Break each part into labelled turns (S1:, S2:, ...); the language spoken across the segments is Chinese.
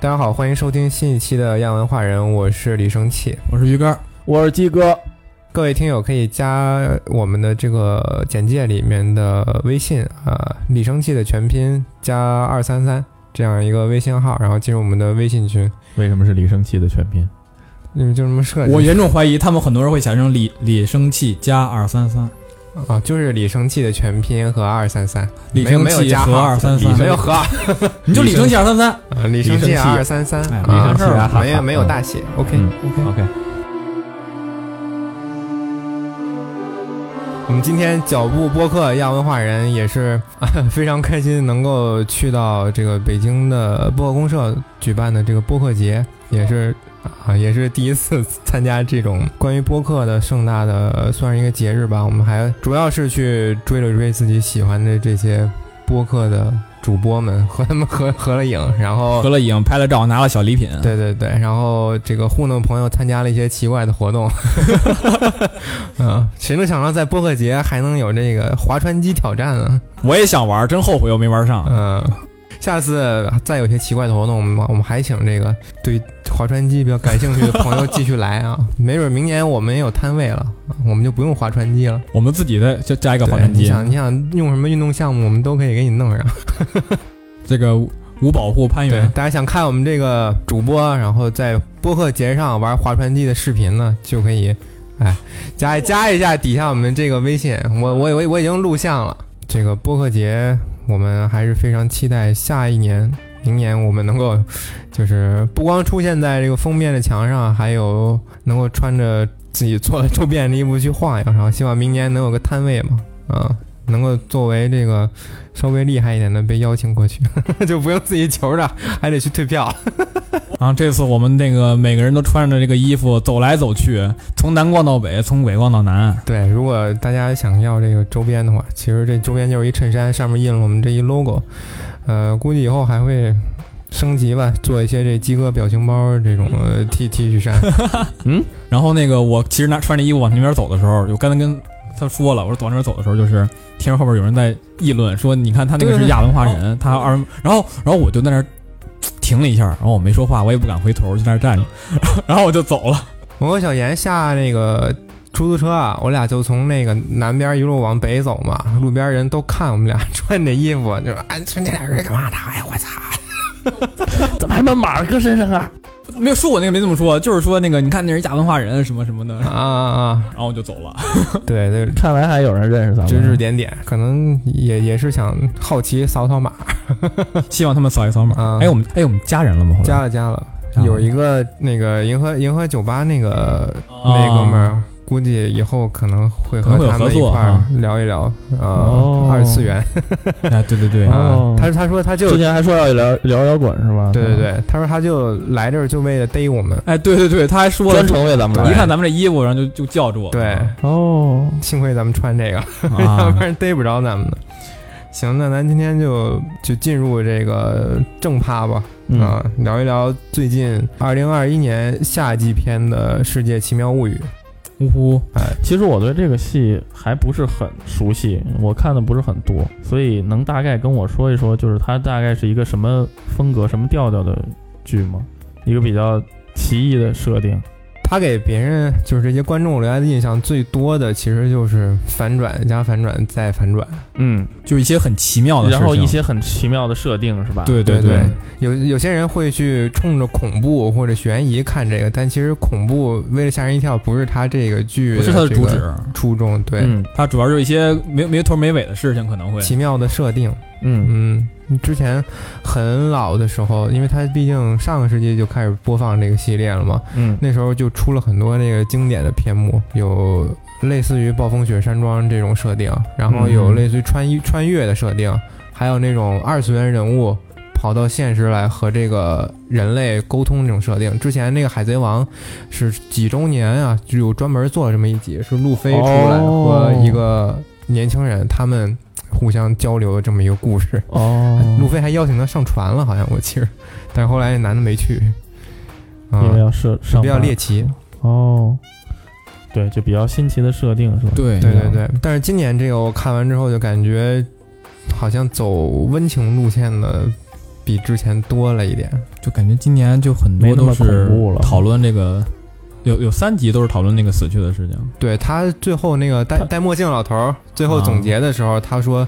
S1: 大家好，欢迎收听新一期的亚文化人，我是李生气。
S2: 我是鱼竿，
S3: 我是鸡哥，
S1: 各位听友可以加我们的这个简介里面的微信啊、李生气的全拼加二三三这样一个微信号，然后进入我们的微信群。
S4: 为什么是李生气的全拼？
S1: 你们就这么设计？
S2: 我严重怀疑他们很多人会想成李李生气加二三三，
S1: 啊，就是李生气的全拼和二三三，
S2: 李
S1: 没有
S2: 生
S1: 没有
S2: 气
S1: 加
S2: 和
S1: 号
S2: 二三三，
S1: 没有和二，
S2: 你就李生气二三三，
S1: 啊李生气二三三，
S2: 哎
S4: 李生气啊
S1: 啊
S4: 哈哈
S1: 没有没有大写，OK。
S4: 嗯 OK，
S1: 我们今天脚步播客亚文化人也是、 啊非常开心，能够去到这个北京的播客公社举办的这个播客节，也是啊，也是第一次参加这种关于播客的盛大的算是一个节日吧。我们还主要是去追了追自己喜欢的这些播客的主播们，和他们合合了影，然后
S2: 合了影拍了照，拿了小礼品，
S1: 对对对，然后这个糊弄朋友参加了一些奇怪的活动， 嗯，谁能想到在播客节还能有这个划船机挑战呢？
S2: 我也想玩，真后悔我没玩上。
S1: 嗯，下次再有些奇怪的活动，我们我们还请这个对划船机比较感兴趣的朋友继续来 啊，没准明年我们也有摊位了，我们就不用划船机了。
S2: 我们自己的就加一个
S1: 对
S2: 划船
S1: 你
S2: 机，
S1: 想你想用什么运动项目，我们都可以给你弄上。
S2: 这个无保护攀
S1: 对
S2: 援，，
S1: 大家想看我们这个主播，然后在播客节上玩划船机的视频呢，就可以，哎，加加一下底下我们这个微信，我我我我已经录像了。这个播客节，我们还是非常期待下一年，明年我们能够，就是不光出现在这个封面的墙上，还有能够穿着自己做的周边的衣服去晃悠，然后希望明年能有个摊位嘛，啊，能够作为这个稍微厉害一点的被邀请过去， 就不用自己求着，还得去退 票。
S2: 然后这次我们那个每个人都穿着这个衣服走来走去，从南逛到北，从北逛到南，
S1: 对，如果大家想要这个周边的话，其实这周边就是一衬衫，上面印了我们这一 logo，呃，估计以后还会升级吧，做一些这鸡哥表情包这种 呃 T T 恤衫。
S2: 然后那个我其实拿穿着衣服往那边走的时候，我刚才跟他说了，我说往那边走的时候，就是听着后边有人在议论说，你看他那
S1: 对
S2: 个是
S1: 对
S2: 亚文化人，他二，然后然后我就在那儿嘖停了一下，然后我没说话，我也不敢回头，就在那儿站着， 然后我就走了。
S1: 我和小严下那个出租车啊，我俩就从那个南边一路往北走嘛，路边人都看我们俩穿这衣服，就说：“哎，穿这俩人干嘛的？哎，我操！”
S3: 怎么还弄马哥身上啊？
S2: 没有说我那个没这么说，就是说那个你看那是亚文化人什么什么的，
S1: 啊啊
S2: 然后我就走了。
S1: 啊！对对，
S3: 看来还有人认识咱们，
S1: 指指点点，可能也也是想好奇扫扫码，
S2: 希望他们扫一扫码。
S1: 啊
S2: 哎，我们哎我们加人了吗？后来
S1: 加了加了。
S2: 啊
S1: 有一个那个银河银河酒吧那个那
S2: 啊
S1: 哥们儿，估计以后可能会
S2: 可能
S1: 和
S2: 会
S1: 他
S2: 有合
S1: 们一
S2: 作
S1: 块儿
S2: 啊
S1: 聊一聊，呃
S3: 哦，
S1: 二次元
S2: 哎，对对对，
S1: 啊
S3: 哦。
S1: 他他说他就
S3: 之前还说要聊聊摇滚是吧？嗯
S1: 对对，对，他说他就来这儿就为了逮我们，
S2: 哎对对对，他还说了
S3: 专，程为咱们来。
S2: 一看咱们这衣服，然后就就叫住我。
S1: 对，
S3: 哦，
S1: 幸亏咱们穿这个，要
S2: 啊
S1: 不，然逮不着咱们的。行，那咱今天就就进入这个正趴吧，
S3: 嗯，
S1: 啊，聊一聊最近二零二一年夏季篇的《世界奇妙物语》。
S2: 呼呼，
S3: 其实我对这个戏还不是很熟悉，我看的不是很多，所以能大概跟我说一说，就是它大概是一个什么风格、什么调调的剧吗？一个比较奇异的设定。
S1: 他给别人就是这些观众留下的印象最多的，其实就是反转加反转再反转。
S3: 嗯，
S2: 就一些很奇妙的事情，
S3: 然后一些很奇妙的设定是吧？
S2: 对对
S1: 对有有些人会去冲着恐怖或者悬疑看这个，但其实恐怖为了吓人一跳，不是他这个剧
S2: 不是它的
S1: 这
S2: 主
S1: 个
S2: 旨，
S1: 初衷。对，
S3: 嗯
S2: 它主要是一些没没头没尾的事情，可能会
S1: 奇妙的设定。
S3: 嗯
S1: 嗯，之前很老的时候，因为它毕竟上个世纪就开始播放这个系列了嘛，
S3: 嗯
S1: 那时候就出了很多那个经典的篇目，有类似于暴风雪山庄这种设定，然后有
S3: 嗯
S1: 类似于穿衣穿越的设定，还有那种二次元人物跑到现实来和这个人类沟通这种设定。之前那个海贼王是几周年啊，就有专门做了这么一集，是路飞出来和
S3: 哦
S1: 一个年轻人他们互相交流的这么一个故事。
S3: 哦，
S1: 路飞还邀请他上船了，好像我记着，但是后来那男的没去，啊、
S3: 因为要设上
S1: 比较
S3: 班
S1: 猎奇。
S3: 哦，对，就比较新奇的设定是吧？
S2: 对
S1: 对对对，但是今年这个我看完之后就感觉好像走温情路线的比之前多了一点。
S2: 就感觉今年就很多
S3: 没那
S2: 都
S3: 么
S2: 是
S3: 恐怖了
S2: 讨论这个，有有三集都是讨论那个死去的事情。
S1: 对他最后那个戴
S3: 他
S1: 戴墨镜老头儿最后总结的时候，他说：“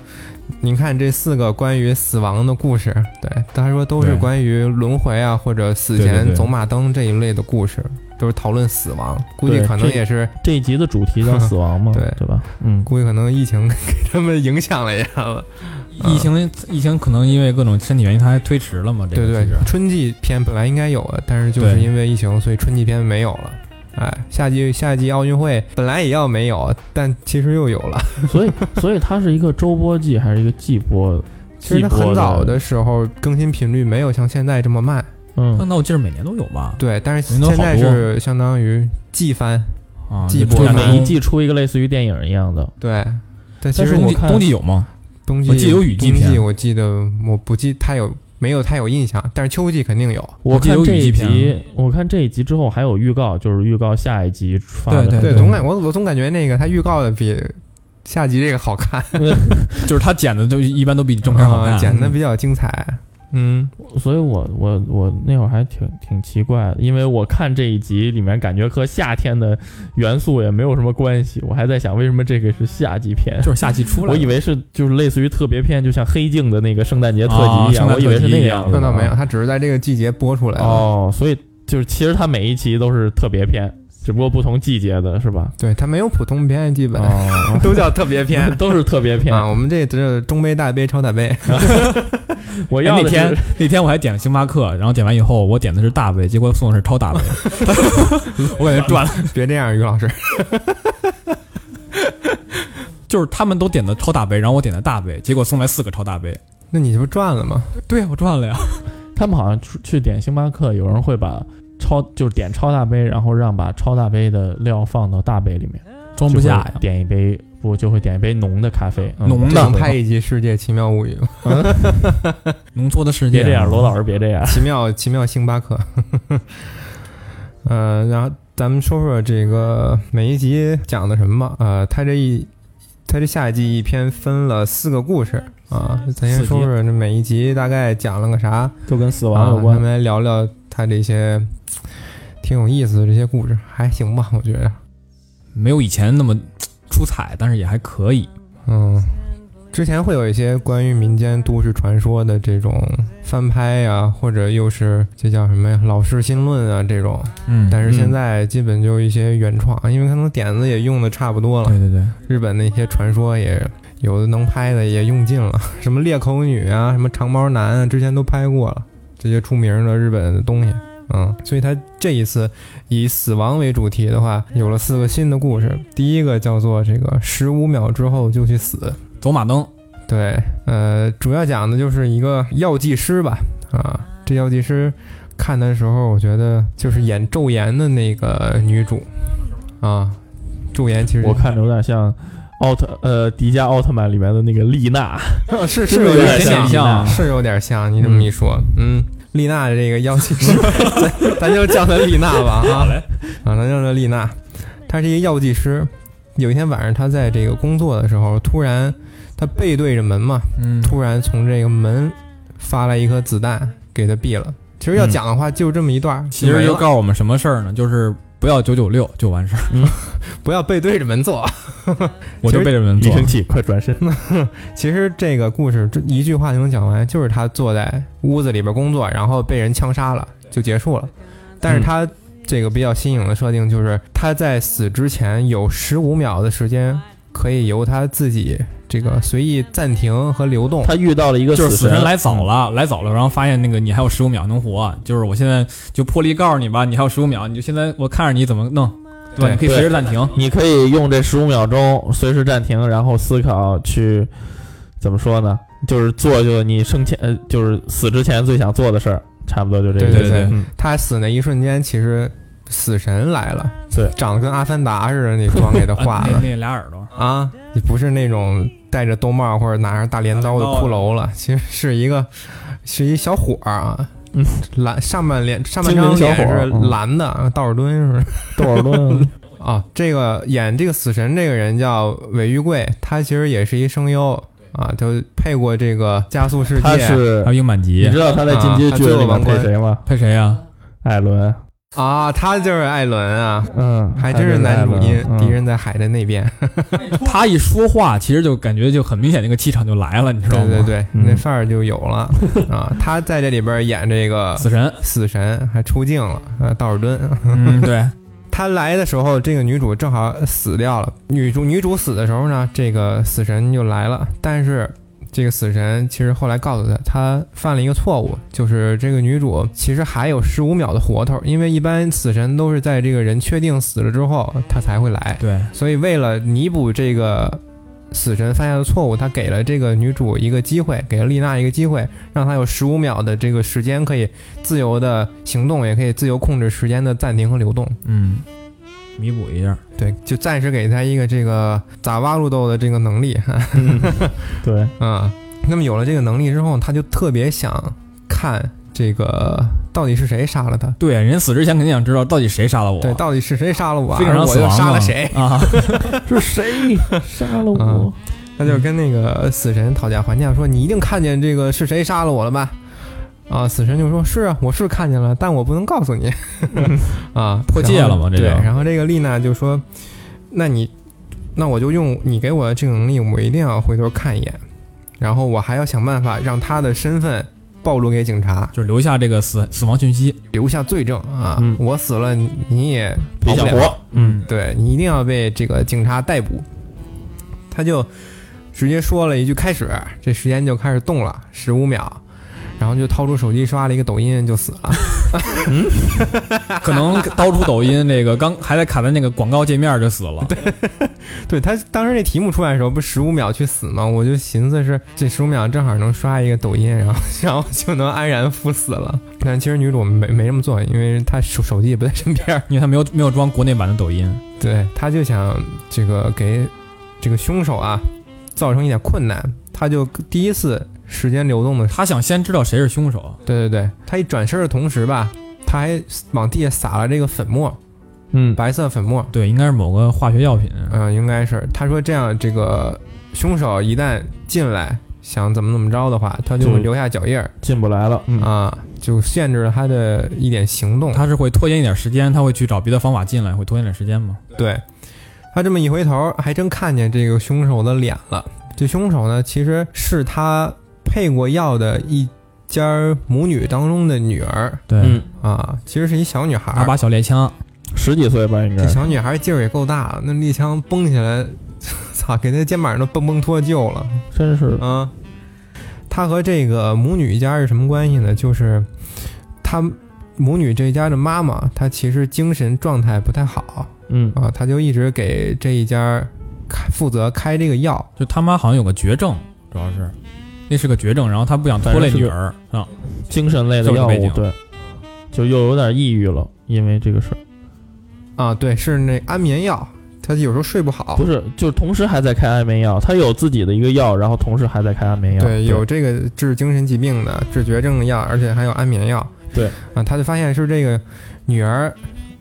S1: 您看这四个关于死亡的故事，对他说都是
S2: 对
S1: 关于轮回啊或者死
S2: 对对
S1: 前
S2: 对
S1: 走马灯这一类的故事，都是讨论死亡。估计
S3: 对
S1: 可能
S3: 这
S1: 也是，
S3: 这一集的主题叫死亡嘛，
S1: 对
S3: 对吧？嗯，
S1: 估计可能疫情 给他们影响了一下子。嗯
S2: 疫情疫情可能因为各种身体原因，它还推迟了嘛？这
S1: 对
S2: 个
S1: 对
S2: 其实，
S1: 春季片本来应该有的，但是就是
S2: 对
S1: 因为疫情，所以春季片没有了。哎，夏季夏季奥运会本来也要没有，但其实又有了。
S3: 所以所以它是一个周播季还是一个季播？
S1: 其实
S3: 季
S1: 它
S3: 播
S1: 很早的时候更新频率没有像现在这么慢。”
S2: 那
S3: 嗯，
S2: 那我记得每年都有吧？
S1: 对，但是
S2: 人都
S1: 现在
S2: 嗯好多
S1: 是相当于季番，
S2: 啊，
S1: 季
S2: 就
S1: 播
S2: 就
S3: 就
S1: 嘛
S3: 每一季出一个类似于电影一样的，
S1: 对。但其实
S3: 但是
S2: 冬
S3: 我
S2: 季
S3: 看
S2: 冬季有吗？
S1: 冬季
S2: 我记得有雨季
S1: 冬季
S2: 片
S1: 我记得我不记太有没有太有印象，但是秋季肯定有。
S3: 我
S2: 记得
S3: 看
S2: 有
S3: 这
S2: 雨
S3: 一
S2: 季片
S3: 集，我看这一集之后还有预告，就是预告下一集发的。
S2: 对
S1: 对，
S2: 对
S1: 总感我我总感觉那个它预告的比下集这个好看，
S2: 就是他剪的就一般都比正片好
S1: 啊
S2: 看。
S1: 剪的比较精彩。嗯，
S3: 所以我我我那会儿还挺挺奇怪的，因为我看这一集里面感觉和夏天的元素也没有什么关系，我还在想为什么这个是夏季片。
S2: 就是夏季出来
S3: 我
S2: 的，
S3: 以为是就是类似于特别片，就像黑镜的那个圣诞节特
S2: 啊
S3: 辑一
S2: 圣
S3: 样，
S2: 诞
S3: 我以为是
S2: 特辑
S3: 那个
S2: 一样
S3: 样子。
S1: 那倒没有，。它只是在这个季节播出来的。
S3: 哦，所以就是其实它每一期都是特别篇，只不过不同季节的是吧？
S1: 对，它没有普通片，基本、
S3: 哦
S1: ，都叫特别 片
S3: 都是特别篇。
S1: 啊。我们这只有中杯、大杯、超大杯。
S3: 我
S2: 哎
S3: 要
S2: 那
S3: 的是
S2: 天那天我还点了星巴克，然后点完以后我点的是大杯，结果送的是超大杯， 我感觉赚了。
S1: 别这样，于老师。
S2: 就是他们都点的超大杯，然后我点的大杯，结果送来四个超大杯。
S1: 那你这不赚了吗？
S2: 对啊呀，我赚了呀。
S3: 他们好像出去点星巴克，有人会把超就是点超大杯，然后让把超大杯的料放到大杯里面，
S2: 装不下
S3: 就会
S2: 呀，
S3: 点一杯不就会点一杯浓的咖啡，嗯
S2: 浓
S1: 这
S2: 的
S1: 能拍一集《世界奇妙物语》吗？
S2: 浓缩的世界。啊
S3: 别这样，嗯罗老师别这样。
S1: 奇妙奇妙星巴克。 呃，然后咱们说说这个每一集讲的什么吧。呃，他这一他这下一季一篇分了四个故事啊，咱先
S2: 四集
S1: 说说这每一集大概讲了个啥，
S3: 就跟死
S1: 啊，咱们来聊聊他这些挺有意思的这些故事，还行吧，我觉得。
S2: 没有以前那么出彩，但是也还可以。
S1: 嗯，之前会有一些关于民间都市传说的这种翻拍呀、或者又是这叫什么呀，老式新论啊这种。
S2: 嗯
S1: 但是现
S2: 在、
S1: 在基本就一些原创，因为可能点子也用的差不多了，
S2: 嗯对对对，
S1: 日本那些传说也有的能拍的也用尽了，什么裂口女啊，什么长毛男啊，之前都拍过了，这些出名的日本的东西。嗯，所以他这一次以死亡为主题的话，有了四个新的故事。第一个叫做这个十五秒之后就去死，
S2: 走马灯，
S1: 对，呃，主要讲的就是一个药剂师吧，啊，这药剂师看的时候，我觉得就是演《昼颜》的那个女主，啊，《昼颜》其实
S3: 我看着有点像奥特呃迪迦奥特曼里面的那个丽娜，
S1: 是
S3: 是
S1: 是
S3: 不是
S1: 有
S3: 有
S1: 点
S3: 点
S1: 像，
S2: 像
S3: 像
S1: 是有点像，你这么一说，嗯，丽娜的这个药剂师，咱咱就叫她丽娜吧，啊，啊，咱叫她丽娜，她是一个药剂师。有一天晚上，她在这个工作的时候，突然她背对着门嘛，
S2: 嗯
S1: 突然从这个门发来一颗子弹，给他毙了。其实要讲的话，就这么一段儿，
S2: 其实
S1: 就
S2: 就
S1: 没了
S2: 告诉我们什么事儿呢？就是不要九九六就完事儿，
S1: 不要背对着门做。
S2: 我就被这人
S3: 一
S2: 做。
S3: 生气快转身。
S1: 其实这个故事这一句话就能讲完，就是他坐在屋子里边工作，然后被人枪杀了，就结束了。但是他这个比较新颖的设定就是，他在死之前有十五秒的时间可以由他自己这个随意暂停和流动。
S3: 他遇到了一个
S2: 就是死
S3: 神
S2: 神来早，了，
S1: 嗯
S2: 来早了，然后发现那个你还有十五秒能活，啊就是我现在就破例告诉你吧，你还有十五秒，你就现在我看着你怎么弄，对吧？
S1: 对
S2: 你可以随时暂停，
S3: 你可以用这十五秒钟随时暂停，然后思考去怎么说呢？就是做就你生前呃，就是死之前最想做的事儿，差不多就这个意思。
S1: 对对
S3: 嗯
S1: 他死那一瞬间，其实死神来了，
S3: 对
S1: 长得跟阿凡达似的那妆给他画
S2: 啊
S1: 的
S2: 那。那俩耳朵，
S1: 啊，也不是那种戴着兜帽或者拿着大镰刀的骷髅
S3: 啊
S1: 了，其实是一个是一小伙儿啊
S3: 嗯，
S1: 蓝上半脸上半
S3: 精
S1: 张
S3: 灵小
S1: 脸
S3: 伙儿嗯
S1: 是蓝的，啊道尔顿是不是？
S3: 窦 尔敦
S1: 啊，这个演这个死神这个人叫韦玉贵，他其实也是一声优，啊，就配过这个《加速世界
S3: 他》是
S2: 还有英满
S3: 你
S2: 级
S3: 知啊道他在进击的巨人里面配谁吗？
S2: 配谁呀？
S3: 艾伦，
S1: 啊，他就是艾伦啊，
S3: 嗯，
S1: 还真是男主音，
S3: 嗯
S1: 敌人在海的那边。
S2: 他一说话，其实就感觉就很明显，那个气场就来了，你知
S1: 对
S2: 道吗？
S1: 对对，
S3: 嗯
S1: 那范儿就有了啊。他在这里边演这 个
S2: 死神，
S1: 死神，还出镜了，呃，道尔顿。
S2: 嗯，对，
S1: 他来的时候，这个女主正好死掉了。女主女主死的时候呢，这个死神就来了，但是。这个死神其实后来告诉他，他犯了一个错误，就是这个女主其实还有十五秒的活头，因为一般死神都是在这个人确定死了之后，他才会来。
S2: 对，
S1: 所以为了弥补这个死神犯下的错误，他给了这个女主一个机会，给了丽娜一个机会，让她有十五秒的这个时间可以自由的行动，也可以自由控制时间的暂停和流动。
S2: 嗯，弥补一下。
S1: 对，就暂时给她一个这个咋挖路豆的这个能力，
S3: 对，
S1: 啊、那么有了这个能力之后，她就特别想看这个到底是谁杀了她，
S2: 对，啊人死之前肯定想知道到底谁杀了我，
S1: 对，到底是谁杀了我啊，
S2: 非常
S1: 而我
S2: 死
S1: 又
S2: 亡
S1: 杀
S2: 嘛
S1: 了谁？
S2: 啊？
S3: 是 谁杀了
S1: 嗯
S3: 我？
S1: 他就跟那个死神讨价还价，说：“你一定看见这个是谁杀了我了吧？”啊，死神就说：“是啊，我是看见了，但我不能告诉 你。”啊，
S2: 破戒
S1: 然后
S2: 了嘛这
S1: 对，
S2: 就
S1: 然后这个丽娜就说：“那你，那我就用你给我的这个能力，我一定要回头看一眼，然后我还要想办法让他的身份暴露给警察，
S2: 就是留下这个死死亡讯息。
S1: 留下罪证啊！
S3: 嗯
S1: 我死了，你也
S3: 别
S1: 跑不
S3: 想
S1: 了。
S3: 活，嗯，
S1: 对你一定要被这个警察逮捕。他就直接说了一句“开始”，这时间就开始动了，十五秒，然后就掏出手机刷了一个抖音就死了。
S2: 可能刀出抖音那个刚还在卡在那个广告界面就死了。对，
S1: 对他当时那题目出来的时候，不十五秒去死吗？我就寻思是这十五秒正好能刷一个抖音，然后 然后就能安然赴死了。但其实女主没没这么做，因为她手手机也不在身边儿。
S2: 因为他没有没有装国内版的抖音。
S1: 对，他就想这个给这个凶手啊造成一点困难，他就第一次时间流动的
S2: 他想先知道谁是凶手，
S1: 对对对，他一转身的同时吧，他还往地下撒了这个粉末，
S3: 嗯，
S1: 白色粉末，
S2: 对，应该是某个化学药品。
S1: 嗯、应该是他说这样，这个凶手一旦进来想怎么怎么着的话，他就会
S3: 就
S1: 留下脚印儿
S3: 进不来了，嗯，
S1: 啊，就限制了他的一点行动。
S2: 他是会拖延一点时间，他会去找别的方法进来，会拖延点时间嘛？
S3: 嗯
S1: 对，他这么一回头，还真看见这个凶手的脸了。这凶手呢，其实是他配过药的一家儿母女当中的女儿
S2: 对，
S3: 嗯，
S1: 啊，其实是一小女孩
S2: 拿
S1: 儿。
S2: 把小猎枪，
S3: 十几岁吧，应该
S1: 这，小女孩劲儿也够大，那猎枪崩起来， 操，给她肩膀都蹦蹦脱臼了
S3: 真是
S1: 啊！她和这个母女一家是什么关系呢？就是她母女这一家的妈妈，她其实精神状态不太好
S3: 嗯
S1: 啊，她就一直给这一家开负责开这个药，
S2: 就他妈好像有个绝症，主要是那是个绝症，然后他不想拖累女儿啊，
S3: 精神类的
S2: 就
S3: 药
S2: 是这
S3: 物
S2: 背，景
S3: 对，就又有点抑郁了，因为这个事儿，
S1: 啊，对，是那安眠药，她有时候睡不好
S3: 不，是，就同时还在开安眠药，他有自己的一个药，然后同时还在开安眠药，
S1: 对，有这个治精神疾病的、治绝症的药，而且还有安眠药。
S3: 对
S1: 啊，他就发现是这个女儿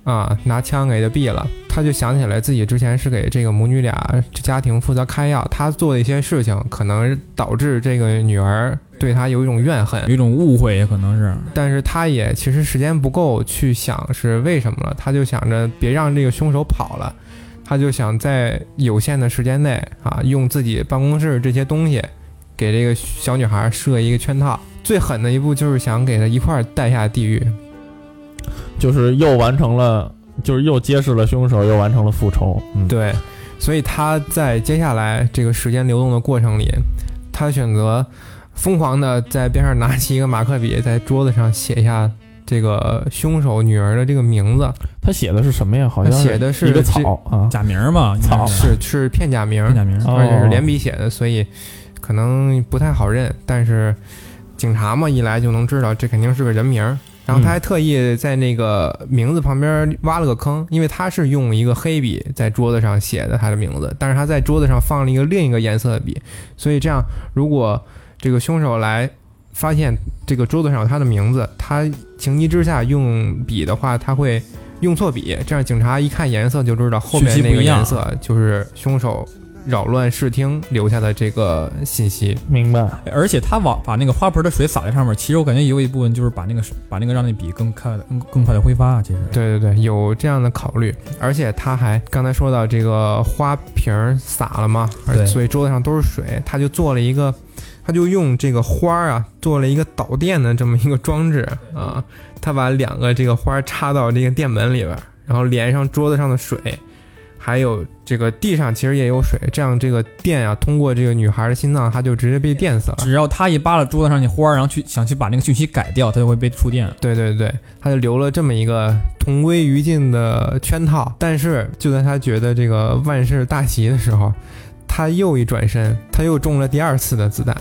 S1: 啊拿枪给他毙了，他就想起来自己之前是给这个母女俩家庭负责开药，他做的一些事情可能导致这个女儿对他有一种怨恨
S2: 有，一种误会，也可能是
S1: 但是他也其实时间不够去想是为什么了，他就想着别让这个凶手跑了，他就想在有限的时间内啊，用自己办公室这些东西给这个小女孩设一个圈套。最狠的一步就是想给她一块儿带下地狱。
S3: 就是又完成了，就是又揭示了凶手，又完成了复仇，嗯，
S1: 对，所以他在接下来这个时间流动的过程里，他选择疯狂的在边上拿起一个马克笔，在桌子上写下这个凶手女儿的这个名字。
S3: 他写的是什么呀？好像
S1: 他写的是
S3: 一个
S1: 这
S3: 草啊，
S2: 假名嘛，应该
S3: 操
S2: 是
S1: 是是片假名，
S2: 假名。
S3: 哦
S1: 而且是连笔写的，所以可能不太好认。但是警察嘛，一来就能知道这肯定是个人名儿。然后他还特意在那个名字旁边挖了个坑，因为他是用一个黑笔在桌子上写的他的名字，但是他在桌子上放了一个另一个颜色的笔，所以这样如果这个凶手来发现这个桌子上有他的名字，他情急之下用笔的话，他会用错笔，这样警察一看颜色就知道后面
S2: 信息
S1: 那
S2: 不
S1: 个
S2: 一样
S1: 颜色就是凶手扰乱视听留下的这个信息。
S3: 明白。
S2: 而且他往把那个花盆的水洒在上面，其实我感觉也有一部分就是把那个把那个让那笔更快更更快的挥发。其实，
S1: 对对对，有这样的考虑，而且他还刚才说到这个花瓶儿洒了嘛，而
S2: 对
S1: 所以桌子上都是水，他就做了一个，他就用这个花儿啊做了一个导电的这么一个装置啊，他把两个这个花儿插到这个电门里边儿，然后连上桌子上的水，还有这个地上其实也有水，这样这个电啊通过这个女孩的心脏，她就直接被电死了。
S2: 只要他一扒拉桌子上那花儿，然后去想去把那个讯息改掉，他就会被触电。
S1: 对对对，他就留了这么一个同归于尽的圈套。但是就在他觉得这个万事大吉的时候，他又一转身，他又中了第二次的子弹。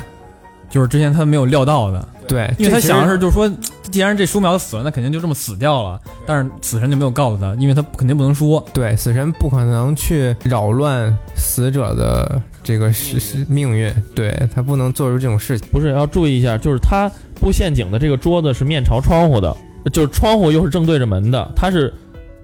S2: 就是之前他没有料到的，
S1: 对，
S2: 因为他
S1: 这其实
S2: 想的是，就是说，既然这舒苗死了，那肯定就这么死掉了。但是死神就没有告诉他，因为他肯定不能说。
S1: 对死神不可能去扰乱死者的这个是是命运，对他不能做出这种事情。
S3: 不是要注意一下，就是它布陷阱的这个桌子是面朝窗户的，就是窗户又是正对着门的。它是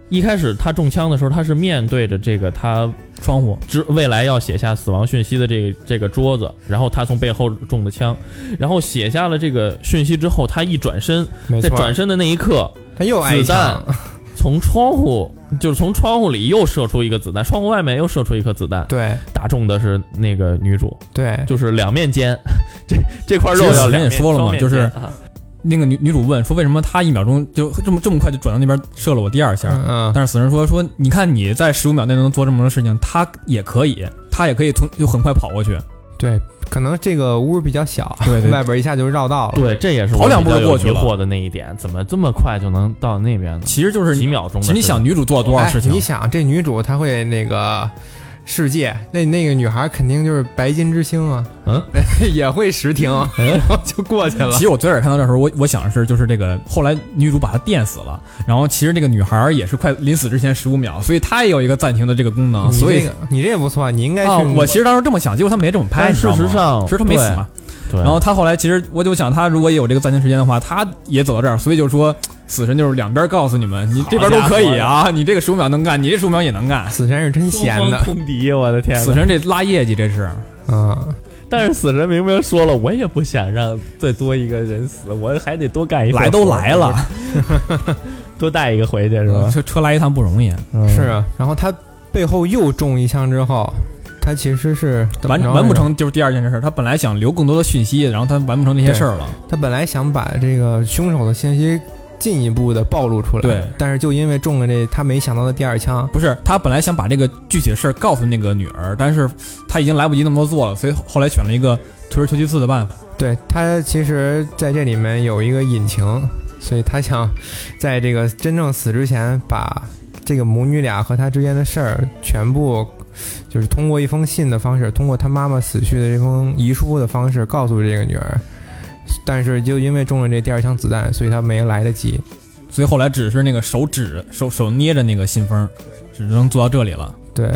S3: 一开始他中枪的时候，他是面对着这个他
S2: 窗户
S3: 之未来要写下死亡讯息的这个这个桌子，然后他从背后中的枪，然后写下了这个讯息之后，他一转身，
S1: 没
S3: 在
S1: 错，
S3: 转身的那一刻，
S1: 他又挨一
S3: 子弹
S1: 枪，
S3: 从窗户就是从窗户里又射出一个子弹，窗户外面又射出一颗子弹，
S1: 对
S3: 打中的是那个女主，
S1: 对
S3: 就是两面煎， 这这块肉
S2: 哎其实
S3: 要
S2: 死神
S3: 两
S2: 也
S3: 面
S2: 说了嘛
S3: 双面
S2: 就是
S3: 煎啊
S2: 那个女女主问说，为什么他一秒钟就这么这么快就转到那边射了我第二下？
S1: 嗯嗯，
S2: 但是死神说说，你看你在十五秒内能做这么多事情，他也可以，他也可以从就很快跑过
S1: 啊
S2: 去，
S1: 对，可能这个屋比较小，
S2: 对对
S1: 外边一下就绕道了。
S3: 对，这也是
S2: 跑
S3: 我
S2: 两
S3: 比
S2: 步
S3: 较
S2: 就
S3: 有
S2: 过去
S3: 疑
S2: 了
S3: 惑的那一点，怎么这么快就能到那边呢？
S2: 其实就是
S3: 几秒钟的
S2: 其
S3: 事
S2: 实
S3: 情，
S2: 你想女主做了多少事情
S1: 哎？你想，这女主她会那个世界，那那个女孩肯定就是白金之星啊，
S3: 嗯，
S1: 也会识停，
S2: 嗯
S1: 然后就过去了
S2: 其。实我最开始看到这时候，我我想的是，就是这个后来女主把她电死了，然后其实这个女孩儿也是快临死之前十五秒，所以她也有一个暂停的这个功
S3: 嗯
S2: 能，
S1: 你
S2: 所以
S1: 这个你这也不错，你应该去、
S2: 啊，我其实当时这么想，结果她没这么拍，
S3: 但
S2: 你知
S3: 事
S2: 道吗
S3: 实，上，
S2: 其实她没死嘛。
S3: 对，
S2: 然后她后来其实我就想，她如果也有这个暂停时间的话，她也走到这儿，所以就说死神就是两边告诉你们，你这边都可以啊，你这个十五秒能干，你这十五秒也能干。
S1: 死神是真闲的，
S3: 空敌，我的天
S2: 死神这拉业绩这是，
S1: 嗯，
S3: 但是死神明明说了，我也不想让再多一个人死，我还得多干一份
S2: 来都
S3: 活
S2: 来了，，
S3: 多带一个回去是吧？
S2: 车车来一趟不容易，
S3: 嗯
S1: 是啊。然后她背后又中一枪之后，她其实是怎么
S2: 完
S1: 着
S2: 完不
S1: 来着。
S2: 成就是第二件事，她本来想留更多的讯息，然后她完不成那些事儿了。
S1: 她本来想把这个凶手的信息进一步的暴露出来，
S2: 对
S1: 但是就因为中了这她没想到的第二枪，
S2: 不是，他本来想把这个具体的事儿告诉那个女儿，但是他已经来不及那么多做了，所以后来选了一个退而求其次的办法。
S1: 对他其实在这里面有一个隐情，所以他想在这个真正死之前，把这个母女俩和他之间的事儿全部，就是通过一封信的方式，通过他妈妈死去的这封遗书的方式告诉这个女儿。但是就因为中了这第二枪子弹，所以他没来得及。
S2: 所以后来只是那个手指手手捏着那个信封，只能做到这里 了。
S1: 对，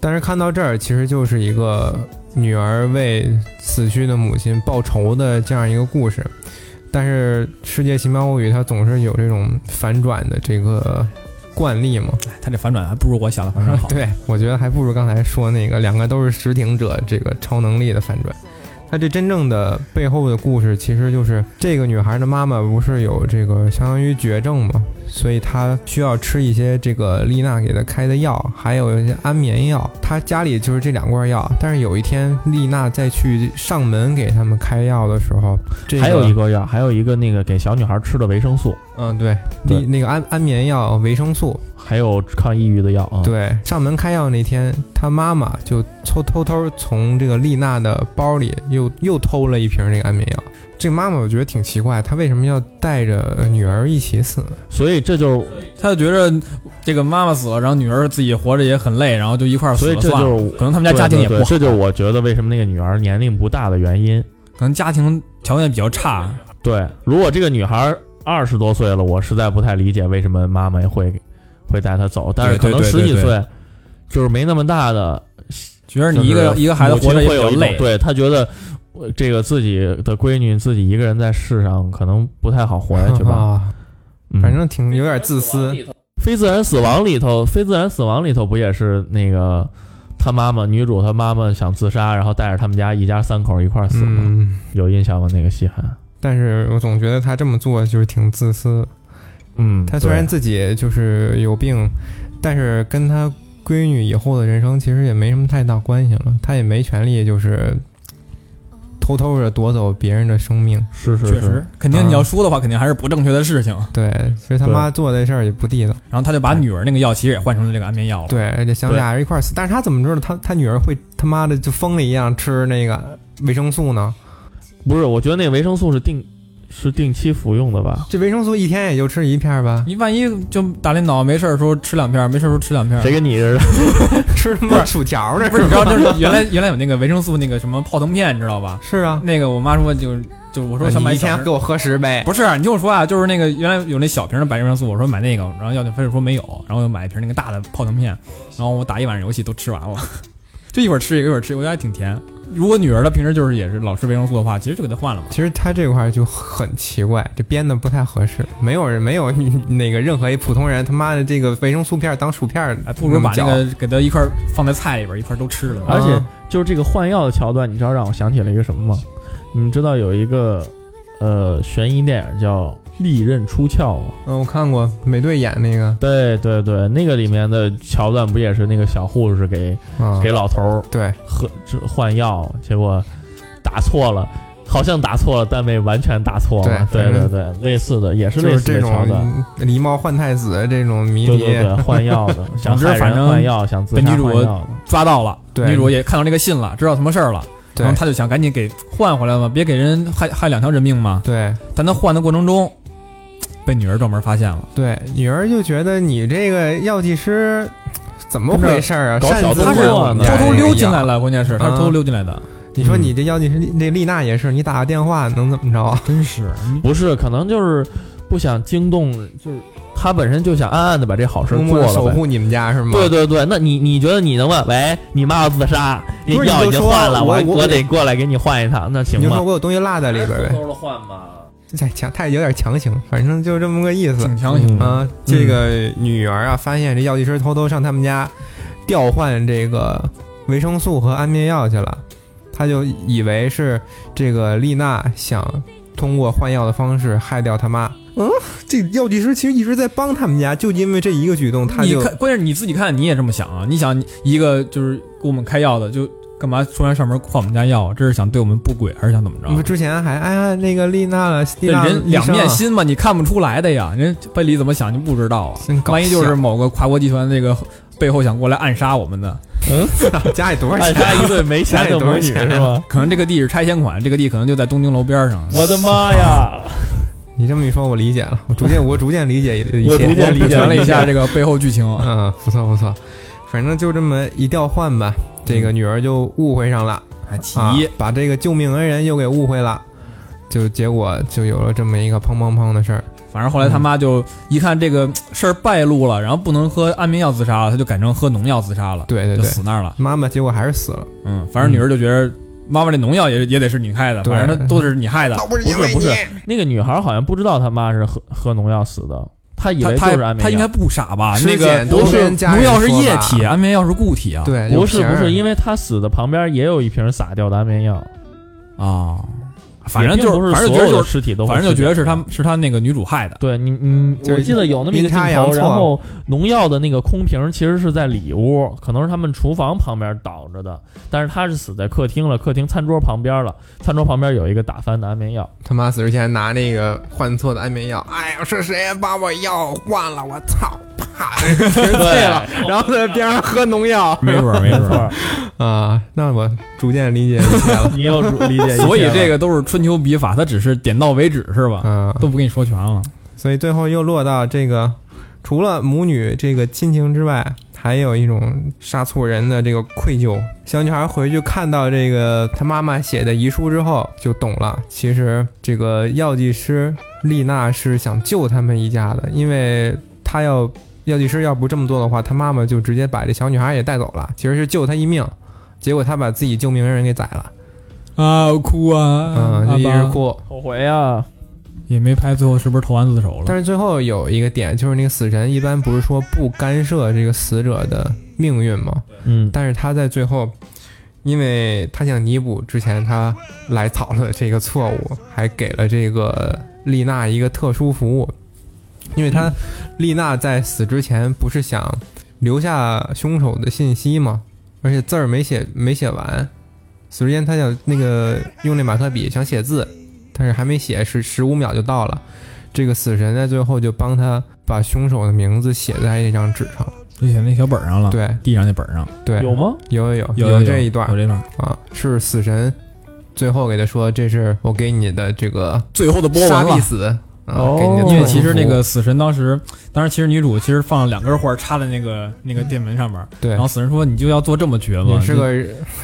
S1: 但是看到这儿，其实就是一个女儿为死去的母亲报仇的这样一个故事。但是《世界奇妙物语》它总是有这种反转的这个惯例嘛。
S2: 哎他这反转还不如我想的 反转好。
S1: 对，嗯我觉得还不如刚才说那个两个都是实挺者这个超能力的反转。它这真正的背后的故事，其实就是这个女孩的妈妈不是有这个相当于绝症嘛，所以她需要吃一些这个丽娜给她开的药，还有一些安眠药。她家里就是这两罐药，但是有一天丽娜再去上门给他们开药的时候，这
S3: 还有一个药，还有一个那个给小女孩吃的维生素，
S1: 嗯对，
S3: 对
S1: 丽那个安安眠药维生素，
S3: 还有抗抑郁的药啊。，
S1: 对，哦上门开药那天，他妈妈就偷偷偷从这个丽娜的包里又又偷了一瓶这个安眠药。这个妈妈我觉得挺奇怪，她为什么要带着女儿一起死呢？
S3: 所以这就
S2: 他就觉着这个妈妈死了，然后女儿自己活着也很累，然后就一块儿死
S3: 所以
S2: 了
S3: 这
S2: 算了。
S3: 就是
S2: 可能他们家家庭也不
S3: 对对
S2: 好，
S3: 对这就是我觉得为什么那个女儿年龄不大的原因。
S2: 可能家庭条件比较差。
S3: 对，如果这个女孩二十多岁了，我实在不太理解为什么妈妈会会带她走，但是可
S2: 对对
S3: 能
S2: 对
S3: 十
S2: 对
S3: 几
S2: 对
S3: 岁就是没那么大的，
S2: 觉得你一个
S3: 就是
S2: 一个孩子活着也比
S3: 母亲会
S2: 较
S3: 有一种
S2: 累，
S3: 对她觉得呃这个自己的闺女自己一个人在世上可能不太好活哎下 去吧，
S1: 啊，
S3: 嗯
S1: 反正挺有点自私。
S3: 非自然死亡里头，非自然死亡里头不也是那个他妈妈女主她妈妈想自杀，然后带着他们家一家三口一块儿死了，
S1: 嗯，
S3: 有印象吗？那个戏还
S1: 但是我总觉得他这么做就是挺自私。
S3: 嗯，
S1: 他虽然
S3: 对
S1: 自己就是有病，但是跟他闺女以后的人生其实也没什么太大关系了，他也没权利就是偷偷的夺走别人的生命。
S3: 是是
S2: 确
S3: 是啊
S2: 实，肯定你要说的话，肯定还是不正确的事情。
S1: 对，所以他妈做的事儿也不地道。
S2: 然后他就把女儿那个药其实也换成了这个安眠药了。
S1: 对，而且想
S3: 对
S1: 俩人一块儿死，但是他怎么知道他他女儿会他妈的就疯了一样吃那个维生素呢？
S3: 不是？我觉得那维生素是定是定期服用的吧？
S1: 这维生素一天也就吃一片儿 吧，
S2: 你万一就打电脑没事儿的时候吃两片儿，没事儿的时候吃两片儿。
S3: 谁跟你似的？
S1: 吃他妈薯条呢？
S2: 不是，你知道，就是原来原来有那个维生素那个什么泡腾片，你知道吧？
S1: 是啊，
S2: 那个我妈说就就我说想买
S1: 你一
S2: 小
S1: 天
S2: 瓶
S1: 给
S2: 儿，
S1: 我喝十杯，
S2: 不是你听我说啊，就是那个原来有那小瓶的白维生素，我说买那个，然后药店非得说没有，然后又买一瓶那个大的泡腾片，然后我打一晚上游戏都吃完了， 就一会儿吃一个一会儿吃一个，我觉得还挺甜。如果女儿她平时就是也是老吃维生素的话，其实就给她换了嘛。
S1: 其实他这块儿就很奇怪，这编的不太合适。没有人，没有那个任何一普通人，他妈的这个维生素片儿当薯片儿么
S2: 哎，
S1: 嚼，
S2: 不如把那个给她一块儿放在菜里边儿一块儿都吃了呢。
S3: 而且
S1: 啊
S3: 就是这个换药的桥段，你知道让我想起了一个什么吗？你们知道有一个呃悬疑电影叫《利刃出鞘》吗？
S1: 嗯，我看过美队演那个
S3: 对对对，那个里面的桥段不也是那个小护士给
S1: 啊，
S3: 给老头儿
S1: 对，
S3: 喝这换药，结果打错了，好像打错了，但没完全打错了。
S1: 对
S3: 对嗯
S1: 反
S3: 对
S1: 正
S3: 对，类似的也是
S1: 就
S3: 类
S1: 是
S3: 似
S1: 这
S3: 的桥段。
S1: 种狸猫换太子这种迷
S3: 对
S1: 离，
S3: 对对，换药 的，想
S2: 之
S3: 害
S2: 反
S3: 人
S2: 正
S3: 换药，想自
S2: 本
S3: 杀
S2: 女主
S3: 换药的。
S2: 抓到了，
S1: 对
S2: 女主也看到这个信了，知道什么事儿了，
S1: 对
S2: 然后她就想赶紧给换回来嘛，别给人害害两条人命嘛。
S1: 对
S2: 但她换的过程中，被女儿专门发现了。
S1: 对，女儿就觉得你这个药剂师怎么回事儿啊？哎
S3: 搞
S1: 擅
S3: 小
S1: 自来
S3: 动作
S1: 我们
S3: 呢哎嗯
S1: 家
S2: 偷偷
S1: 这个
S2: 溜进
S1: 药
S2: 来了，关键是
S1: 啊
S2: 她是偷偷溜进来的，
S1: 你说你这药剂师那丽娜也是，你打个电话能怎么着啊？
S2: 真是
S3: 不是，可能就是不想惊动，就是他本身就想暗暗的把这好事
S1: 默
S3: 做
S1: 默地
S3: 了
S1: 守
S3: 呗。
S1: 护你们家是吗？
S3: 对对对，那你你觉得你能问？喂，你妈要自杀，
S1: 不是
S3: 药
S1: 你就
S3: 已经
S1: 说
S3: 换了，
S1: 我
S3: 我
S1: 我
S3: 得过来给你换一趟，那行
S1: 你就
S3: 吗
S1: 说？我有东西落在里边呗，
S3: 的换吧。
S1: 太强，太有点强行，反正就这么个意思
S2: 挺强
S3: 嗯
S2: 行的。
S1: 啊。这个女儿啊，发现这药剂师偷偷上他们家调换这个维生素和安眠药去了，她就以为是这个丽娜想通过换药的方式害掉他妈。嗯，这药剂师其实一直在帮他们家，就因为这一个举动，他
S2: 你
S1: 就
S2: 看，关键是你自己看，你也这么想啊？你想你一个就是给我们开药的，就干嘛突然上门换我们家药啊？这是想对我们不轨，还是想怎么
S1: 你们
S2: 着？
S1: 之前还哎呀那个丽娜了，丽
S2: 这
S1: 娜
S2: 人两面
S1: 医生啊
S2: 心嘛，你看不出来的呀。人家贝里怎么想就不 知道啊
S1: 真。搞笑
S2: 万一就是某个跨国集团那个背后想过来暗杀我们的，
S1: 家里多少
S2: 哎
S3: 按
S1: 钱？啊
S3: 杀哎一对没钱的母女
S1: 家里多少钱
S3: 是吧？
S2: 可能这个地是拆迁款，这个地可能就在东京楼边上。
S3: 我的妈呀！
S1: 你这么一说，我理解了，我逐渐我逐渐理解一切，
S3: 我逐渐理解啊
S2: 全了一下这个背后剧 情，
S1: 嗯，嗯不错不错，反正就这么一调换吧，这个女儿就误会上了
S2: 啊，其
S1: 啊
S2: 一，，
S1: 把这个救命恩人又给误会了，就结果就有了这么一个砰砰砰的事儿。
S2: 反正后来他妈就一看这个事儿败露了，然后不能喝安眠药自杀了，他就改成喝农药自杀了，
S1: 对对
S2: 就
S1: 对，
S2: 死那儿了。
S1: 妈妈结果还是死了，
S2: 嗯，反正女儿就觉得妈妈这农药也也得是你开的，
S1: 对
S2: 反正她都是你害的。
S1: 不是
S3: 因为不是不是那个女孩好像不知道她妈是喝喝农药死的，她以
S2: 她
S3: 为就
S2: 她
S3: 是安眠药。
S2: 她应该不傻吧？
S1: 尸
S2: 那个
S1: 检都
S2: 不
S1: 是
S2: 是
S1: 跟家人
S2: 农药是
S1: 说
S3: 啊
S2: 液
S1: 吧
S2: 体，安眠药是固体啊。
S1: 对，
S3: 不是不是，因
S1: 为
S3: 为她死的旁边也有一瓶撒掉的安眠药，
S2: 啊，反正
S3: 也并
S2: 就
S3: 不
S2: 是
S3: 是
S2: 反正就觉得
S3: 所有的
S2: 就是
S3: 尸体都，
S2: 反正就觉得是他。是他那个女主害的。
S3: 对你，
S2: 嗯
S3: 你
S1: 就是
S3: 我记得有那么一个镜
S1: 阴差阳
S3: 头，
S1: 错
S3: 然后农药的那个空瓶其实是在里屋，可能是他们厨房旁边倒着的，但是她是死在客厅了，客厅餐桌旁边了，餐桌旁边有一个打翻的安眠 药，
S1: 他妈死之前拿那个换错的安眠药，哎呀，是谁把我药换了？我操！ 啪，全碎了，然后在边上喝农药
S2: 没准儿，没准儿，
S1: 啊！那我逐渐理解 一切了
S3: 你又理
S1: 哎
S3: 解一下
S2: 所以这
S3: 了
S2: 个都是春秋笔法，他只是点到为止是吧？
S1: 啊。
S2: 都不跟你说全了。
S1: 所以最后又落到这个，除了母女这个亲情之外，还有一种杀错人的这个愧疚。小女孩回去看到这个她妈妈写的遗书之后，就懂了。其实这个药剂师丽娜是想救他们一家的，因为她要药剂师要不这么做的话，她妈妈就直接把这小女孩也带走了，其实是救她一命。结果她把自己救命恩人给宰了，
S2: 啊，我哭啊！
S1: 嗯，就一
S2: 阿
S1: 直
S2: 爸
S1: 哭，
S3: 后悔啊，
S2: 也没拍最后是不是投案自首了。
S1: 但是最后有一个点，就是那个死神一般不是说不干涉这个死者的命运吗？
S3: 嗯，
S1: 但是他在最后，因为他想弥补之前他来早了这个错误，还给了这个丽娜一个特殊服务，因为他丽娜在死之前不是想留下凶手的信息吗？而且字儿没写没写完，死之前他想那个用那马克笔想写字，但是还没写是十五秒就到了。这个死神在最后就帮他把凶手的名字写在那张纸上，
S2: 就写那小本儿上了，，
S1: 对
S2: 地上那本儿上
S1: 对，
S3: 有吗？
S1: 有有
S2: 啊有
S1: 这一段
S2: 有这段
S1: 啊，是死神最后给他说，这是我给你的这个
S2: 最后的波
S1: 杀必
S2: 纹了。
S1: 死啊，
S3: 哦
S1: 给你的
S2: 因
S1: 最
S2: 为
S1: 后
S2: 其实那
S1: 服务
S2: 个死神当时，当时其实女主其实放了两根花儿插在那个那个店门上面儿，
S1: 对
S2: 然后死神说你就要做这么绝吗
S1: 也？是个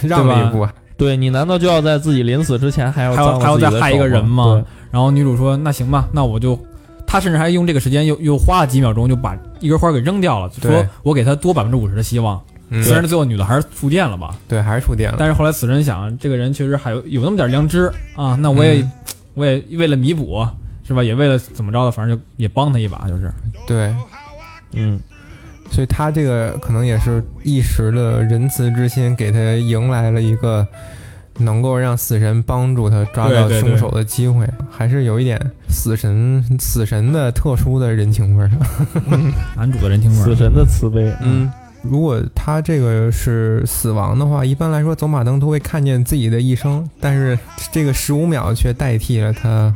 S1: 让了一步啊，
S3: 对你难道就要在自己临死之前还要
S2: 还要
S3: 脏了
S2: 还要
S3: 自己
S2: 再
S3: 的
S2: 害一
S3: 手
S2: 个人
S3: 吗？
S2: 吗然后女主说：“那行吧，那我就。”她甚至还用这个时间又又花了几秒钟，就把一根花给扔掉了，就说
S1: 对
S2: 我给她多百分之五十的希望。
S1: 嗯
S2: 虽然最后女的还是触电了吧，
S1: 对，还是触电了，
S2: 但是后来死神想，这个人确实还有有那么点良知啊，那我也、
S1: 嗯
S2: 我也为了弥补是吧，也为了怎么着的，反正就也帮他一把，就是
S1: 对，
S3: 对，嗯，
S1: 所以他这个可能也是一时的仁慈之心，给他迎来了一个能够让死神帮助他抓到
S2: 对对对
S1: 凶手的机会，还是有一点死神死神的特殊的人情味儿。
S2: 男主的人情味
S3: 死
S2: 儿。
S3: 神的慈悲，
S1: 嗯，如果他这个是死亡的话，一般来说走马灯都会看见自己的一生，但是这个十五秒却代替了他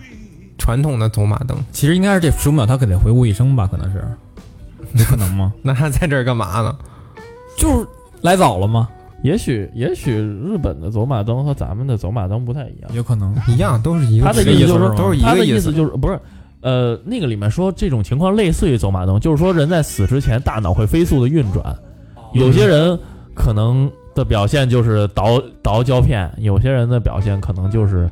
S1: 传统的走马灯。
S2: 其实应该是这十五秒，他可得回顾一生吧，可能是，有可能吗？
S1: 那他在这儿干嘛呢？
S2: 就是来早了吗？
S3: 也许也许日本的走马灯和咱们的走马灯不太一样，
S2: 有可能。
S1: 一样都是一个
S3: 他的
S2: 这意
S3: 意思
S2: 思
S3: 就是
S2: 是
S3: 说
S2: 吗
S1: 都是一
S3: 他的
S1: 个
S3: 意
S1: 思。
S3: 就是不是，呃，那个里面说这种情况类似于走马灯，就是说人在死之前大脑会飞速的运转，有些人可能的表现就是倒倒胶片，有些人的表现可能就是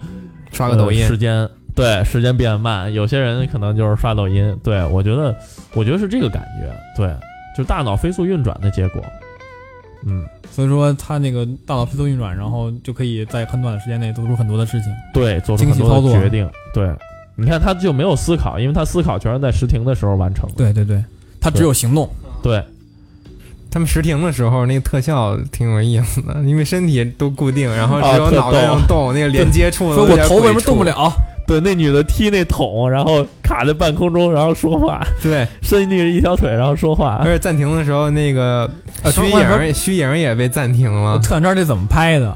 S1: 刷个抖音
S3: 呃，时间对时间变慢，有些人可能就是刷抖音，对我觉得我觉得是这个感觉，对，就是大脑飞速运转的结果，嗯。
S2: 所以说他那个大脑飞速运转，然后就可以在很短的时间内做出很多的事情。
S3: 对，做出
S2: 精
S3: 很
S2: 细
S3: 多
S2: 操
S3: 的
S2: 作
S3: 决定。对，你看他就没有思考，因为他思考全是在实停的时候完成的。
S2: 对对对，他只有行动。
S3: 对
S1: 他们实停的时候，那个特效挺有意思的，因为身体都固定，然后
S3: 啊
S1: 只有
S3: 特
S1: 脑袋能动，那个连接 处
S2: 说
S1: 都有
S2: 我
S1: 点
S2: 头为什么
S1: 鬼畜
S2: 动不？了？
S3: 对那女的踢那桶，然后卡在半空中，然后说话，
S1: 对，
S2: 啊
S3: 伸进去一条腿，然后说话
S1: 而。且暂停的时候，那个
S2: 啊
S1: 虚
S2: 等会儿
S1: 影虚影也被暂停了，
S2: 特想知道这怎么拍的。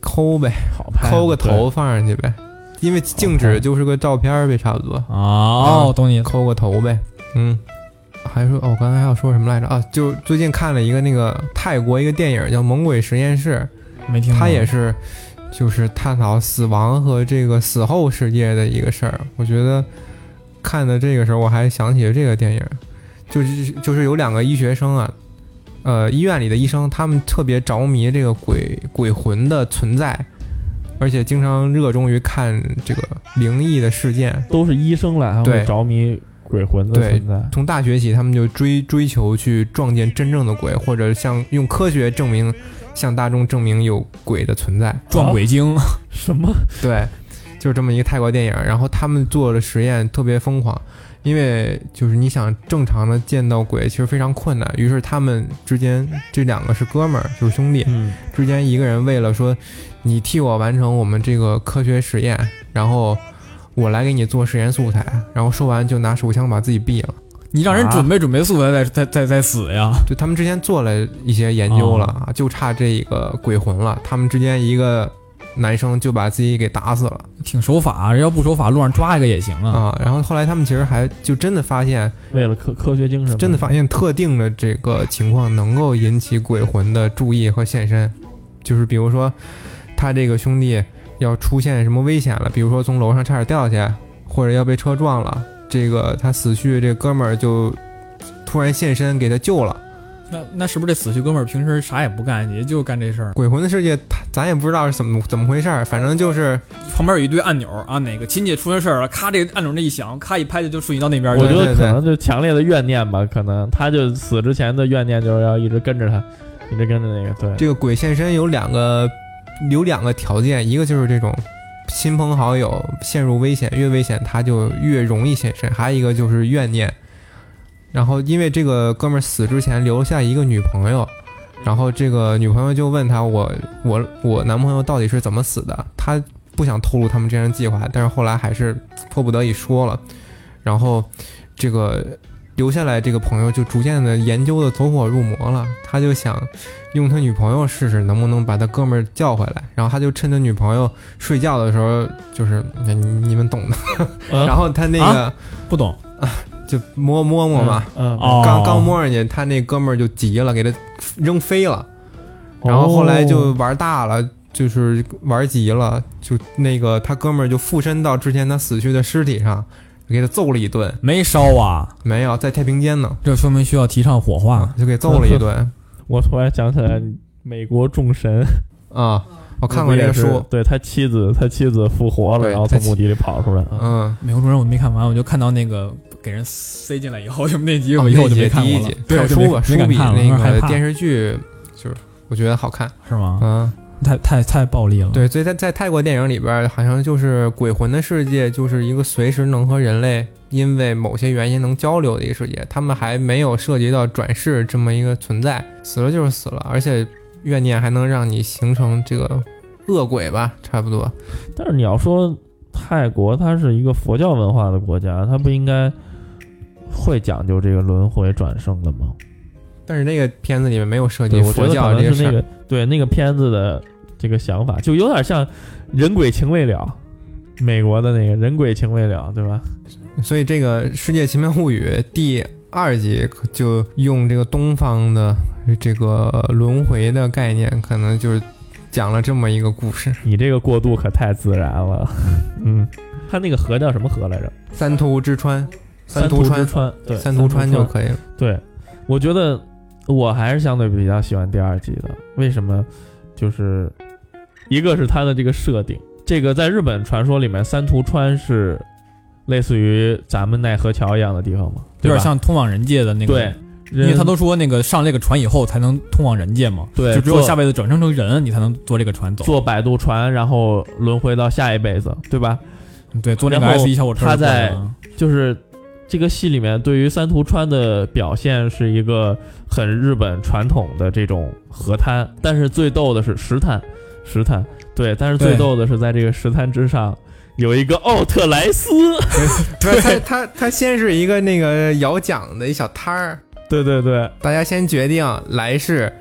S1: 抠呗。
S3: 好拍，啊
S1: 抠个头放上去呗，因为静止就是个照片儿呗，差不多，
S2: 哦，懂你。
S1: 抠个头呗。嗯，还说哦，我刚才要说什么来着啊？就最近看了一个那个泰国一个电影叫《猛鬼实验室
S2: 没听》，过。
S1: 它也是就是探讨死亡和这个死后世界的一个事儿。我觉得看的这个时候，我还想起了这个电影，就是就是有两个医学生啊。呃，医院里的医生，他们特别着迷这个鬼鬼魂的存在，而且经常热衷于看这个灵异的事件。
S3: 都是医生了，还会
S1: 对
S3: 着迷鬼魂的
S1: 对
S3: 存在。
S1: 从大学起，他们就追追求去撞见真正的鬼，或者向用科学证明，向大众证明有鬼的存在。
S2: 撞鬼精，
S3: 什么？
S1: 对，就是这么一个泰国电影。然后他们做的实验特别疯狂，因为就是你想正常的见到鬼其实非常困难，于是他们之间这两个是哥们儿，就是兄弟，
S3: 嗯，
S1: 之间一个人为了说你替我完成我们这个科学实验，然后我来给你做实验素材，然后说完就拿手枪把自己毙了。
S2: 你让人
S3: 啊
S2: 准备准备素材再再再再死呀？
S1: 就他们之前做了一些研究了啊，就差这一个鬼魂了。他们之间一个男生就把自己给打死了
S2: 挺守法，人要不守法，路上抓一个也行啊。
S1: 啊。然后后来他们其实还就真的发现，
S3: 为了科科学精神，
S1: 真的发现特定的这个情况能够引起鬼魂的注意和现身，就是比如说他这个兄弟要出现什么危险了，比如说从楼上差点掉下去，或者要被车撞了，这个他死去这哥们儿就突然现身给他救了。
S2: 那那是不是这死去哥们儿平时啥也不干，也就干这事儿？
S1: 鬼魂的世界，他咱也不知道是怎么怎么回事儿，反正就是
S2: 旁边有一堆按钮啊，哪个亲戚出了事儿了，咔这个按钮这一响，咔一拍就就瞬移到那边去
S3: 我
S2: 了。
S3: 觉得
S1: 对对
S3: 可
S1: 对
S3: 能就强烈的怨念吧，可能他就死之前的怨念就是要一直跟着他，一直跟着那个，对，
S1: 这个鬼现身有两个有两个条件，一个就是这种亲朋好友陷入危险，越危险他就越容易现身。还有一个就是怨念，然后因为这个哥们儿死之前留下一个女朋友，然后这个女朋友就问他我我我男朋友到底是怎么死的？他不想透露他们这样的计划，但是后来还是迫不得已说了。然后这个留下来这个朋友就逐渐的研究的走火入魔了，他就想用他女朋友试试能不能把他哥们儿叫回来，然后他就趁他女朋友睡觉的时候，就是你你们懂的，
S3: 呃
S1: 然后他那个、
S2: 不懂
S1: 就摸摸摸嘛，，
S3: 嗯，
S2: 哦，
S1: 刚刚摸上去，他那哥们儿就急了，给他扔飞了。
S3: 哦
S1: 然后后来就玩大了，就是玩急了，就那个他哥们儿就附身到之前他死去的尸体上，给他揍了一顿，
S2: 没烧啊，
S1: 没有在太平间呢，
S2: 这说明需要提倡火化。
S1: 就给揍了一顿
S3: 我突然想起来，美国众神
S1: 啊！我看过这个
S3: 也是
S1: 书，
S3: 对他妻子，他妻子复活了，
S1: 对
S3: 然后
S1: 他
S3: 从
S1: 妻
S3: 墓地里跑出来啊。
S1: 嗯，
S2: 美国主任我没看完，我就看到那个给人塞进来以后，就那集
S1: 啊
S2: 我以后
S1: 那
S2: 就
S1: 集
S2: 没看
S1: 第
S2: 过
S1: 一
S2: 了
S1: 集，。
S2: 对，
S1: 看
S2: 我就
S1: 书
S2: 没
S1: 吧，书
S2: 没敢
S1: 比
S2: 看了，啊有点害
S1: 那
S2: 怕
S1: 个电视剧就是我觉得好看，
S2: 是吗？
S1: 嗯，
S2: 太太太暴力了。，
S1: 对，所以在在泰国电影里边儿，好像就是鬼魂的世界，就是一个随时能和人类因为某些原因能交流的一个世界。他们还没有涉及到转世这么一个存在，死了就是死了，而且怨念还能让你形成这个恶鬼吧，差不多。
S3: 但是你要说泰国，它是一个佛教文化的国家，它不应该会讲究这个轮回转生的吗？
S1: 但是那个片子里面没有涉及
S3: 对，我觉
S1: 佛
S3: 得可
S1: 教这
S3: 能
S1: 个
S3: 是
S1: 事
S3: 那
S1: 儿，
S3: 个对那个片子的这个想法，就有点像人鬼情未了，美国的那个人鬼情未了，对吧？
S1: 所以这个《世界奇妙物语》第二集就用这个东方的这个轮回的概念，可能就是讲了这么一个故事。
S3: 你这个过渡可太自然了，嗯，他那个河叫什么河来着？
S1: 三途之川，三途
S3: 途
S1: 川
S3: 之川，对，
S1: 三
S3: 三
S1: 途川就
S3: 以。
S1: 可以了。
S3: 对，我觉得我还是相对比较喜欢第二季的。为什么？就是一个是它的这个设定，这个在日本传说里面，三途川是类似于咱们奈何桥一样的地方嘛，
S2: 有
S3: 对吧
S2: 点像通往人界的那个。
S3: 对，
S2: 因
S3: 因
S2: 为他都说那个上这个船以后才能通往人界嘛，
S3: 对
S2: 就只有
S3: 坐
S2: 下辈子转生成人，你才能坐这个船走。
S3: 坐摆渡船，然后轮回到下一辈子，对吧？
S2: 对，坐那个
S3: 然后
S2: S 一小火车
S3: 他
S2: 就过来
S3: 在
S2: 了。
S3: 就是这个戏里面对于三途川的表现是一个很日本传统的这种河滩，但是最逗的是石滩，石滩对，但是最
S2: 对
S3: 逗的是在这个石滩之上有一个奥特莱斯，
S1: 对，他他他先是一个那个摇桨的一小摊儿，
S3: 对对对，
S1: 大家先决定来世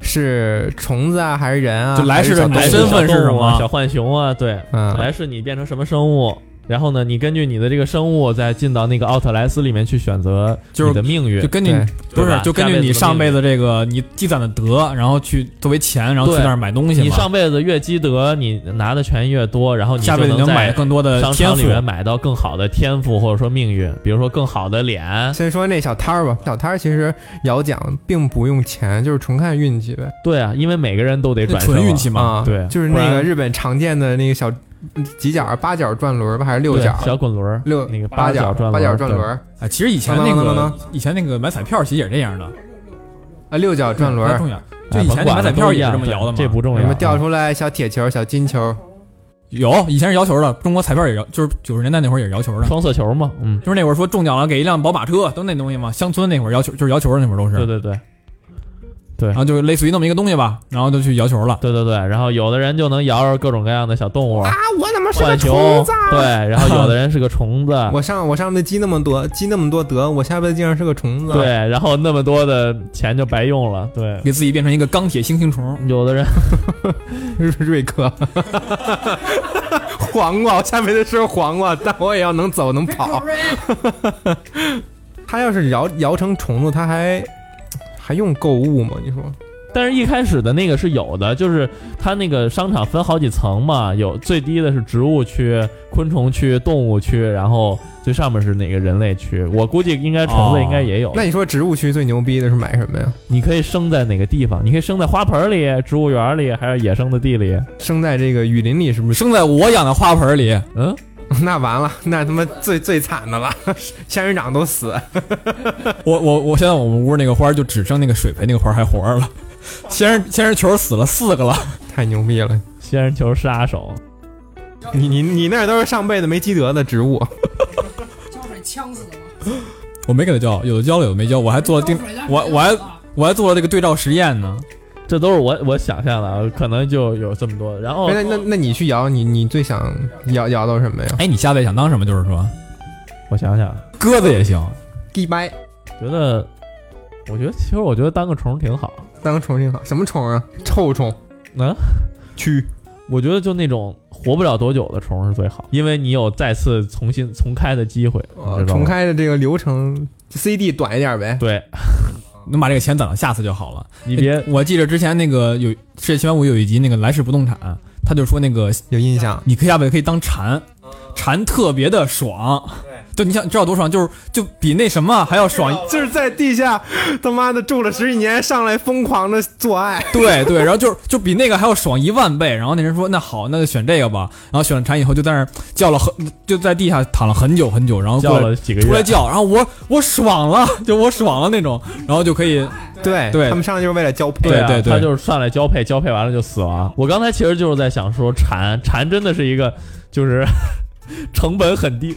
S1: 是虫子啊还是人啊？
S2: 就来世
S1: 还
S2: 的你
S1: 是
S2: 的
S1: 小动
S2: 身
S1: 物
S2: 份是什
S3: 小动物啊
S2: 么
S3: 小浣熊啊，对，
S1: 嗯，
S3: 来世你变成什么生物？然后呢，你根据你的这个生物再进到那个奥特莱斯里面去选择
S2: 就是
S3: 你的命运
S2: 就，根据
S1: 对，
S2: 不
S3: 对
S2: 是
S3: 吧
S2: 就根据你上
S3: 下
S2: 辈
S3: 辈
S2: 子这个你积攒的德，然后去作为钱，然后去
S3: 对
S2: 那儿买东西
S3: 你
S2: 嘛。
S3: 上辈子越积德，你拿的权越多，然后你
S2: 下
S3: 就
S2: 辈子
S3: 能
S2: 能
S3: 在
S2: 买更多的
S3: 商
S2: 呃天
S3: 场里
S2: 赋。
S3: 面买到更好的天赋或者说命运，比如说更好的脸。
S1: 先说那小摊儿吧。小摊儿其实摇桨并不用钱，就是纯看运气呗。
S3: 对啊，因为每个人都得
S2: 那
S3: 转
S2: 纯运气嘛，
S1: 啊，
S3: 对
S1: 就是那
S3: 不
S1: 个
S3: 然
S1: 日本常见的那个小几角儿八角转轮儿吧，还是六
S3: 六
S1: 角儿？
S3: 小滚轮儿，
S1: 六
S3: 那个
S1: 八
S3: 角
S1: 角
S3: 转
S1: 八
S3: 角
S1: 角转轮，儿
S2: 啊，其实以前
S1: 当
S2: 那
S1: 当当
S2: 个
S1: 当
S2: 以前那个买彩票其实也是这样的，
S1: 啊，六角转轮
S2: 不太
S1: 儿
S2: 重，要。就以前
S3: 哎管
S2: 买彩票也是这么摇的嘛。
S3: 这不重要。嗯
S1: 什么掉出来小铁球、小金球，
S2: 有，以前是摇球的，中国彩票也摇，就是九十年代那会儿也是摇球的，
S3: 双色球嘛？嗯，
S2: 就是那会儿说中奖了给一辆宝马车，都那东西嘛。乡村那会儿摇球就是摇球的那会儿都是，
S3: 对对对
S2: 然后就是类似于那么一个东西吧，然后就去摇球了。
S3: 对对对。然后有的人就能摇着各种各样的小动物，
S1: 啊，我怎么是个
S3: 浣
S1: 虫
S3: 熊
S1: 子啊？，
S3: 对，然后有的人是个虫子，
S1: 我上我上辈子积那么多，积那么多德，我下辈子竟然是个虫子。啊
S3: 对，， 然后那么多的钱就白用了，对。
S2: 给自己变成一个钢铁猩猩虫，
S3: 有的人
S1: 瑞瑞克， 黄瓜，我下辈子吃黄瓜，但我也要能走能 跑。他要是摇摇成虫子，他还还用购物吗？你说
S3: 但是一开始的那个是有的，就是它那个商场分好几层嘛，有最低的是植物区、昆虫区、动物区，然后最上面是哪个人类区。我估计应该虫
S2: 哦
S3: 子应该也有。
S1: 那你说植物区最牛逼的是买什么呀？
S3: 你可以生在哪个地方？你可以生在花盆里、植物园里，还是野生的地里？
S1: 生在这个雨林里是不是？
S2: 生在我养的花盆里，
S3: 嗯，
S1: 那完了，那他妈 最最惨的了， 仙人掌都死。
S2: 我我我现在我们屋那个花儿就只剩那个水培那个花儿还活着了， 仙人仙人球死了四个了，
S1: 太牛逼了！
S3: 仙人球杀手。
S1: 你你你那都是上辈子没积德的植物，
S5: 浇水呛死的吗？
S2: 我没给他浇，有的浇了，有的没浇，我还做了定
S5: 浇，水让
S2: 我
S5: 水
S2: 我还
S5: 浇死啊
S2: 我还做了这个对照实验呢。
S3: 这都是我我想象的，啊，可能就有这么多。然后
S1: 哎那那那你去摇，你你最想摇摇到什么呀？
S2: 哎，你下辈子想当什么？就是说，
S3: 我想想，啊
S2: 鸽子也行，
S1: 地掰
S3: 觉得，我觉得其实我觉得当个虫儿挺好。
S1: 当虫挺好，什么虫啊？臭虫、
S3: 嗯，
S1: 蛆。
S3: 我觉得就那种活不了多久的虫儿是最好，因为你有再次重新重开的机会，你
S2: 啊
S1: 呃
S3: 知道
S1: 重
S3: 吗？
S1: 开的这个流程，CD 短一点呗。
S3: 对
S2: 能把这个钱攒到下次就好了。
S3: 你别
S2: 我记着之前那个有《世界奇缘五》有一集那个来世不动产，他就说那个
S1: 有印象，
S2: 你可以下辈啊子可以当蝉，蝉特别的爽。对，你想你知道多爽，就是就比那什么还要爽。
S1: 就是在地下他妈的住了十几年，上来疯狂的做爱。
S2: 对对，然后就是就比那个还要爽一万倍。然后那人说那好，那就选这个吧。然后选了蝉以后，就在那儿叫了很，就在地下躺了很久很久，然后过
S3: 叫
S2: 来
S3: 了几个
S2: 出来
S3: 月，
S2: 叫，然后我我爽了，就我爽了那种，然后就可以
S1: 对
S2: 对
S1: 他们上来就是为了交配。
S2: 对
S3: 啊
S2: 对对
S3: 他就是上来交配，交配完了就死亡。我刚才其实就是在想说蝉，蝉真的是一个就是 成本很低。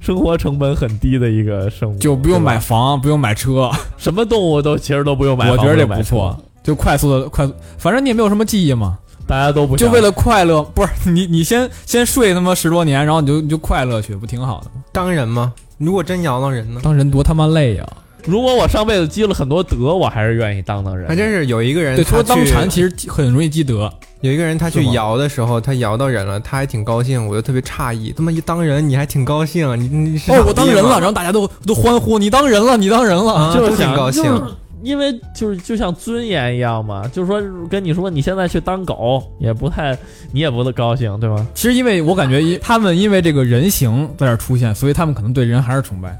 S3: 生活成本很低的一个生物，
S2: 就不用
S3: 对吧
S2: 买房，不用买车，
S3: 什么动物都其实都不用买
S2: 我
S3: 房，
S2: 觉得这
S3: 不用买
S2: 不错
S3: 车，，
S2: 就快速的快速，反正你也没有什么记忆嘛，
S3: 大家都不
S2: 就
S3: 想
S2: 为了快乐，不是你你先先睡他妈十多年，然后你就你就快乐去，不挺好的吗？
S1: 当人吗？如果真摇到人呢？
S2: 当人多他妈累啊呀、
S3: 如果我上辈子积了很多德，我还是愿意当当人。
S1: 还真是有一个人，
S2: 对，说
S1: 他
S2: 当
S1: 去
S2: 蝉其实很容易积德，
S1: 有一个人他
S2: 是
S1: 去
S2: 吗
S1: 摇的时候，他摇到人了，他还挺高兴，我就特别诧异，他妈一当人你还挺高兴，啊你你是
S2: 哦，
S1: 傻
S2: 我当
S1: 逼
S2: 人
S1: 吗
S2: 了，然后大家都都欢呼，你当人了，你当人了，
S1: 啊，
S3: 就是
S1: 都挺
S3: 想
S1: 高兴，
S3: 就是因为就是就像尊严一样嘛，就是说跟你说你现在去当狗也不太，你也不高兴，对吗？
S2: 其实因为我感觉因他们因为这个人形在这儿出现，所以他们可能对人还是崇拜，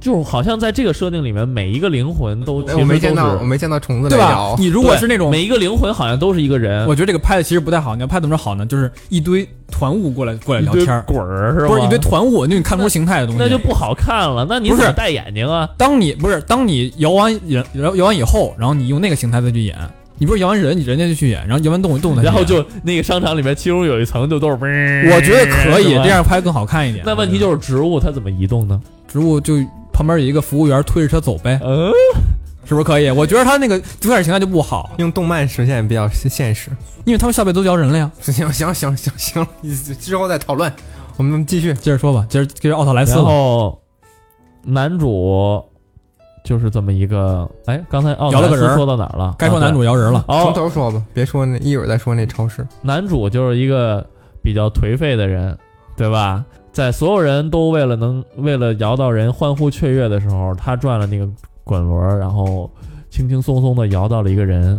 S3: 就是好像在这个设定里面，每一个灵魂都其
S1: 哎
S3: 实
S1: 我没见
S3: 都
S1: 到，
S3: 是
S1: 我没见到虫子
S2: 对
S1: 来
S2: 吧
S1: 摇？，
S2: 你如
S3: 如
S2: 果是那种
S3: 每一个灵魂好像都是一个人，
S2: 我觉得这个拍的其实不太好。你要拍怎么着好呢？就是一堆团雾过来过来
S3: 一
S2: 聊
S3: 堆
S2: 天儿，
S3: 滚儿是吧？
S2: 不是一堆团雾，那你看不出形态的东西。
S3: 那就不好看了。那你
S2: 不
S3: 怎
S2: 是
S3: 么戴眼睛啊？
S2: 当你不是当你摇完人摇摇完以后，然后你用那个形态再去演，你不是摇完人，你人家就去演，然后摇完动物动物再去
S3: 然
S2: 演
S3: 后就那个商场里面，其中有一层就都是，
S2: 我
S3: 我
S2: 觉得可以这。样拍更好看一点。
S3: 那问题就是植物它怎么移动呢？
S2: 植物就旁边有一个服务员推着车走呗，
S3: 嗯，
S2: 是不是可以？我觉得他那个最开始形态就不好，
S1: 用动漫实现比较现实。
S2: 因为他们下辈子都摇人了呀。
S1: 行行行行行，你之后再讨论。我们继续，
S2: 接着说吧，接着接着奥特莱斯
S3: 然
S2: 吧，
S3: 后男主就是这么一个，哎，刚才奥
S2: 摇了个
S3: 特莱
S2: 人
S3: 斯
S2: 儿
S3: 说到哪儿了？
S2: 该说男主摇人了。
S3: 啊对
S1: 从
S3: 哦，
S1: 头说吧，别说那一会儿再说那超市。
S3: 男主就是一个比较颓废的人，对吧？在所有人都为了能为了摇到人欢呼雀跃的时候，他转了那个滚轮儿，然后轻轻松松的摇到了一个人，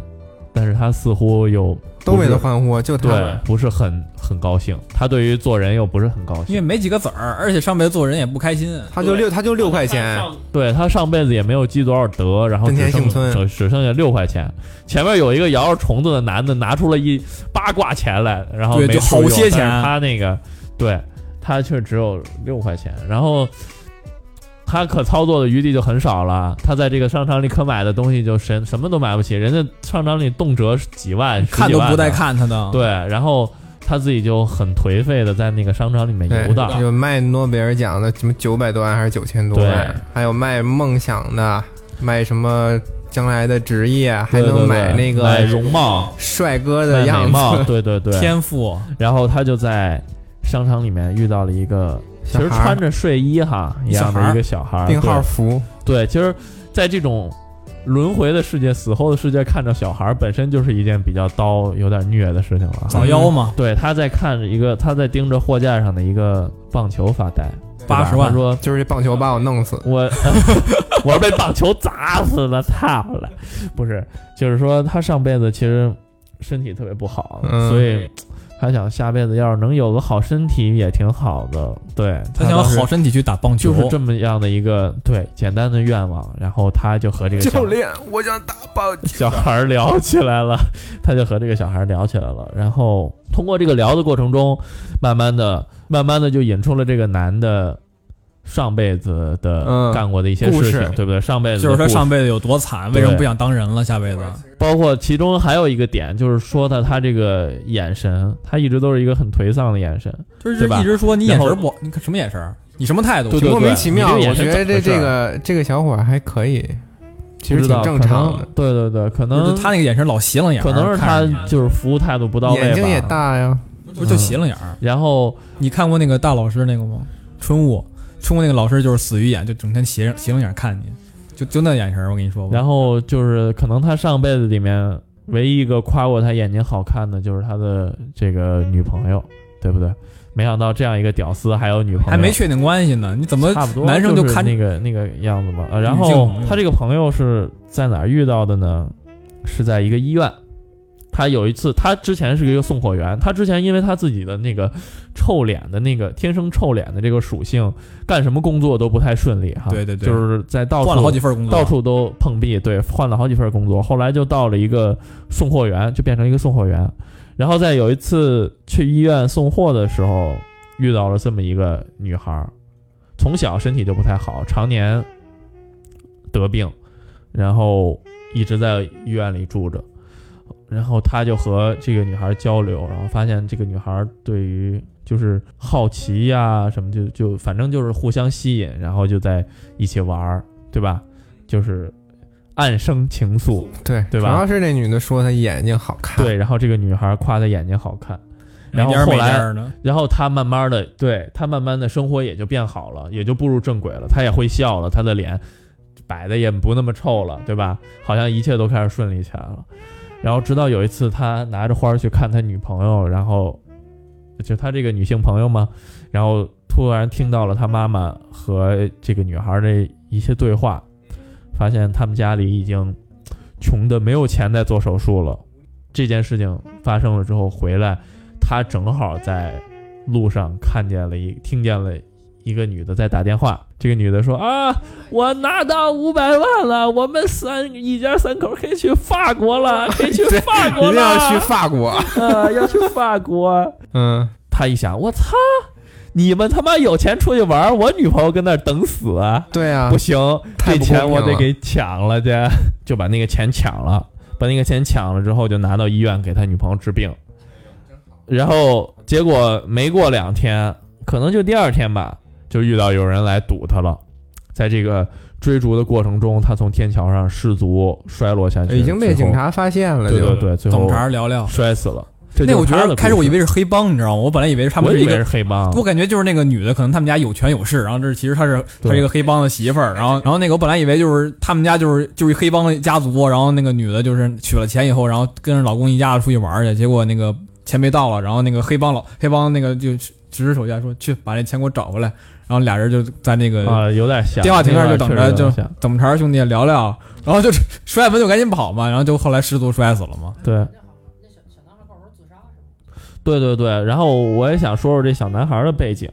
S3: 但是他似乎又
S1: 都为了
S3: 不是
S1: 欢呼，就他
S3: 对
S1: 们。
S3: 不是很很高兴，他对于做人又不是很高
S2: 因
S3: 兴
S2: 为，没几个子儿，而且上辈子做人也不开心。
S1: 他就六，他就六块钱，
S3: 对他上辈子也没有积多少德，然后
S1: 真田
S3: 只剩
S1: 幸村
S3: 只只剩下六块钱。前面有一个摇着虫子的男的拿出了一八卦钱来，然后
S2: 对
S3: 没
S2: 就好
S3: 处用
S2: 些钱
S3: 但是他那个对他却只有六块钱，然后他可操作的余地就很少了。他在这个商场里可买的东西就什什么都买不起，人家商场里动辄几万、十几
S2: 看都
S3: 万
S2: 不
S3: 的
S2: 带。看他的，
S3: 对，然后他自己就很颓废的在那个商场里面游荡
S1: 对，。有卖诺贝尔奖的，什么九百多万还是九千多万
S3: 对，
S1: 还有卖梦想的，卖什么将来的职业，还
S3: 对对
S1: 能
S3: 对
S1: 买那
S3: 买
S1: 个
S3: 哎容貌、
S1: 帅哥的
S3: 卖
S1: 样
S3: 美貌，
S1: 子。
S3: 对对 对，嗯
S2: 天赋
S3: 然后他就在商场里面遇到了一个，其
S1: 小
S3: 实
S1: 孩儿
S3: 穿着睡衣哈一样的一个小孩儿，
S1: 病号
S3: 对
S1: 服，
S3: 对，其实，在这种轮回的世界、死后的世界，看着小孩儿本身就是一件比较刀、有点虐的事情了哈
S2: 早。夭嘛，
S3: 对，他在看着一个，他在盯着货架上的一个棒球发呆，对吧
S2: 八十万
S3: 他说
S1: 就是这棒球把我弄死。
S3: 我我是被棒球砸死的，操了！不是，就是说他上辈子其实身体特别不好，
S1: 嗯
S3: 所以他想下辈子要是能有个好身体也挺好的。对
S2: 他想有
S3: 当时
S2: 好身体去打棒球，
S3: 就是这么样的一个对简单的愿望，然后他就和这个小
S1: 练，我想打棒球。
S3: 小孩儿聊起来了， 他就和这个小孩儿聊起来了。然后通过这个聊的过程中，慢慢的、慢慢的就引出了这个男的上辈子的、
S1: 嗯
S3: 干过的一些
S2: 故
S3: 事
S2: 事
S3: 情，对不对？上辈子的
S2: 就是说
S3: 故事
S2: 上辈子有多惨，为什么不想当人了？下辈子
S3: 包括其中还有一个点，就是说他他这个眼神，他一直都是一直都是一个很颓丧的眼神。
S2: 就是
S3: 对吧
S2: 一直说你眼
S3: 然后
S2: 神不，你看什么眼神？你什么态度？
S3: 对
S1: 挺
S3: 对
S1: 莫名其妙。
S3: 你这
S1: 我
S3: 眼神
S1: 觉得这
S3: 怎
S1: 这
S3: 么回事
S1: 个这个小伙儿还可以，其
S3: 不
S1: 实
S3: 知
S1: 挺
S3: 道
S1: 正
S3: 可
S1: 常
S3: 能
S1: 的，
S3: 对对对，可
S2: 就
S3: 能
S2: 他那个眼神老斜楞眼儿，
S3: 可能是他
S2: 看着
S3: 就是服务态度不到位吧。
S1: 眼睛也大呀。
S2: 你不是就斜楞眼儿。
S3: 然后
S2: 你看过那个大老师那个吗？春雾，春雾那个老师就是死鱼眼，就整天斜斜楞眼看你，就就那眼神儿，我跟你说吧。
S3: 然后就是可能他上辈子里面唯一一个夸过他眼睛好看的就是他的这个女朋友，对不对？没想到这样一个屌丝还有女朋友，
S2: 还没确定关系呢，你怎么
S3: 差不多，
S2: 男生
S3: 就
S2: 看嗯
S3: 是那个那个样子吧。呃然
S2: 女性
S3: 后
S2: 朋友
S3: 他这个朋友是在哪儿遇到的呢？是在一个医院。他有一次，他之前是一个送货员，他之前因为他自己的那个臭脸的那个天生臭脸的这个属性，干什么工作都不太顺利哈。
S2: 对对对
S3: 就是在到处
S2: 换了好几份工作，
S3: 到处都碰壁，对，换了好几份工作，后来就到了一个送货员，就变成一个送货员。然后在有一次去医院送货的时候，遇到了这么一个女孩儿，从小身体就不太好，常年得病，然后一直在医院里住着。然后他就和这个女孩交流，然后发现这个女孩对于就是好奇呀、什么就就反正就是互相吸引，然后就在一起玩儿，对吧？就是暗生情愫，
S1: 对，
S3: 对吧
S1: 主要是那女的说她眼睛好看，
S3: 对。然后这个女孩夸她眼睛好看，
S2: 没
S3: 然后
S2: 颠儿
S3: 后
S2: 没
S3: 来
S2: 颠儿的，
S3: 然后他慢慢的，对他慢慢的生活也就变好了，也就步入正轨了，他也会笑了，他的脸摆的也不那么臭了，对吧？好像一切都开始顺利起来了。然后直到有一次，他拿着花儿去看他女朋友，然后就他这个女性朋友嘛，然后突然听到了他妈妈和这个女孩的一些对话，发现他们家里已经穷的没有钱再做手术了。这件事情发生了之后回来，他正好在路上看见了一听见了一个女的在打电话，这个女的说啊，我拿到五百万了，我们三一家三口可以去法国了，可以去法
S1: 一
S3: 国
S1: 定要去
S3: 了，
S1: 法国。
S3: 呃，要去法国。
S1: 嗯，
S3: 他一想，我操，你们他妈有钱出去玩，我女朋友跟那儿等死啊！
S1: 对啊
S3: 不，行，
S1: 太
S3: 这
S1: 不
S3: 钱
S1: 公
S3: 我
S1: 平
S3: 得
S1: 了
S3: 给抢了去，就把那个钱抢了，把那个钱抢了之后，就拿到医院给他女朋友治病。然后结果没过两天，可能就第二天吧，就遇到有人来堵他了。在这个追逐的过程中，他从天桥上失足摔落下去，
S1: 呃已经被
S3: 最后
S1: 警察发现了，
S3: 对
S1: 就
S3: 对对，最
S2: 怎
S3: 后
S2: 么茬儿聊聊。
S3: 摔死了。这
S2: 那
S3: 就是
S2: 我觉
S3: 他
S2: 得
S3: 的
S2: 开始
S3: 故
S2: 我以
S3: 事
S2: 为是黑帮，你知道吗？我本来以为他们
S3: 我
S2: 是一
S3: 以为
S2: 个
S3: 是，黑帮，
S2: 我感觉就是那个女的，可能他们家有权有势，然后这是其实她是她
S3: 对
S2: 是一个黑帮的媳妇儿，然后然后那个我本来以为就是他们家就是就是黑帮的家族，然后那个女的就是取了钱以后，然后跟着老公一家子出去玩儿去，结果那个钱没到了，然后那个黑帮老 黑帮那个就指指手下说去把这钱给我找回来，然后俩人就在那个
S3: 啊、有点像
S2: 电话亭那儿
S3: 那
S2: 就
S3: 段
S2: 等
S3: 确
S2: 着
S3: 实有
S2: 就
S3: 点像
S2: 怎么茬儿兄弟聊聊，然后就摔门就赶紧跑嘛，然后就后来失足摔死了嘛。
S3: 对。对对对，然后我也想说说这小男孩的背景，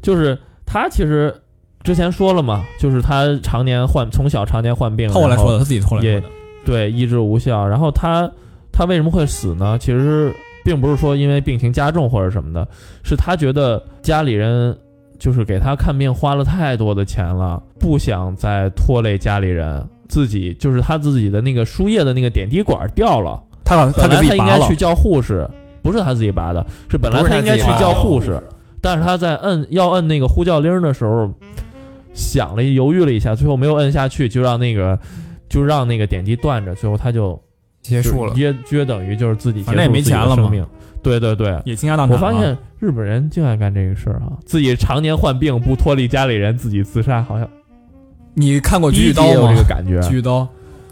S3: 就是他其实之前说了嘛，就是他常年患，从小常年患病，
S2: 后来
S3: 然
S2: 说的，他自己后来说
S3: 也
S2: 的。
S3: 对医治无效，然后他他为什么会死呢？其实并不是说因为病情加重或者什么的，是他觉得家里人就是给他看病花了太多的钱了，不想再拖累家里人，自己就是他自己的那个输液的那个点滴管掉了。
S2: 他把
S3: 本
S2: 给
S3: 来
S2: 自己
S3: 他应
S2: 拔
S3: 该
S2: 了
S3: 去，叫护士，不是他自己拔的，是本来
S1: 不是他
S3: 应该去
S1: 自己拔
S3: 叫护士，但是他在摁要摁那个呼叫铃儿的时候，想了犹豫了一下，最后没有摁下去，就让那个就让那个点滴断着，最后他就
S1: 结束了。
S3: 约约等于就是自己结
S2: 反正也
S3: 束
S2: 没
S3: 自己
S2: 钱
S3: 的
S2: 了嘛
S3: 生命。对对对，
S2: 也倾家荡
S3: 我
S2: 产了。
S3: 发现日本人竟爱干这个事儿啊，自己常年患病不脱离家里人，自己自杀，好像
S2: 你看过《
S3: 第
S2: 菊
S3: 一
S2: 与
S3: 集
S2: 哦刀
S3: 也》有
S2: 吗
S3: 这个？感觉
S2: 《菊。与刀》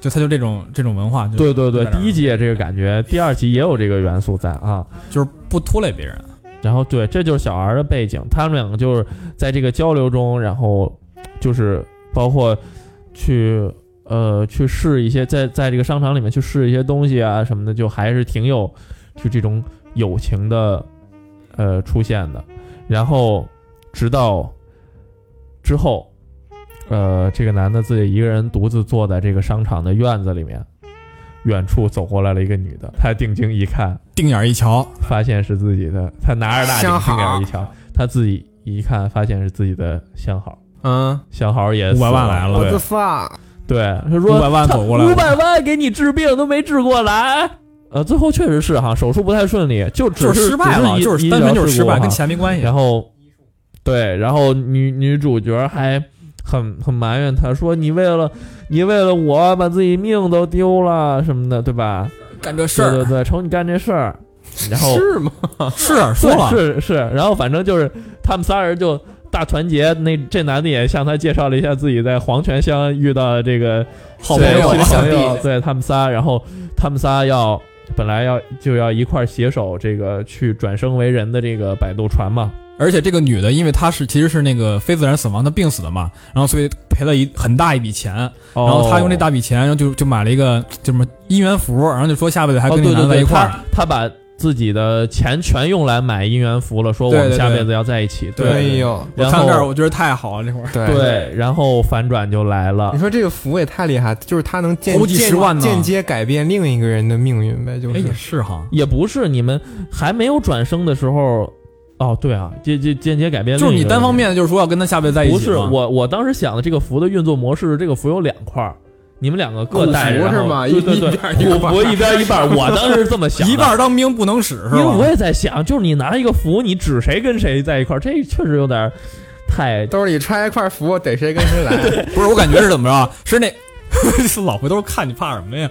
S2: 就他就这种这种文化，就
S3: 嗯对对对，第一
S2: 集
S3: 集也这个感觉，第二集也有这个元素在啊。
S2: 就是不拖累别人。
S3: 然后对，这就是小孩儿的背景，他们两个就是在这个交流中，然后就是包括去呃去试一些在在这个商场里面去试一些东西啊什么的，就还是挺有就这种友情的呃出现的。然后直到之后，呃，这个男的自己一个人独自坐在这个商场的院子里面，远处走过来了一个女的，他定睛一看，
S2: 定眼一瞧，
S3: 发现是自己的，他拿着大
S1: 相
S3: 镜
S1: 好
S3: 定眼一瞧，他自己一看发现是自己的相好，
S1: 嗯，
S3: 小豪也
S2: 500万来了
S1: 我
S3: 对
S1: 的 fuck，
S3: 对，他说
S2: 五百万走过来了，
S3: 五百万给你治病都没治过来。呃，最后确实是哈，手术不太顺利，就只
S2: 就是失败了，
S3: 只
S2: 就是
S3: 医
S2: 单纯就是失败，
S3: 医疗事故哈
S2: 跟钱没关系。
S3: 然后，对，然后女女主角还很很埋怨他说：“你为了你为了我把自己命都丢了什么的，对吧？
S2: 干这事
S3: 对对
S2: 儿
S3: 对，瞅你干这事儿。”然后
S1: 是吗？
S2: 是啊 说
S3: 对
S2: 了，
S3: 是是，然后反正就是他们仨人就大团结。那这男的也向他介绍了一下自己在黄泉乡遇到的这个
S2: 好朋
S3: 对
S2: 友
S3: 我的
S1: 的小
S3: 朋
S1: 弟
S3: 友，对他们仨，然后他们仨要本来要就要一块儿携手这个去转生为人的这个摆渡船嘛，
S2: 而且这个女的，因为她是其实是那个非自然死亡，她病死的嘛，然后所以赔了一很大一笔钱，
S3: 然
S2: 然后她用
S3: 哦
S2: 这大笔钱，然后就就买了一个就什么姻缘服，然后就说下辈子还
S3: 哦
S2: 跟
S3: 对
S2: 你
S3: 对
S2: 男的在
S3: 对，
S2: 一块儿。
S3: 他他把自己的钱全用来买姻缘符了，说我
S2: 对
S3: 们
S2: 对
S3: 下
S2: 对
S3: 辈子要在一起，
S2: 对
S1: 哎呦，
S2: 我
S3: 然
S2: 看到这儿，
S3: 后
S2: 我觉得太好了，这会儿。
S3: 对，然后反转就来了
S1: 你。说这个福也太厉害，就是他能间
S2: 好几十万呢
S1: 间间接改变另一个人的命运呗，就
S2: 哎，也
S1: 是
S2: 是哈，
S3: 也不是你们还没有转生的时候，哦，对啊，间接间接改变
S2: 就是
S3: 另
S2: 你
S3: 一个
S2: 单
S3: 人
S2: 方面的就是说要跟他下辈子在一起
S3: 不
S2: 嘛。
S3: 是我我当时想的这个符的运作模式，这个符有两块儿，你们两个各带着，
S1: 古符
S3: 然后
S1: 是吗
S3: 对对
S1: 一
S3: 对，
S1: 一边一
S3: 古符一边一半儿， 我当时是这么想的，
S2: 一半当兵不能使是
S3: 因为我
S2: 吧？
S3: 也在想，就是你拿一个符，你指谁跟谁在一块儿，这确实有点儿 太
S1: 兜里揣一块符，逮谁跟谁来。
S2: 不是，我感觉是怎么着啊？是那是老回头看你怕什么呀？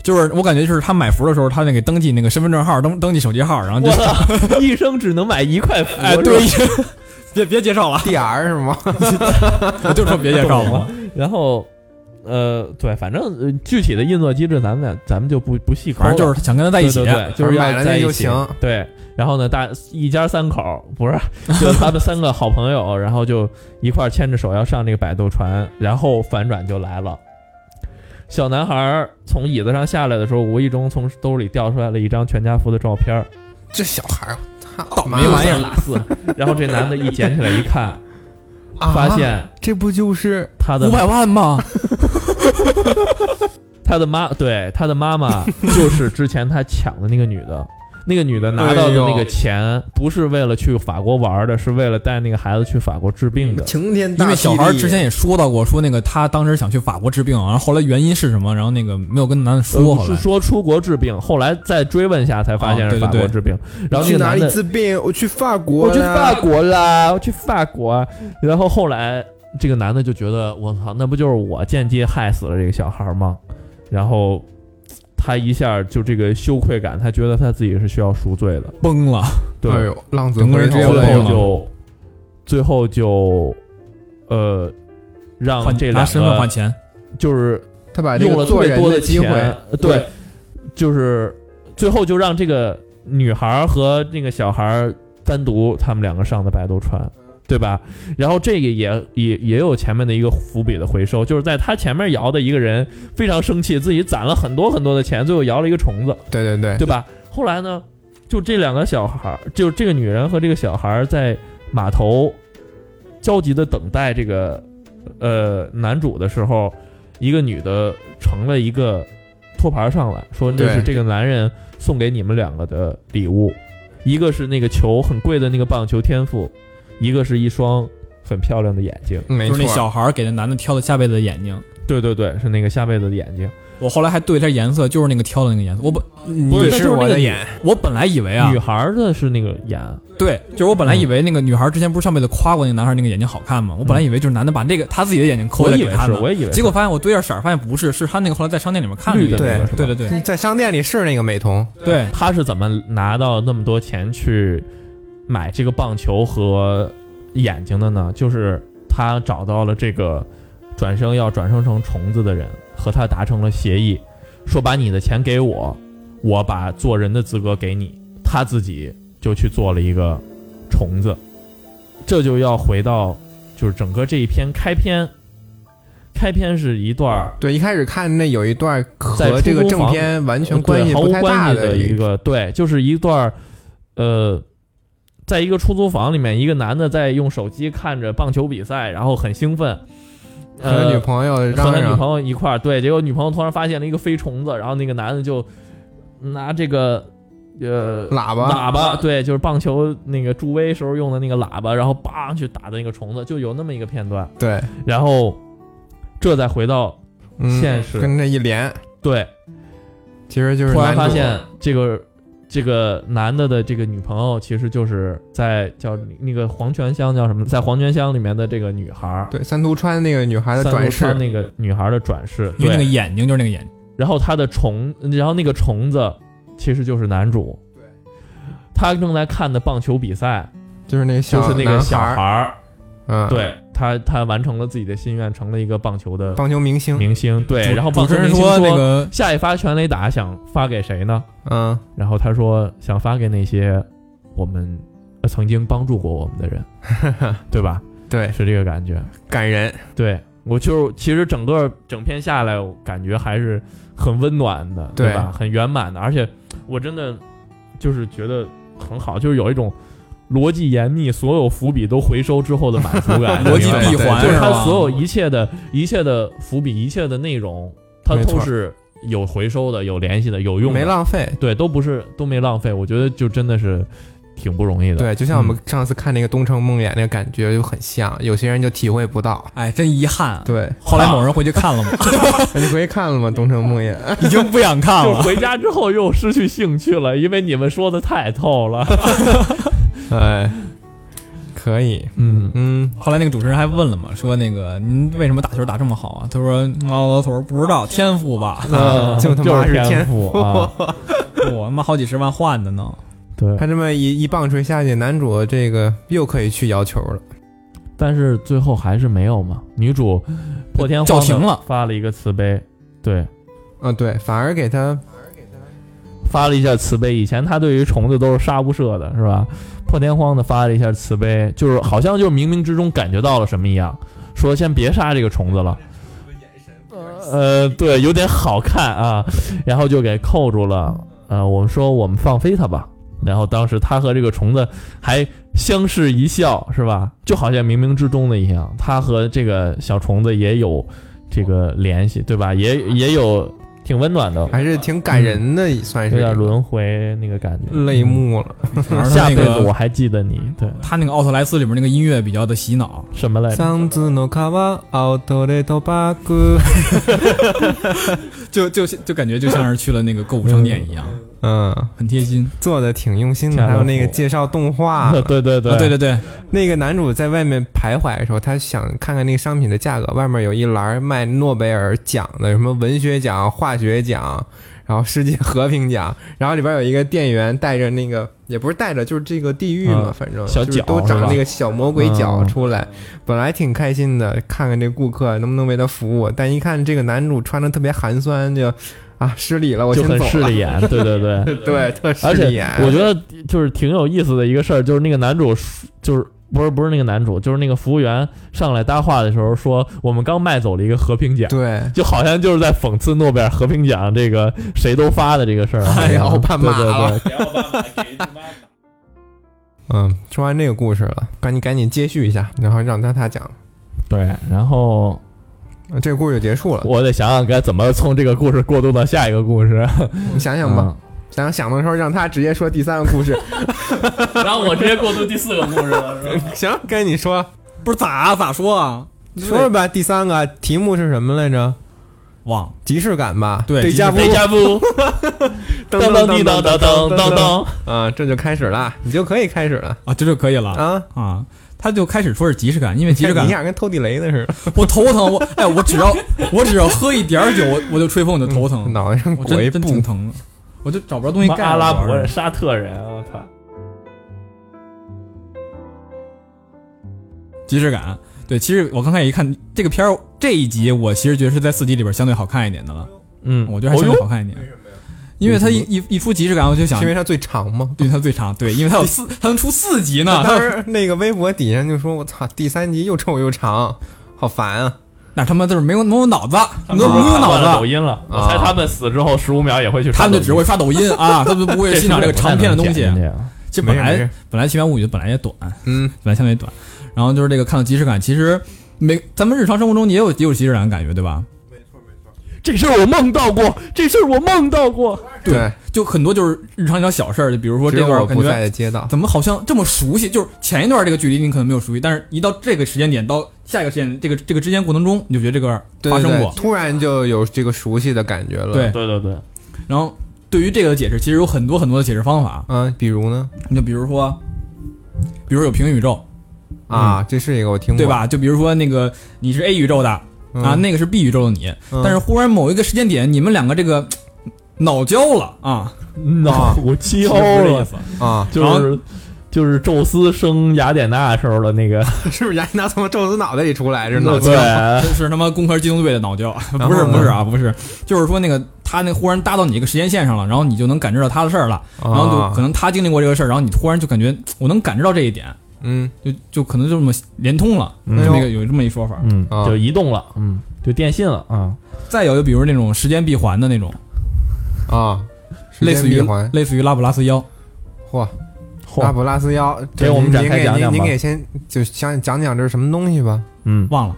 S2: 就是我感觉就是他买符的时候，他那个登记那个身份证号、登登记手机号，然后就
S3: 我操， 一生只能买一块符，
S2: 哎
S3: 是吧
S2: 对，，别别介绍了，
S1: D R 是吗？
S2: 我就说别介绍了
S3: 懂。然后。呃，对，反正、呃具体的运作机制，咱们俩咱们就不不细抠
S2: 反
S3: 了，
S2: 正就是想跟他在一起
S3: 对，对对，就是
S1: 买了
S3: 要在
S1: 那
S3: 一
S1: 就
S3: 起
S1: 行。
S3: 对，然后呢，大一家三口不是，就是他们三个好朋友，然后就一块儿牵着手要上这个摆渡船，然后反转就来了。小男孩儿从椅子上下来的时候，无意中从兜里掉出来了一张全家福的照片儿，
S1: 这小孩儿，
S2: 倒
S1: 倒
S2: 霉玩意儿
S3: 拉丝。然后这男的一捡起来一看，
S1: 啊！
S3: 发现
S1: 这不就是
S3: 他的
S2: 五百万吗？
S3: 他的妈，对他的 妈妈就是之前他抢的那个女的，那个女的拿到的那个
S1: 哎
S3: 钱不是为了去法国玩的，是为了带那个孩子去法国治病的。
S1: 晴天大地
S2: 因为
S1: 利？
S2: 小孩之前也说到过，说那个他当时想去法国治病，然后后来原因是什么？然后那个没有跟男的说，
S3: 呃
S1: 啊
S2: 后
S3: 是
S2: 来
S3: 说出国治病，后来再追问下才发现
S2: 啊
S3: 是
S2: 对对
S3: 法国
S2: 对
S3: 治病。然后那
S1: 去
S3: 个
S1: 哪
S3: 男
S1: 里
S3: 的，
S1: 治病？我去法国，啊
S3: 我去法。国啦，我去法国啊。然后后来这个男的就觉得，我操，那不就是我间接害死了这个小孩吗？然后他一下就这个羞愧感，他觉得他自己是需要赎罪的。
S2: 崩了。
S3: 对，
S1: 哎呦，浪子
S2: 整个
S1: 回
S2: 人
S1: 头
S2: 直接
S1: 了
S2: 没
S3: 最
S2: 有
S3: 后
S2: 了
S1: 又。
S3: 就最后就呃，让
S2: 换
S3: 这
S2: 拿
S3: 两
S2: 身份换
S3: 个
S2: 钱，
S3: 就是
S1: 他把这
S3: 用
S1: 个
S3: 了特
S1: 做
S3: 别
S1: 人
S3: 多
S1: 的机
S3: 钱
S1: 会，，
S3: 呃对，就是最后就让这个女孩儿和那个小孩儿单独他们两个上的摆渡船。对吧？然后这个也也也有前面的一个伏笔的回收，就是在他前面摇的一个人非常生气，自己攒了很多很多的钱，最后摇了一个虫子，
S1: 对对 对，
S3: 对吧？后来呢，就这两个小孩儿，就这个女人和这个小孩儿在码头焦急的等待这个呃男主的时候，一个女的盛了一个托盘上来说这是
S1: 对
S3: 这个男人送给你们两个的礼物，一个是那个球很贵的那个棒球天赋，一个是一双很漂亮的眼睛。
S1: 没
S2: 就是那
S1: 错。
S2: 小孩给那男的挑的下辈子的眼睛。
S3: 对对对，是那个下辈子的眼睛。
S2: 我后来还对了一下颜色，就是那个挑的那个颜色。我本
S3: 不
S2: 你
S3: 那嗯就是
S1: 我
S3: 那个
S1: 的
S3: 女
S1: 眼，
S2: 我本来以为啊
S3: 女，孩嗯儿的是那个眼，
S2: 对，就是我本来以为那个女孩之前不是上辈子夸过那个男孩那个眼睛好看吗？我本来以为就是男的把这个他自己的眼睛抠
S3: 我
S2: 下来
S3: 以
S2: 给
S3: 为
S2: 他
S3: 是，
S2: 的，
S3: 嗯我也以为
S2: 结果发现我对着色儿，发现不是，是他那个后来在商店里面看
S3: 绿的
S2: 那个
S3: 那
S1: 对
S3: 个是吧
S2: 对对对
S1: 在商店里是那个美瞳，
S2: 对，
S3: 他是怎么拿到那么多钱去买这个棒球和眼睛的呢？就是他找到了这个转生要转生成虫子的人，和他达成了协议，说把你的钱给我，我把做人的资格给你。他自己就去做了一个虫子，这就要回到就是整个这一篇开篇，开篇是一段儿
S1: 对，一开始看那有一段
S3: 在
S1: 和
S3: 出
S1: 这个
S3: 租
S1: 正
S3: 房
S1: 片完全
S3: 呃对
S1: 关系
S3: 毫
S1: 不
S3: 无
S1: 太大
S3: 关系一
S1: 一个，
S3: 个，对，就是一段儿，呃，在一个出租房里面，一个男的在用手机看着棒球比赛，然后很兴奋，
S1: 和他
S3: 呃，
S1: 女朋友
S3: 和
S1: 嚷
S3: 他女
S1: 嚷，
S3: 朋友一块儿，对，结果女朋友突然发现了一个飞虫子，然后那个男的就拿这个呃
S1: 喇叭，
S3: 喇叭，对，就是棒球那个助威时候用的那个喇叭，然后梆去打的那个虫子，就有那么一个片段。
S1: 对，
S3: 然后这再回到
S1: 嗯
S3: 现实
S1: 跟这一连，
S3: 对，
S1: 其实就是
S3: 突然
S1: 男
S3: 发
S1: 主
S3: 现这个这个男的的这个女朋友其实就是在叫那个黄泉乡叫什么，在黄泉乡里面的这个女孩儿，
S1: 对三途川那个女孩的
S3: 三
S1: 转
S3: 路
S1: 世
S3: 川，那个女孩儿的转世，
S2: 因为那个
S3: 对，
S2: 眼睛就是那个眼睛，
S3: 然后她的虫，然后那个虫子其实就是男主，对，他正在看的棒球比赛，
S1: 就是那个
S3: 就
S1: 小
S3: 是那个
S1: 男
S3: 小
S1: 孩
S3: 孩
S1: 儿，
S3: 儿，
S1: 嗯，，
S3: 对他他完成了自己的心愿，成了一个棒球的
S1: 棒球明星，
S3: 明星，对，
S2: 主
S3: 然后棒
S2: 主
S3: 球
S2: 持
S3: 明
S2: 人
S3: 星
S2: 说那个
S3: 下一发全垒打想发给谁呢？
S1: 嗯，
S3: 然后他说想发给那些我们呃曾经帮助过我们的人，对吧？
S1: 对，
S3: 是这个感觉。
S1: 感人，
S3: 对我就是其实整个整篇下来，我感觉还是很温暖的，
S1: 对
S3: 对吧？很圆满的，而且我真的就是觉得很好，就是有一种逻辑严密，所有伏笔都回收之后的满足感，
S2: 逻辑
S3: 明白吗
S2: 闭环，
S3: 就是是它
S2: 吧
S3: 所有一切的一切的伏笔，一切的内容，它
S1: 没
S3: 都
S1: 错
S3: 是有回收的、有联系的、有用的
S1: 没。浪费。
S3: 对，都不是都没浪费，我觉得就真的是挺不容易的。，
S1: 对，就像我们
S3: 嗯
S1: 上次看那个《东城梦魇》那个感觉就很像，有些人就体会不到。
S2: 哎，真遗憾啊。
S1: 对，
S2: 后来某人回去看 了吗？
S1: 你回去看了吗？《东城梦魇》
S2: 已经不想看
S3: 就
S2: 了。
S3: 回家之后又失去兴趣了，因为你们说的太透了。
S1: 哎，可以，
S3: 嗯，
S1: 嗯，
S2: 后来那个主持人还问了嘛，说那个您为什么打球打这么好啊？他说老老头儿不知道天赋吧，
S1: 就他妈
S3: 啊是
S1: 天
S3: 赋啊！
S2: 我他妈好几十万换的 呢。
S3: 对，
S1: 他这么一一棒槌下去，男主这个又可以去摇球了。
S3: 但是最后还是没有嘛。女主破天
S2: 叫
S3: 荒
S2: 停
S3: 地
S2: 了
S3: 发了一个慈悲，对，
S1: 啊，对，反而给他
S3: 发了一下慈悲。以前她对于虫子都是杀无赦的，是吧？破天荒的发了一下慈悲，就是好像就是冥冥之中感觉到了什么一样，说先别杀这个虫子了。呃，对，有点好看啊，然后就给扣住了。呃，我们说我们放飞它吧。然后当时他和这个虫子还相视一笑，是吧？就好像冥冥之中的一样，他和这个小虫子也有这个联系，对吧？也也有挺温暖的，
S1: 还是挺感人的，算是
S3: 嗯有点轮回那个感觉。嗯
S1: 泪目了。
S2: 反正
S3: 下
S2: 那
S3: 辈子
S2: 个
S3: 我还记得你， 对，
S2: 他那个奥特莱斯里面那个音乐比较的洗脑，
S3: 什么来着？
S1: 桑子诺卡瓦奥多雷多巴古，
S2: 就就就感觉就像是去了那个购物商店一样，
S1: 嗯，
S2: 很贴心。
S1: 做的挺用心
S3: 家
S1: 的。
S3: 乐
S1: 还有那个
S3: 福，
S1: 介绍动画
S3: 对对对、
S2: 啊，对对对，
S1: 那个男主在外面徘徊的时候，他想看看那个商品的价格，外面有一栏儿卖诺贝尔奖的，什么文学奖、化学奖，然后世界和平奖，然后里边有一个店员带着那个，也不是带着，就是这个地狱嘛，
S3: 嗯
S1: 反正
S3: 小
S1: 就是
S3: 脚
S1: 都长
S3: 是吧
S1: 那个小魔鬼脚
S3: 嗯
S1: 出来，本来挺开心的，看看这顾客能不能为他服务，但一看这个男主穿的特别寒酸，就啊失礼了，我
S3: 就
S1: 先
S3: 很
S1: 走
S3: 势
S1: 了，
S3: 利眼，对对对。
S1: 对，特失
S3: 而
S1: 礼
S3: 且
S1: 眼，
S3: 我觉得就是挺有意思的一个事儿，就是那个男主就是不是不是那个男主，就是那个服务员上来搭话的时候说，我们刚卖走了一个和平奖，
S1: 对。
S3: 就好像就是在讽刺诺贝尔和平奖这个谁都发的这个事儿。
S1: 哎呀
S3: 好像
S1: 奥巴马
S3: 对对对
S1: 嗯，说完这个故事了，赶紧赶紧接续一下，然后让他他讲，
S3: 对，然后
S1: 呃这个故事就结束了。
S3: 我得想想该怎么从这个故事过渡到下一个故事。
S1: 你想想
S2: 嗯
S1: 吧，想想的时候让他直接说第三个 故事。
S3: 嗯，然后我直接过渡第四个故事了，是吧？
S1: 行，该你说
S2: 不是咋咋说啊？
S1: 说说吧。第三个题目是什么来着？
S2: 忘了
S1: 即视感吧，
S2: 对
S1: 得加
S2: 即
S1: 不
S2: 视
S3: 内加布，
S1: 噔
S3: 当当滴当当当当当，
S1: 啊，这就开始了，你就可以开始了
S2: 啊，这就可以了
S1: 啊。
S2: 啊。他就开始说是即视感，因为即视
S1: 你
S2: 感
S1: 俩跟偷地雷的似的，
S2: 我头疼，我哎，我只要我只要喝一点儿酒，我我就吹风我就头疼，
S1: 脑袋上
S2: 嗯我
S1: 裹一
S2: 真真
S1: 布
S2: 挺。疼的，我就找不着东西盖。
S3: 阿拉伯人、，沙特人，我操！
S2: 即视感。对，其实我刚开始一看这个片儿这一集，我其实觉得是在四集里边相对好看一点的了，
S3: 嗯，
S2: 我觉得还
S3: 哦
S2: 相
S3: 哟
S2: 对好看一点。因为它一一一出即视感，我就想
S1: 是因，为它最长吗？
S2: 对啊它最长，对，因为它有四，它能出四集呢，
S1: 当
S2: 它
S1: 时那个微博底下就说：“我操，第三集又臭又长，好烦啊
S2: 那他妈就是没有没有脑子，没有
S3: 不
S2: 没
S3: 是
S2: 有
S3: 看了
S2: 脑
S3: 抖
S2: 子，
S3: 音了，
S1: 啊
S3: 我猜他们死之后十五秒也会去
S2: 他
S3: 刷抖音。
S2: 们就只会刷抖音啊，他们不会欣赏这个长篇的东西。其实！”
S1: 没
S2: 本
S1: 事没
S2: 来
S1: 事，
S2: 本来《奇缘物语》本来也短，
S1: 嗯，
S2: 本来相对短，然后就是这个看到即视感，其实每咱们日常生活中也有也有即视感的感觉，对吧？没错没错，
S3: 这事儿我梦到过，这事儿我梦到过。
S2: 对，就很多就是日常一点小事儿，就比如说
S1: 只
S2: 这
S1: 有
S2: 段
S1: 我
S2: 儿感
S1: 不在
S2: 觉
S1: 的街道，
S2: 怎么好像这么熟悉，就是前一段这个距离你可能没有熟悉，但是一到这个时间点到下一个时间这个这个之间过程中，你就觉得这个
S1: 对
S2: 发生
S1: 对对
S2: 过，
S1: 突然就有这个熟悉的感觉了。
S2: 对
S3: 对对对，
S2: 然后对于这个的解释，其实有很多很多的解释方法。
S1: 嗯，比如呢？
S2: 你就比如说，比如有平行宇宙，
S1: 啊，这是一个我听过，
S2: 嗯对？吧？就比如说那个你是 A 宇宙的
S1: 嗯、
S2: 啊，那个是 B 宇宙的你，
S1: 嗯
S2: 但是忽然某一个时间点，你们两个这个脑交了啊，
S3: 脑交
S2: 其实不是这意
S3: 了，
S2: 思。
S1: 啊，
S3: 就是就是宙斯生雅典娜时候的那个，
S1: 是不是雅典娜从宙斯脑袋里出来？这脑
S3: 对
S1: 浆，
S2: 这是他妈工科机动队的脑胶，
S1: 然
S2: 不是
S1: 后呢
S2: 不是啊，不是，就是说那个他那忽然搭到你一个时间线上了，然后你就能感知到他的事儿了，然后就可
S1: 能，
S2: 能他经历过这个事儿，然后你突然就感觉我能感知到这一点，
S1: 嗯，
S2: 就就可能就这么连通了，
S3: 嗯
S1: 哎
S2: 这
S1: 呦
S2: 么一个有这么一说法。
S3: 嗯
S1: 啊，
S3: 就移动了，嗯，就电信了啊。
S2: 再有就比如那种时间闭环的那种，
S1: 啊，时间
S2: 类似于
S1: 闭环，
S2: 类似于拉普拉斯妖，
S1: 嚯，拉
S3: 嚯，
S1: 普拉斯妖，
S3: 给
S1: 这
S3: 我们
S1: 您
S3: 展开
S1: 您给
S3: 讲讲
S1: 您
S3: 吧
S1: 您给先就想讲讲这是什么东西吧？
S3: 嗯，
S2: 忘了，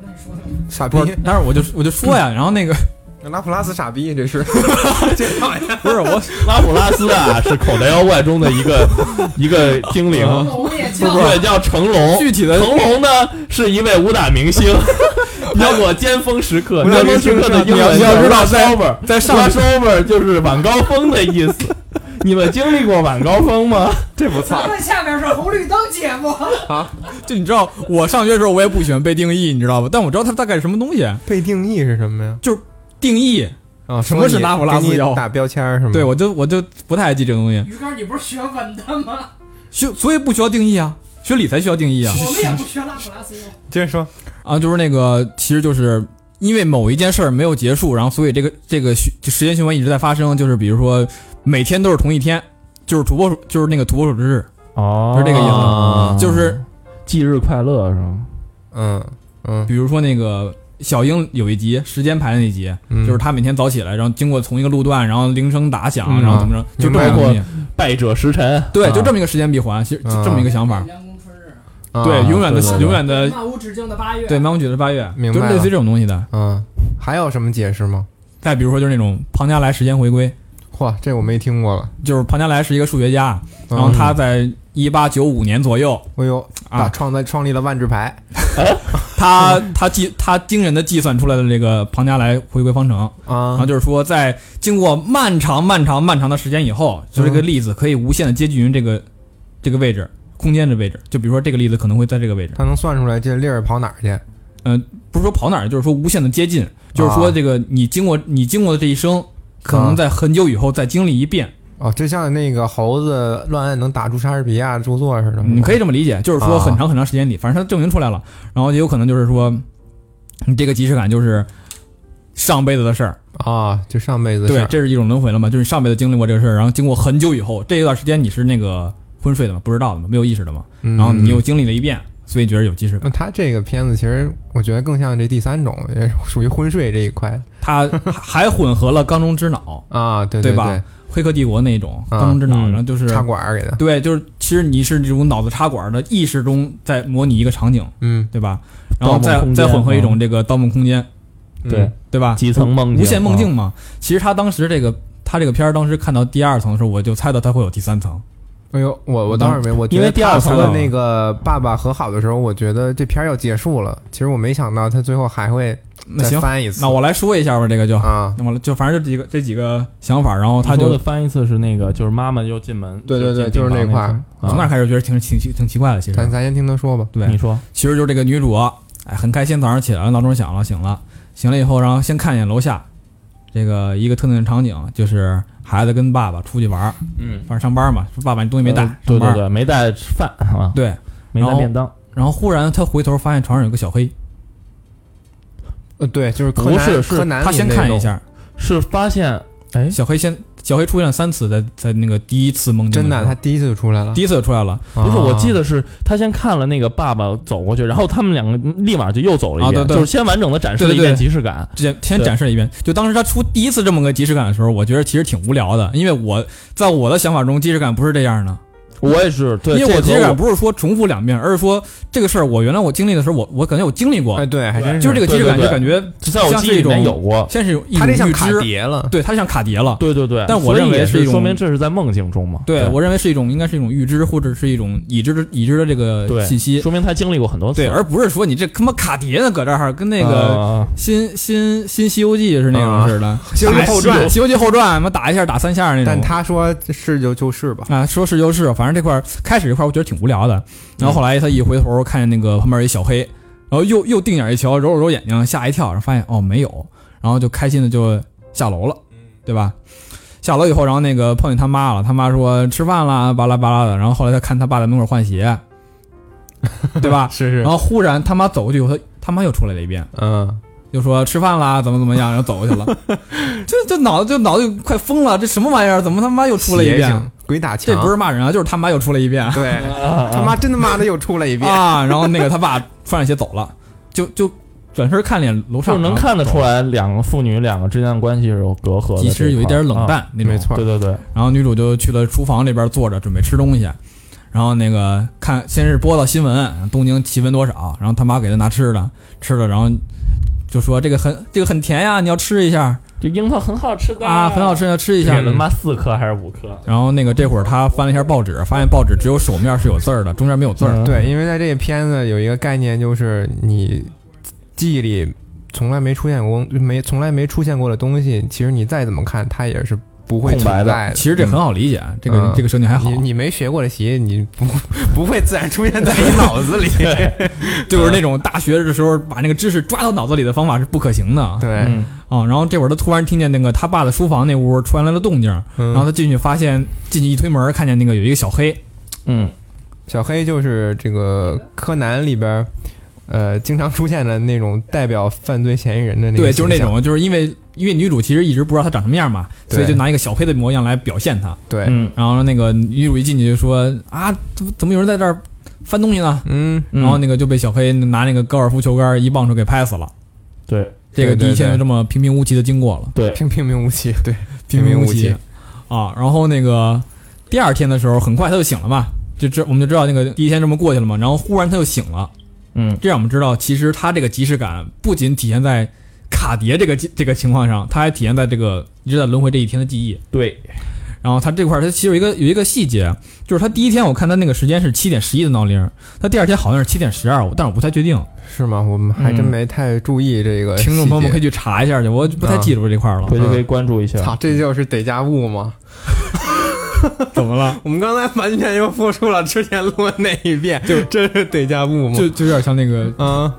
S5: 那你说的
S1: 傻逼
S2: 不，是，但是我就我就说呀，然后那个
S1: 拉普拉斯傻逼，这是这玩意儿
S2: 不是我
S3: 拉普拉斯啊，是口袋妖怪中的一个一个精灵，
S2: 嗯
S5: 龙也叫
S2: 啊
S3: 对，叫成龙。
S2: 具体的
S3: 成龙呢是一位武打明星，叫做尖峰时刻。
S1: 武打
S3: 尖峰
S1: 明
S3: 时
S1: 星
S3: 刻
S1: 是吧
S3: 的英文
S2: 你要知道在
S3: over，
S2: 在上
S3: over 就是晚高峰的意思。你们经历过晚高峰吗？
S1: 这不错
S5: 咱们下面是红绿灯节目，
S2: 就你知道，我上学的时候我也不喜欢被定义，你知道吧？但我知道它大概是什么东西，
S1: 被定义是什么呀？
S2: 定义，
S1: 啊，
S2: 什么是拉普拉斯妖
S1: 给你打标签儿是吗？
S2: 对我就我就不太爱记这个东西，
S5: 于哥，你不是学文的吗？
S2: 学所以不需要定义啊，学理才需要定义啊
S5: 我们也不学拉普拉斯妖，
S1: 接着说，
S2: 啊，就是那个，其实就是因为某一件事儿没有结束，然后所以这个这个循就时间循环一直在发生，就是比如说每天都是同一天，就是土拨鼠，就是那个土拨鼠之日，
S3: 哦
S2: 是这个意思啊就是
S3: 忌日快乐是吗？
S1: 嗯嗯，
S2: 比如说那个小樱有一集时间排的那集，
S1: 嗯
S2: 就是她每天早起来，然后经过同一个路段，然后铃声打响，
S3: 嗯
S2: 然后怎么着，就这
S1: 明白
S2: 么一个东西
S3: 败者时辰，
S2: 对，就这
S3: 么
S2: 么一个时间闭环，其实就
S1: 啊
S2: 这么一个想法，
S5: 阳光春日，
S1: 啊
S2: 对，永远的
S3: 对对对
S2: 永远的
S5: 漫无止境的八月，
S2: 对，，漫无止境的八月，
S1: 明
S2: 就
S1: 白
S2: 是
S1: 了
S2: 类似于这种东西的。
S1: 嗯，还有什么解释吗？
S2: 再比如说，就是那种庞加莱时间回归，
S1: 嚯，这我没听过了。
S2: 就是庞加莱是一个数学家，
S1: 嗯
S2: 然后他在一八九五年左右，
S1: 哎呦，
S2: 啊
S1: 啊，创造创立了万智牌
S2: 他他计他惊人的计算出来的这个庞加莱回归方程，然
S1: 啊
S2: 后，就是说，在经过漫长漫长漫长的时间以后，就这个粒子可以无限的接近于这个这个位置。空间的位置，就比如说这个粒子可能会在这个位置，
S1: 他能算出来这粒儿跑哪儿去？
S2: 不是说跑哪儿，就是说无限的接近，就是说
S1: 啊
S2: 这个你经过你经过的这一生，可能
S1: 啊
S2: 在很久以后再经历一遍，
S1: 哦，这像那个猴子乱按能打出莎士比亚著作似的。
S2: 你可以这么理解，就是说
S1: 啊
S2: 很长很长时间里，反正它证明出来了，然后也有可能就是说，你这个即视感就是上辈子的事儿，
S1: 啊，就上辈子
S2: 对，
S1: 事
S2: 这是一种轮回了嘛，就是你上辈子经历过这个事儿，然后经过很久以后，这一段时间你是那个昏睡的嘛，不知道的嘛，没有意识的嘛，
S1: 嗯
S2: 然后你又经历了一遍，所以觉得有即视感。
S1: 那他这个片子其实我觉得更像这第三种，也属于昏睡这一块
S2: 它还混合了缸中之脑、
S1: 啊，对
S2: 对
S1: 对
S2: 吧黑客帝国那种
S1: 啊
S2: 缸中之脑，
S3: 嗯
S2: 然后就是
S1: 对插管儿给他，
S2: 对，就是其实你是这种脑子插管的意识中在模拟一个场景，
S1: 嗯，
S2: 对吧？然后
S3: 盗梦
S2: 再
S3: 空
S2: 再
S3: 间
S2: 混合一
S3: 嗯
S2: 种这个《盗梦空间》，
S1: 嗯
S3: 对，
S2: 对吧？
S3: 几层梦境，啊
S2: 无限梦境嘛。其实他当时这个他这个片儿，当时看到第二层的时候，我就猜到他会有第三层。
S1: 哎呦，我我当时没，我觉
S3: 因
S1: 得
S3: 为第二
S1: 他
S3: 层
S1: 和
S3: 啊
S1: 那个爸爸和好的时候，我觉得这片儿要结束了，其实我没想到他最后还会
S2: 那
S1: 再
S2: 行，
S1: 翻一次。
S2: 那我来说一下吧，这个就
S1: 啊，
S2: 那么就反正就几个这几个想法，然后他
S3: 你说
S2: 就
S3: 的翻一次是那个，就是妈妈又进门，
S1: 对对对
S3: 进
S1: 就是那
S3: 病
S1: 块
S3: 房
S1: 儿
S2: 从
S3: 那层
S2: 那儿啊开始觉得挺挺挺挺奇怪的。其
S1: 咱
S2: 实
S1: 咱先听他说吧。
S2: 对
S3: 啊你，说
S2: 其实就是这个女主，哎，很开心，早上起来了，闹钟响了，醒了，醒了以后，然后先看一眼楼下，这个一个特定的场景，就是孩子跟爸爸出去玩儿，
S3: 嗯，
S2: 反正上班嘛，说爸爸你东西没带，
S3: 呃对
S2: 上班
S3: 对
S2: 儿
S3: 对，没带饭啊，
S2: 对。
S3: 没
S2: 然
S3: 带
S2: 后
S3: 便当，
S2: 然后忽然他回头发现床上有个小黑，
S1: 呃，对，就是柯
S3: 不
S1: 南，
S3: 是是
S1: 柯南里
S2: 他先
S1: 那
S2: 看
S1: 种
S2: 一，下，
S3: 是发现哎，
S2: 小黑先小黑出现了三次在，在那个第一次梦境
S1: 真
S2: 的
S1: 的，
S2: 时
S1: 他
S2: 候，
S1: 第一次就出来了啊
S2: 第。一次就出来了
S1: 不
S3: 不是，我记得是他先看了那个爸爸走过去，然后他们两个立马就又走了一遍，
S2: 啊对对
S3: 就是先完整的展示了一
S2: 对
S3: 遍
S2: 对对
S3: 即视感。
S2: 之前先
S3: 对
S2: 展示了一遍。就当时他出第一次这么个即视感的时候，我觉得其实挺无聊的，因为我在我的想法中，即视感不是这样的。
S6: 我也是，对，
S2: 因为我
S6: 这
S2: 即视
S6: 和
S2: 感不是说重复两遍，而是说这个事儿我原来我经历的时候，我我感觉我经历过，
S1: 哎，对，还真
S2: 就是这个即视感
S6: 对
S2: 就
S6: 对
S2: 感觉
S6: 就在我
S2: 像
S6: 记
S2: 是
S6: 忆
S2: 一
S6: 里面
S2: 种
S6: 有过，
S2: 现在是有一
S1: 他
S2: 种
S1: 这像
S2: 预
S1: 卡
S2: 知，
S1: 碟了，
S2: 对，它像卡碟了。
S6: 对对对，
S2: 但我
S3: 所以
S2: 认为
S3: 也
S2: 是一
S3: 是
S2: 种
S3: 说明这是在梦境中嘛？
S2: 对，我认为是一种应该是一种预知或者是一种已知的已知的这个
S6: 对
S2: 信息，
S6: 说明他经历过很多次。
S2: 对，而不是说你这他妈卡碟呢，搁这儿跟那
S3: 呃
S2: 个
S6: 啊
S2: 新新新《西游记》是那种似的，
S1: 《西游记
S2: 打
S1: 后传
S2: 《西游记》后传，他妈打一下打三下那种。
S1: 但他说是就就是吧，
S2: 啊，说是就是，反正这块儿开始这块儿我觉得挺无聊的，然后后来他一回头看见那个旁边有一小黑，然后又又定眼一瞧，揉了揉眼睛，吓一跳，然后发现哦没有，然后就开心的就下楼了，对吧？下楼以后，然后那个碰见他妈了，他妈说吃饭啦，巴拉巴拉的，然后后来他看他爸在门口换鞋，对吧？
S1: 是
S2: 然
S1: 是，
S2: 后忽然他妈走过去以后，他他妈又出来了一遍，
S1: 嗯，
S2: 就说吃饭啦，怎么怎么样，然后走过 去了，这这脑子就脑子就快疯了，这什么玩意儿？怎么他妈又出来一
S1: 邪
S2: 遍？
S1: 性，鬼打墙，
S2: 这不是骂人啊，就是他妈又出来一 遍
S1: 对，
S3: 啊，
S1: 他妈真他妈的又出了一遍，
S2: 啊，然后那个他爸穿上鞋走了，就就转身看脸楼
S3: 就
S2: 上，啊
S3: 能看得出
S2: 来，
S3: 来两个父女两个之间的关系是有隔阂的，
S2: 即使有一点冷
S3: 这块儿。
S2: 淡
S3: 啊
S2: 那种。
S1: 没错
S3: 对对对，
S2: 然后女主就去了厨房里边坐着准备吃东西，然后那个看先是播到新闻，东京气温多少，然后他妈给她拿吃的，吃的，然后就说这个很这个很甜呀，你要吃一下
S3: 这樱桃很好吃的
S2: 啊，很好，吃，要吃一
S3: 给
S2: 下。
S3: 了他妈四颗还是五颗？
S2: 然后那个这会儿她翻了一下报纸，发现报纸只有手面是有字儿的，中间没有字儿。
S3: 嗯
S1: 对，因为在这个片子有一个概念，就是你记忆里从来没出现过，没从来没出现过的东西，其实你再怎么看，它也是不会
S6: 空白
S1: 存
S6: 的
S1: 在的。
S2: 其实这很好理解，这个、
S1: 嗯
S2: 这个设定啊还好。
S1: 你你没学过的习，你不不会自然出现在你脑子里。
S2: 就是那种大学的时候把那个知识抓到脑子里的方法是不可行的啊、
S1: 对，
S3: 嗯
S2: 然后这会儿他突然听见那个他爸的书房那屋传来了动静，然后
S1: 嗯，
S2: 他进去发现进去一推门，看见那个有一个小黑，
S3: 嗯，
S1: 小黑就是这个柯南里边儿，呃，经常出现的那种代表犯罪嫌疑人的那个
S2: 对，就是那
S1: 形象
S2: 种就是因为因为女主其实一直不知道他长什么样嘛，
S1: 对
S2: 所以就拿一个小黑的模样来表现他。
S1: 对，
S3: 嗯
S2: 然后那个女主一进去就说啊，怎么怎么有人在这儿翻东西呢？
S1: 嗯，
S3: 嗯
S2: 然后那个就被小黑拿那个高尔夫球杆一棒槌给拍死了。
S3: 对
S2: 这个
S1: 对对
S2: 第一天
S1: 对
S2: 就这么平平无奇的经过了。
S3: 对，
S1: 平平平无奇，对，
S2: 平平
S1: 无
S2: 无奇啊。然后那个第二天的时候，很快他就醒了嘛，就知我们就知道那个第一天这么过去了嘛。然后忽然他就醒了，
S3: 嗯，
S2: 这让我们知道，其实他这个即视感不仅体现在卡碟这个这个情况上，他还体现在这个一直在轮回这一天的记忆。
S3: 对，
S2: 然后他这块儿，他其实有一个有一个细节，就是他第一天我看他那个时间是七点十一的闹铃，他第二天好像是七点十二，但我不太确定。
S1: 是吗？我们还真
S3: 嗯
S1: 没太注意这个细节。
S2: 听众朋友们可以去查一下去，我不太记住这块儿了。
S3: 回去可以关注一下。
S1: 操，这就是得加物吗？
S2: 怎 么了？
S1: 我们刚才完全又复述了之前录的那一遍，就这是得加物吗？
S2: 就就有点像那个
S1: 啊，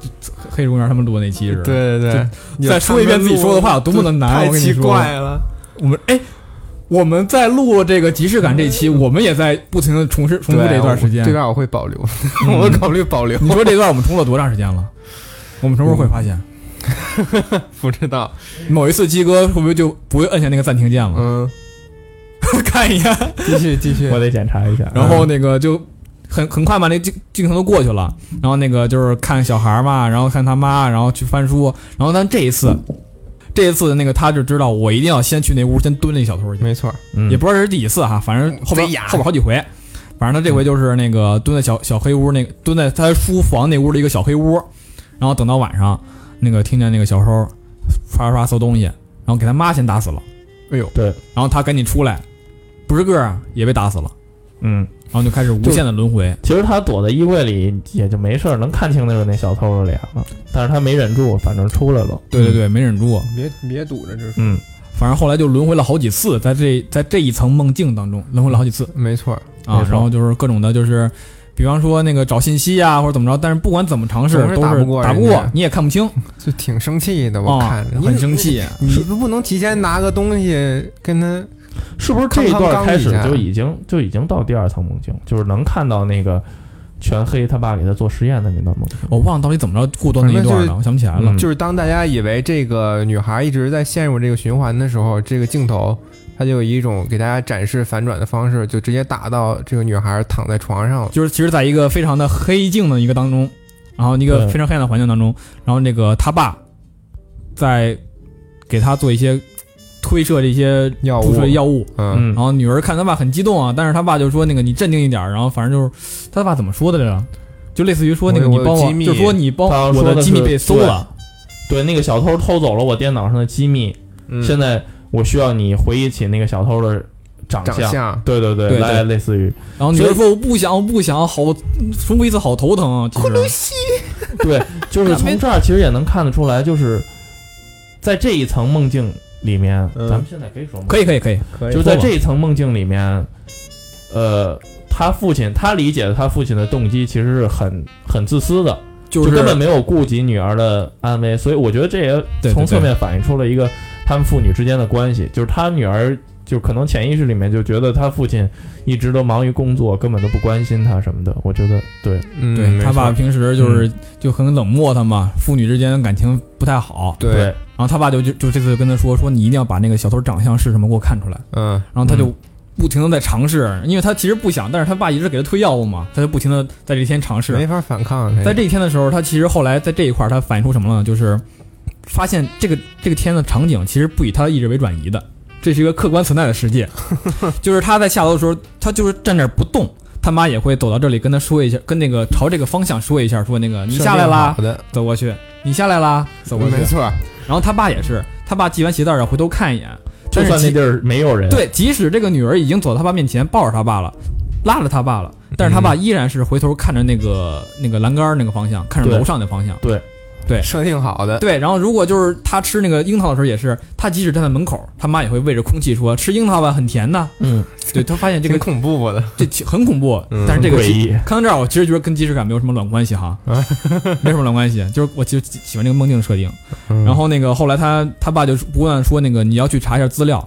S2: 黑公园他们录的那期似的。
S1: 对对对，你
S2: 再说一遍自己说的话有多么的难，
S1: 太
S2: 我跟你
S1: 奇
S2: 说。
S1: 怪了。
S2: 我们哎，我们在录这个即视感这期，我们也在不停的重试重复
S1: 嗯对啊
S2: 这段时间
S1: 我这。段我会保 留，我考虑保留，
S2: 你说这段我们重录了多长时间 了？我们什么时候会发现？
S1: 不知道。
S2: 某一次鸡哥会不会就不会摁下那个暂停键了？
S1: 嗯，
S2: 看一眼，
S1: 继续继续
S3: 我。得检查一下。
S2: 然后那个就很很快嘛，那镜镜头都过去了。然后那个就是看小孩儿嘛，然后看他妈，然后去翻书。然后但这一次，这一次那个他就知道我一定要先去那屋先蹲那小偷去。
S1: 没错，
S3: 嗯
S2: 也不知道是第几次哈，反正后边
S1: 贼雅
S2: 后边好几回，反正他这回就是那个蹲在小小黑屋那个蹲在他书房那屋的一个小黑屋，然后等到晚上，那个听见那个小偷刷刷刷搜东西，然后给他妈先打死了，
S1: 哎呦，
S3: 对，
S2: 然后他赶紧出来，不是个儿啊也被打死了，
S3: 嗯，
S2: 然后就开始无限的轮回。
S3: 其实他躲在衣柜里也就没事儿，能看清那个那小偷的脸了，但是他没忍住，反正出来了。
S2: 对对
S1: 嗯
S2: 对，没忍住，
S1: 别别堵着，这是
S3: 嗯，
S2: 反正后来就轮回了好几次，在这在这一层梦境当中轮回了好几次
S1: 没错。
S2: 啊
S3: 没，错
S2: 然后就是各种的，就是比方说那个找信息啊或者怎么着，但是不管怎么尝试
S1: 总是
S2: 都是
S1: 打不过
S2: 打不
S1: 人家
S2: 过，你也看不清。
S1: 就挺生气的，我
S2: 哦
S1: 看着
S2: 很生。气。
S1: 你你不能提前拿个东西跟他
S3: 是不是这一段开始
S1: 刚刚
S3: 就
S1: 刚
S3: 已经就已经到第二层梦境，就是能看到那个全黑他爸给他做实验的那段梦境？
S2: 我忘了到底怎么着过段那一段了，我想不起来了
S3: 嗯。
S1: 就是当大家以为这个女孩一直在陷入这个循环的时候，这个镜头它就有一种给大家展示反转的方式，就直接打到这个女孩躺在床上了。
S2: 就是其实在一个非常的黑镜的一个当中，然后一个
S1: 嗯
S3: 对
S2: 非常黑暗的环境当中，然后那个他爸在给他做一些推射这些
S1: 药
S2: 注
S1: 物
S2: 射药物。
S1: 嗯，
S3: 嗯
S2: 然，后女儿看她爸很激动啊，但是她爸就说那个你镇定一点儿，然后反正就是她爸怎么说的来着？就类似于说那个
S1: 我
S2: 你
S1: 我有
S2: 帮我，
S1: 机密
S2: 就说你帮
S3: 他
S2: 我
S3: 说的
S2: 机密
S3: 是
S2: 被搜
S3: 对
S2: 了，
S3: 对，那个小偷偷走了我电脑上的机密，
S1: 嗯
S3: 现在我需要你回忆起那个小偷的长
S1: 长相
S3: 对对对，
S2: 对
S3: 来
S2: 对
S3: 类似于
S2: 然后女
S3: 所
S2: 儿
S3: 以
S2: 说我不想，我不想，好重复一次好
S1: 嗯
S2: 头疼啊。其实
S3: 对，就是
S2: 咱们
S3: 从这儿其实也能看得出来，就是在这一层梦境里面，
S1: 嗯
S3: 咱们现在可以说吗？
S2: 可以可以可以，
S1: 可以
S3: 就是在这一层梦境里面，呃，他父亲他理解他父亲的动机其实是很很自私的，
S2: 就
S3: 根本
S2: 是
S3: 没有顾及女儿的安危，所以我觉得这
S2: 对
S3: 也
S2: 对
S3: 从侧
S2: 对
S3: 面反映出了一个他们父女之间的关系，就是他女儿就可能潜意识里面就觉得他父亲一直都忙于工作，根本都不关心他什么的。我觉得对，
S1: 嗯
S2: 对
S1: 没
S2: 他爸
S1: 错嗯
S2: 平时就是就很冷漠，他嘛父女之间感情不太好。
S1: 对，
S2: 然后他爸就就就这次就跟他说说你一定要把那个小偷长相是什么给我看出来。
S1: 嗯
S2: 然后他就不停的在尝试，因为他其实不想，但是他爸一直给他推药物嘛，他就不停的在这一天尝试。
S1: 没法反抗，
S2: 在这一天的时候，他其实后来在这一块儿，他反映出什么了呢？就是发现这个这个天的场景其实不以他的意志为转移的，这是一个客观存在的世界。就是他在下楼的时候，他就是站那儿不动，他妈也会走到这里跟他说一下，跟那个朝这个方向说一下，说那个你下来啦
S1: 好，的，嗯
S2: 走过去，你下来啦，走过去
S1: 没。错，
S2: 然后他爸也是，他爸系完鞋带儿要回头看一眼，
S3: 就
S2: 但是
S3: 算
S2: 其
S3: 那地儿没有人，
S2: 对，即使这个女儿已经走到他爸面前，抱着他爸了，拉着他爸了，但是他爸依然是回头看着那个、那个栏杆儿那个方向，看着
S3: 对
S2: 楼上那方向。
S1: 设定好的，
S2: 对，然后如果就是他吃那个樱桃的时候，也是他即使站在门口，他妈也会喂着空气说吃樱桃吧，很甜的。
S3: 嗯，
S2: 对他发现这
S1: 挺
S2: 个
S1: 恐怖的，
S2: 这其很恐怖，
S1: 嗯
S2: 但是这个
S3: 很诡
S2: 其
S3: 异
S2: 看到这儿，我其实觉得跟即视感没有什么卵关系哈，没什么卵关系，就是我其实喜喜欢这个梦境的设定。然
S1: 然
S2: 后那个后来他他爸就不断说那个你要去查一下资料，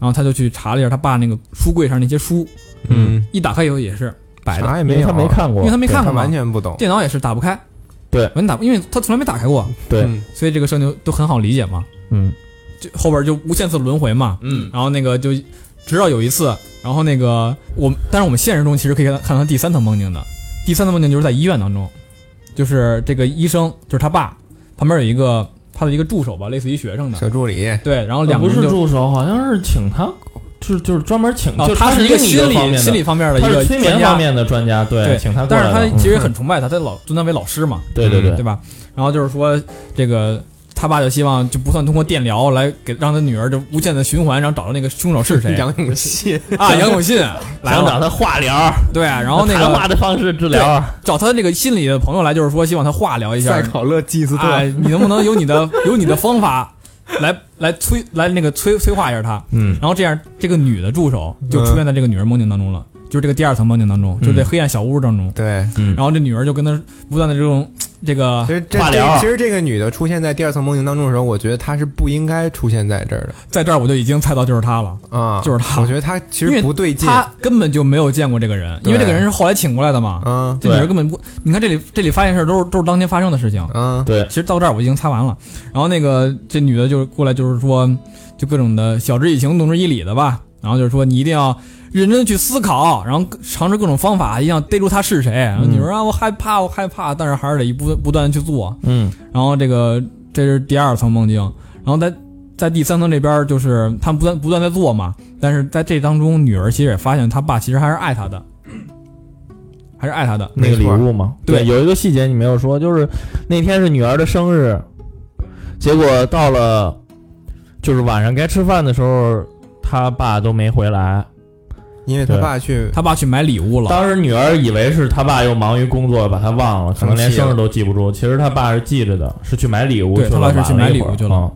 S2: 然后他就去查了一下他爸那个书柜上那些书，
S1: 嗯，
S2: 一打开以后也是白的，
S1: 啥也
S3: 因为
S1: 没有，
S3: 他没，看过，
S2: 因为他没看
S1: 他
S2: 过嘛
S1: 完，全不懂，
S2: 电脑也是打不开。
S3: 对，
S2: 文打，因为他从来没打开过，
S3: 对，
S1: 嗯
S2: 所以这个设定都很好理解嘛。
S3: 嗯
S2: 就后边就无限次轮回嘛。
S3: 嗯，
S2: 然后那个就直到有一次，然后那个我们，但是我们现实中其实可以看看到第三层梦境的，第三层梦境就是在医院当中，就是这个医生就是他爸旁边有一个他的一个助手吧，类似于学生的。
S1: 小助理，
S2: 对，然后哦两个
S3: 呃不
S2: 人
S3: 是
S2: 就。
S3: 助手，好像是请他，就就是专门请，
S2: 哦
S3: 就，
S2: 他
S3: 是
S2: 一个
S3: 心
S2: 心
S3: 理方
S2: 理
S3: 面
S2: 心
S3: 的
S2: 理方面的一
S3: 他
S2: 个
S3: 是催眠
S2: 专家
S3: 方面的专家，对
S2: 对
S3: 请他过
S2: 但是
S3: 来
S2: 他
S3: 的
S2: 其实
S3: 嗯
S2: 很崇拜他，他老尊他为老师嘛，
S3: 对对对
S2: 对吧？然后就是说，这个他爸就希望就不算通过电疗来给让他女儿就无限的循环，然后找到那个凶手是 谁
S1: 杨永信，
S2: 啊？杨永信来
S3: 想
S2: 了，
S3: 找他化疗，
S2: 对，啊然后 那
S3: 谈
S2: 个
S3: 话的方式治疗，
S2: 找他那个心理的朋友来，就是说希望他化疗一下
S1: 赛，考勒基斯
S2: 啊，
S1: 特，
S2: 你能不能有你 的有你的方法来来催来那个催催化一下他？
S3: 嗯，
S2: 然后这样，这个女的助手就出现在这个女儿梦境当中了，就是这个第二层梦境当中，就是这黑暗小屋当中。
S1: 对。
S3: 嗯
S2: 然后这女儿就跟他不断的这种这个
S1: 其实这
S3: 化
S1: 这
S3: 疗
S1: 其实这个女的出现在第二层梦境当中的时候，我觉得她是不应该出现在这儿的
S2: 在这儿我就已经猜到就是他了，
S1: 啊，
S2: 就是她
S1: 我觉得她其
S2: 因
S1: 实
S2: 为
S1: 不对劲，
S2: 他根本就没有见过这个人，因为这个人是后来请过来的嘛。
S1: 嗯
S2: 这女人根本不，你看这里这里发现事儿都是都是当天发生的事情。
S1: 嗯，
S3: 对
S2: 其实到这儿我已经猜完了，然后那个这女的就是过来就是说，就各种的晓之以情动之以理的吧，然后就是说你一定要认真地去思考，然后尝试各种方法，一定要逮住他是谁。然后女人啊，我害怕，我害怕，但是还是得一步不断的去做。
S3: 嗯
S2: 然后这个这是第二层梦境，然后在在第三层这边儿就是他们不断不断在做嘛，但是在这当中，女儿其实也发现他爸其实还是爱她的，还是爱她的。
S3: 那个
S1: 没
S3: 礼
S1: 错
S3: 物嘛，
S2: 对
S3: 有一个细节你没有说，就是那天是女儿的生日，结果到了就是晚上该吃饭的时候，他爸都没回来。
S1: 因为她
S3: 对
S1: 爸去
S2: 他爸去买礼物了，
S3: 当时女儿以为是他爸又忙于工作把他忘了，可能连
S1: 生气了
S3: 生日都记不住。其实他爸是记着的，是去买礼物
S2: 对
S3: 去了，
S2: 他爸是去
S3: 晚
S2: 买
S3: 一
S2: 礼
S3: 会儿
S2: 物去了
S3: 嗯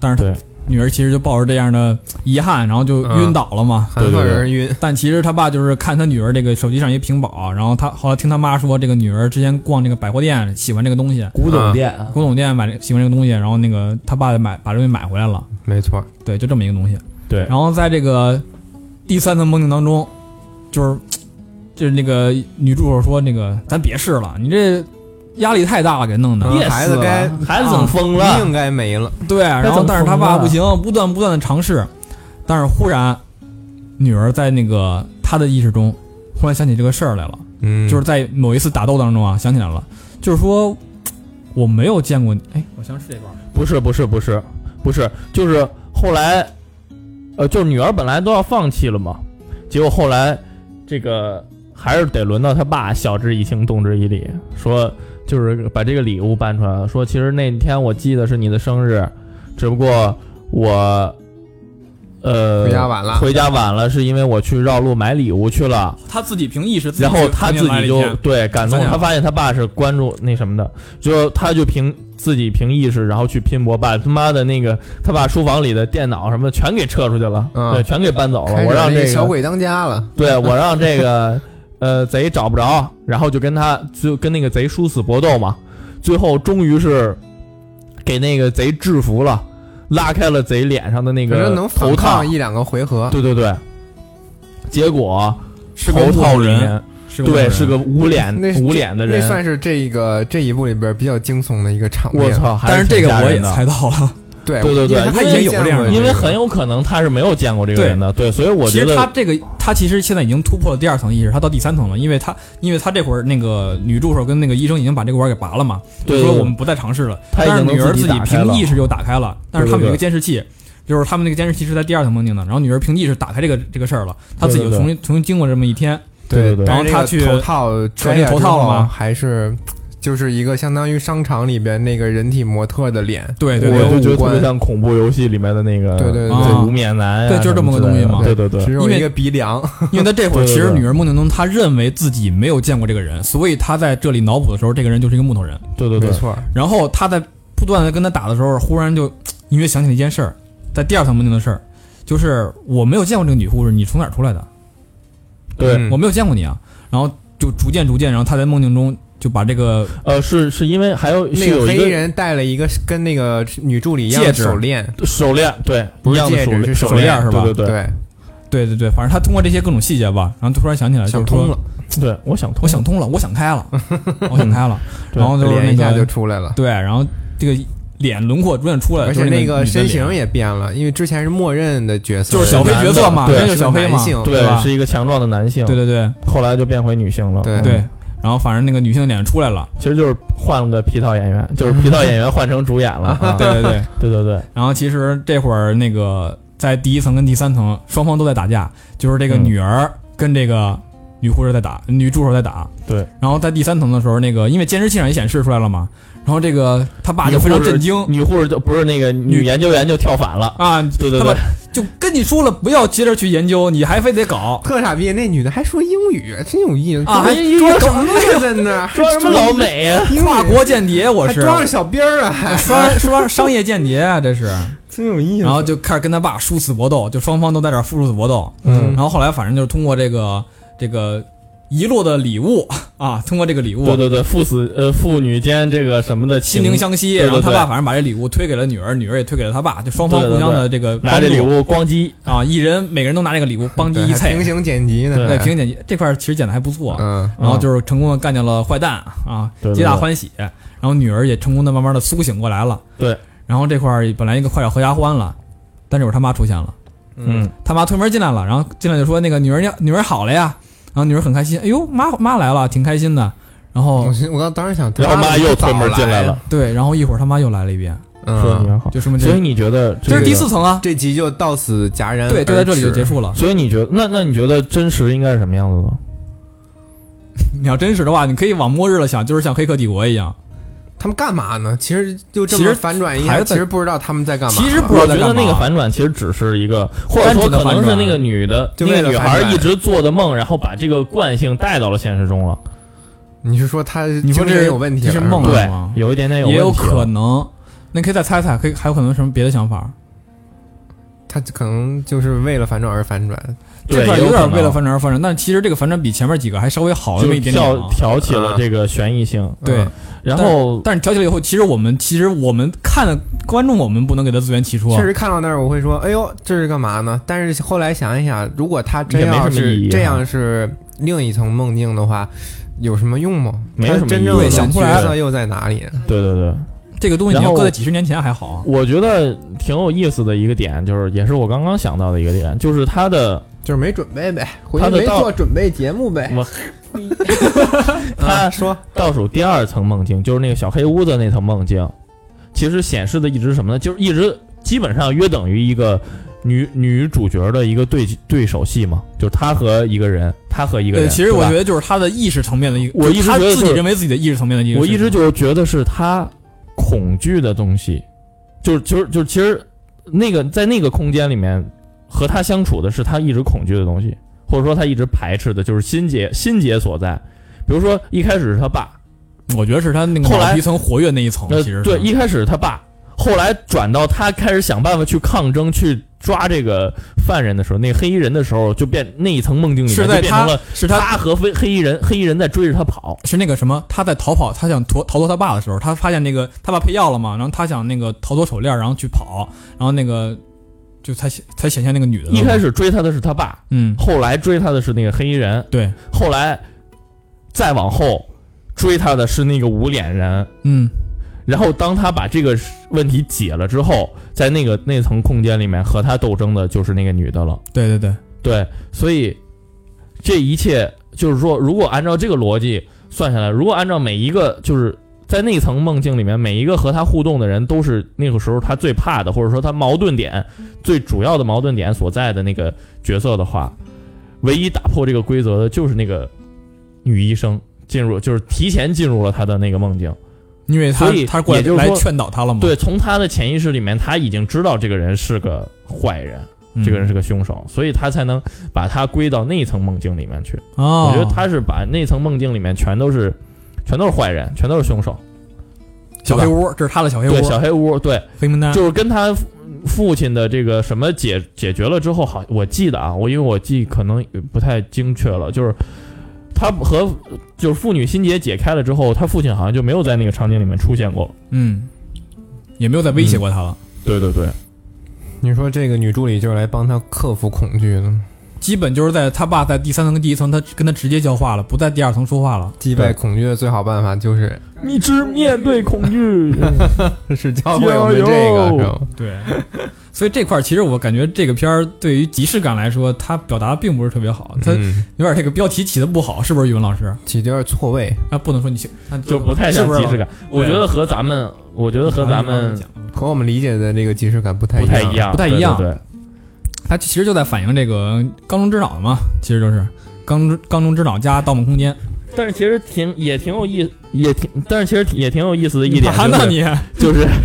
S2: 但是
S3: 对
S2: 他女儿其实就抱着这样的遗憾，然后就晕倒了嘛。
S1: 韩国人晕，
S2: 但其实他爸就是看他女儿这个手机上一屏保，然后他后来听他妈说，这个女儿之前逛这个百货店喜欢这个东西，
S3: 古
S1: 啊
S3: 董店，
S2: 古董店买这喜欢这个东西，然后那个他爸买把这东西买回来了，
S1: 没错，
S2: 对，就这么一个东西。
S3: 对，
S2: 然后在这个第三层梦境当中，就是就是那个女助手说：“那个咱别试了，你这压力太大了，给弄的。
S1: 嗯
S3: 憋死
S1: 孩子
S3: 了
S1: 该
S3: 孩子总疯了，
S1: 应该没了，
S2: 对，然
S3: 怎
S2: 后
S3: 么
S2: 但是他
S3: 缝
S2: 爸
S3: 的啊
S2: 不行，不断不断的尝试，但是忽然，女儿在那个她的意识中，忽然想起这个事儿来了，
S1: 嗯，
S2: 就是在某一次打斗当中啊，想起来了，就是说我没有见过你，哎，我想是这段儿，
S3: 不是不是不是不是，就是后来呃，就是女儿本来都要放弃了嘛，结果后来这个还是得轮到他爸晓之以情，动之以理，说就是把这个礼物搬出来了，说其实那天我记得是你的生日，只不过我呃
S1: 回家晚了
S3: 回家晚了是因为我去绕路买礼物去了。
S2: 他自己凭意识，
S3: 然后他自己
S2: 啊
S3: 就对感动，
S2: 发现
S3: 他
S2: 了
S3: 发现他爸是关注那什么的，就他就凭自己凭意识，然后去拼搏，把他妈的那个他爸书房里的电脑什么的全给撤出去了，
S1: 嗯
S3: 对，全给搬走了。
S1: 开始
S3: 我让
S1: 那
S3: 这
S1: 小
S3: 个，
S1: 鬼当家了，
S3: 对我让这个呃贼找不着，然后就跟他就跟那个贼殊死搏斗嘛，最后终于是给那个贼制服了，拉开了贼脸上的那
S1: 可
S3: 个
S1: 是能
S3: 头
S1: 反
S3: 套
S1: 抗，一两个回合，
S3: 对对对，结果
S2: 是
S3: 头
S2: 个
S3: 套里
S2: 人，
S3: 面。
S2: 是个
S3: 对，
S2: 人
S3: 是个捂脸
S1: 那
S3: 捂脸的
S1: 那
S3: 人。
S1: 算是这个这一部里边比较惊悚的一个场面。
S3: 我，操！还
S2: 但是这
S3: 挺
S2: 个
S3: 吓
S2: 我
S3: 人
S2: 也
S3: 的
S2: 猜到了，
S1: 对
S3: 对对对
S1: 因为他
S2: 因为
S1: 以前
S2: 有
S1: 见
S2: 这样
S1: 过
S2: 的
S1: 这
S3: 因为
S1: 个
S3: 很有可能他是没有见过这个人的，对，所以我
S2: 其
S3: 觉
S2: 实他
S3: 得
S2: 这个，他其实现在已经突破了第二层意识，他到第三层了，因为他，因为他这会儿那个女助手跟那个医生已经把这个玩儿给拔了嘛，
S3: 对
S2: 就说
S3: 对
S2: 我们不再尝试了。
S3: 他已
S2: 但是
S3: 经能
S2: 女儿
S3: 自
S2: 己
S3: 己打开
S2: 凭
S3: 了
S2: 意识就打开了，但是他们有一个
S3: 对对对
S2: 监视器，就是他们那个监视器是在第二层梦境的，然后女儿凭意识打开这个这个事儿了，她自己
S3: 对
S2: 就
S3: 对对
S2: 重新重新经过这么一天，
S3: 对对对
S1: 但是
S2: 然后他
S1: 这
S2: 去
S1: 个头套摘
S2: 摘
S1: 下
S2: 那头
S1: 之
S2: 套了
S1: 后
S2: 吗
S1: 还是就是一个相当于商场里边那个人体模特的脸，
S2: 对对
S1: 我
S2: 对
S3: 我就 觉得
S1: 五
S3: 特
S1: 官
S3: 别像恐怖游戏里面的那个
S1: 对对对
S3: 对无面男呀
S2: 啊对就是这么个东西
S3: 什
S2: 嘛
S3: 么之类的对对
S1: 只
S3: 对，
S1: 有
S2: 因为
S1: 一个鼻梁，
S2: 因为他这会儿
S3: 对对
S2: 其实
S3: 对
S2: 女儿梦境中，她认为自己没有见过这个人，所以她在这里脑补的时候，这个人就是一个木头人。
S3: 对对
S1: 没
S3: 对，
S1: 错，
S2: 然后她在不断的跟他打的时候，忽然就隐约想起了一件事儿，在第二层梦境的事儿，就是我没有见过这个女护士，你从哪儿出来的？
S3: 对
S1: 嗯
S2: 我没有见过你啊。然后就逐渐逐渐，然后她在梦境中就把这个
S3: 呃，是是因为还有是
S1: 那
S3: 有
S1: 个黑
S3: 一
S1: 衣
S3: 个
S1: 人戴了一个跟那个女助理一样
S2: 戒
S1: 的
S2: 指
S1: 手链，
S3: 手链，对，
S1: 不是
S3: 一样的
S1: 戒指
S3: 链
S1: 是
S3: 手
S1: 手
S2: 链是吧
S3: 对对对
S1: 对，
S2: 对啊对对，反正她通过这些各种细节吧，然后突然想起来，就
S1: 想
S2: 是
S1: 通
S2: 说
S1: 了，
S3: 对，我想
S2: 我
S3: 通，
S2: 想通了，我想开 了，我想开了。
S3: 对
S2: 然后就是
S1: 脸一下
S2: 那
S1: 就
S2: 个
S1: 出来了。
S2: 对，然后这个脸轮廓逐渐出来，
S1: 而
S2: 就
S1: 且
S2: 是
S1: 那
S2: 个
S1: 个
S2: 女的
S1: 身
S2: 脸
S1: 形也变了，因为之前是默认的角色，
S2: 就是小黑
S1: 男
S2: 角
S1: 的
S2: 色嘛，
S3: 对
S2: 那就是小黑嘛
S1: 男，性
S3: 对
S2: 对吧
S3: 是一个强壮的男性，
S2: 对对对
S3: 后来就变回女性了，
S1: 对
S3: 嗯
S2: 对。然后反正那个女性的脸出来了，
S3: 其实就是换了个皮套演员，就是皮套演员换成主演了，啊
S2: 对对对。
S3: 对对对，
S2: 然后其实这会儿那个在第一层跟第三层双方都在打架，就是这个
S3: 嗯
S2: 女儿跟这个女护士在打，女助手在打。
S3: 对。
S2: 然后在第三层的时候，那个因为监视器上也显示出来了嘛，然后这个他爸就非常震惊
S3: 女护士就不是那个女
S2: 女
S3: 研究员就跳反了，
S2: 啊，
S3: 对对
S2: 他
S3: 对
S2: 爸，就跟你说了不要接着去研究，你还非得搞。
S1: 特傻逼，那女的还说英语，真有意思
S2: 啊还
S1: 装什么呀，在那儿
S3: 装什么老美啊？
S1: 英语
S2: 跨国间谍，我
S1: 还
S2: 是
S1: 装着小兵儿啊， 还
S2: 商商商业间谍啊，这 是，
S1: 真有意思
S2: 然。后就开始跟他爸殊死搏斗，就双方都在这儿殊死搏斗，
S1: 嗯
S2: 然后后来反正就是通过这个这个遗落的礼物啊，通过这个礼
S3: 对
S2: 物
S3: 对对，父子呃父女间这个什么的
S2: 心
S3: 情
S2: 灵，相惜，
S3: 对对
S2: 然后他
S3: 对
S2: 爸反正把这礼物推给了女儿，女儿也推给了他爸，就双方
S3: 对
S2: 互
S3: 对对
S2: 相的这个
S3: 拿
S2: 帮
S3: 着
S2: 助
S3: 礼物咣叽，
S2: 啊，一人每个人都拿这个礼物帮机
S1: 对
S2: 一
S1: 还
S2: 菜
S1: 平，行剪辑呢，
S3: 哎
S2: 对，平行剪这块儿其实剪的还不错，
S1: 嗯，
S2: 然后就是成功的干掉了坏蛋啊
S3: 对，对
S2: 皆大
S3: 对
S2: 欢喜，然后女儿也成功的慢慢的苏醒过来了，
S3: 对，
S2: 然后这块儿本来一个快要合家欢了，但这会儿他妈出现了。
S3: 嗯，
S2: 他妈推门进来了，然后进来就说那个女儿要女儿好了呀，然后女儿很开心，哎呦妈妈来了，挺开心的。然后
S1: 我
S3: 嗯
S1: 心我刚当时想，
S3: 然后妈又推门进来了，，
S2: 对，然后一会儿他妈又来了一遍，
S3: 说你
S1: 嗯，
S3: 还好，
S2: 就说明
S3: 哦所以
S2: 这
S3: 你觉得这
S2: 这
S3: 个
S2: 是第，四层啊，
S1: 这集就到此戛然，
S2: 对，就在这里就结。束了。
S3: 所以你觉得那那你觉得真实应该是什么样子的？
S2: 你要真实的话，你可以往末日了想，就是像《黑客帝国》一样，
S1: 他们干嘛呢？其实就这
S2: 其
S1: 么
S2: 实
S1: 反转一
S2: 还
S1: 下，
S2: 是
S1: 其
S2: 在
S1: 实不知道他们在干嘛。
S2: 其实不知道
S3: 我觉
S2: 在
S3: 得
S2: 干嘛。
S3: 那个反转其实只是一个，或者说可能是那个女的，
S1: 就为了
S3: 那个女
S1: 反
S3: 孩
S1: 转
S3: 一直做的梦，然后把这个惯性带到了现实中了。
S1: 你是说他
S2: 你说
S1: 精
S2: 这
S1: 神有问题
S2: 这
S1: 了？
S2: 是
S1: 吧
S2: 梦
S3: 对
S2: 吗，
S3: 有一点点
S2: 嗯也有
S3: 哎问题了
S2: 可能，那可以再猜猜，可以还有可能什么别的想法？
S1: 他可能就是为了反转而反转，
S3: 对
S2: 这块
S3: 也
S2: 有
S3: 有可
S2: 点
S3: 能
S2: 为了反转而反转，但其实这个反转比前面几个还稍微好那么
S3: 就
S2: 一点点啊。
S3: 挑挑起了这个悬疑性。
S2: 对，
S1: 嗯
S3: 然后
S2: 但是挑起来以后，其实我们其实我们看的观众，我们不能给他自圆其说。
S1: 确实看到那儿我会说，哎呦，这是干嘛呢？但是后来想一想，如果他真
S3: 也没什
S1: 要
S3: 么意
S1: 是
S3: 义啊
S1: 这样是另一层梦境的话，有什么用吗？
S3: 没什么
S1: 他真正
S3: 意义
S1: 的
S3: 对
S2: 想不出来
S1: 角色又在哪里？
S3: 对对对，
S2: 这个东西你
S3: 然
S2: 要
S3: 后
S2: 搁在几十年前还好啊。
S3: 我觉得挺有意思的一个点，就是也是我刚刚想到的一个点，就是他的
S1: 就是没准备呗，回
S3: 他
S1: 去
S3: 的
S1: 没
S3: 道
S1: 做准备节目呗。
S3: 我
S1: 啊
S2: 嗯
S3: 他
S1: 说，
S3: 倒数第二层梦境，就是那个小黑屋的那层梦境，其实显示的一直是什么呢？就是一直基本上约等于一个女女主角的一个对对手戏嘛，就是她和一个人，她和一个
S2: 对，
S3: 人。
S2: 其实
S3: 对
S2: 我
S3: 吧
S2: 觉得就是他的意识层面的一个，
S3: 我
S2: 就是
S3: 一直
S2: 他
S3: 觉得
S2: 自己
S3: 就是
S2: 认为自己的意识层面的一个事情，
S3: 我一直就觉得是他恐惧的东西，就是就是就是，其实那个在那个空间里面和他相处的是他一直恐惧的东西，或者说他一直排斥的，就是心结心结所在。比如说一开始是他爸，
S2: 我觉得是他那个
S3: 后
S2: 脑
S3: 来
S2: 皮层活跃那一层，
S3: 呃
S2: 哦其实是
S3: 对，一开始是他爸，后来转到他开始想办法去抗争去抓这个犯人的时候，那个黑衣人的时候，就变那一层梦境里面
S2: 是
S3: 就
S2: 在
S3: 变
S2: 他
S3: 成了
S2: 是他
S3: 他和非黑衣人黑衣人在追着他跑，
S2: 是那个什么，他在逃跑，他想逃逃脱他爸的时候，他发现那个他爸配药了嘛，然后他想那个逃脱手链，然后去跑，然后那个就才显才显现那个女的。
S3: 一开，始追他的是他爸，
S2: 嗯，
S3: 后来追他的是那个黑衣人。
S2: 对，
S3: 后来再往后追他的是那个无脸人，
S2: 嗯，
S3: 然后当他把这个问题解了之后，在那个那层空间里面和他斗争的就是那个女的了。
S2: 对对对，
S3: 对，所以这一切就是说，如果按照这个逻辑算下来，如果按照每一个就是在那层梦境里面，每一个和他互动的人都是那个时候他最怕的，或者说他矛盾点最主要的矛盾点所在的那个角色的话，唯一打破这个规则的就是那个女医生进入，就是提前进入了他的那个梦境。
S2: 因为他
S3: 所以
S2: 他过来
S3: 也就是
S2: 来
S3: 说
S2: 劝导他了嘛。
S3: 对，从他的潜意识里面，他已经知道这个人是个坏人，
S2: 嗯，
S3: 这个人是个凶手，所以他才能把他归到那层梦境里面去。
S2: 哦，
S3: 我觉得他是把那层梦境里面全都是，全都是坏人，全都是凶手。
S2: 小黑屋，这是他的小黑屋
S3: 对，，小黑屋，对，
S2: 黑名单。
S3: 就是跟他父父亲的这个什么解解决了之后，好，我记得啊，我因为我记可能不太精确了，就是他和就是父女心结解开了之后，他父亲好像就没有在那个场景里面出现过。
S2: 嗯，也没有再威胁过他了，
S3: 对对对，
S1: 你说这个女助理就是来帮他克服恐惧的，
S2: 基本就是在他爸在第三层跟第一层，他跟他直接交话了，不在第二层说话了。
S1: 击败恐惧的最好办法就是
S3: 你只面对恐惧。
S1: 是教会我们这个，
S3: 加油
S1: 是吧？
S2: 对， 所以这块儿其实我感觉这个片儿对于即视感来说，它表达并不是特别好，它
S1: 嗯，
S2: 有点这个标题起的不好，是不是语文老 师？
S1: 起点错位，
S2: 啊，不能说你起，啊
S3: 就不太像
S2: 是不是
S3: 即视感，我觉得和咱们，我觉得和咱们
S1: 和我们理解的这个即视感不太
S3: 不太一
S1: 样。
S3: 样，
S2: 不太一样
S3: 对对对
S2: 它其实就在反映这个缸中之脑嘛，其实就是缸中缸中之脑加《盗梦空间》
S3: 但是其实挺也挺有意，也挺，但是其实也挺有意思的一 点、
S2: 啊，
S3: 就
S2: 那
S3: 是，
S2: 你
S3: 就是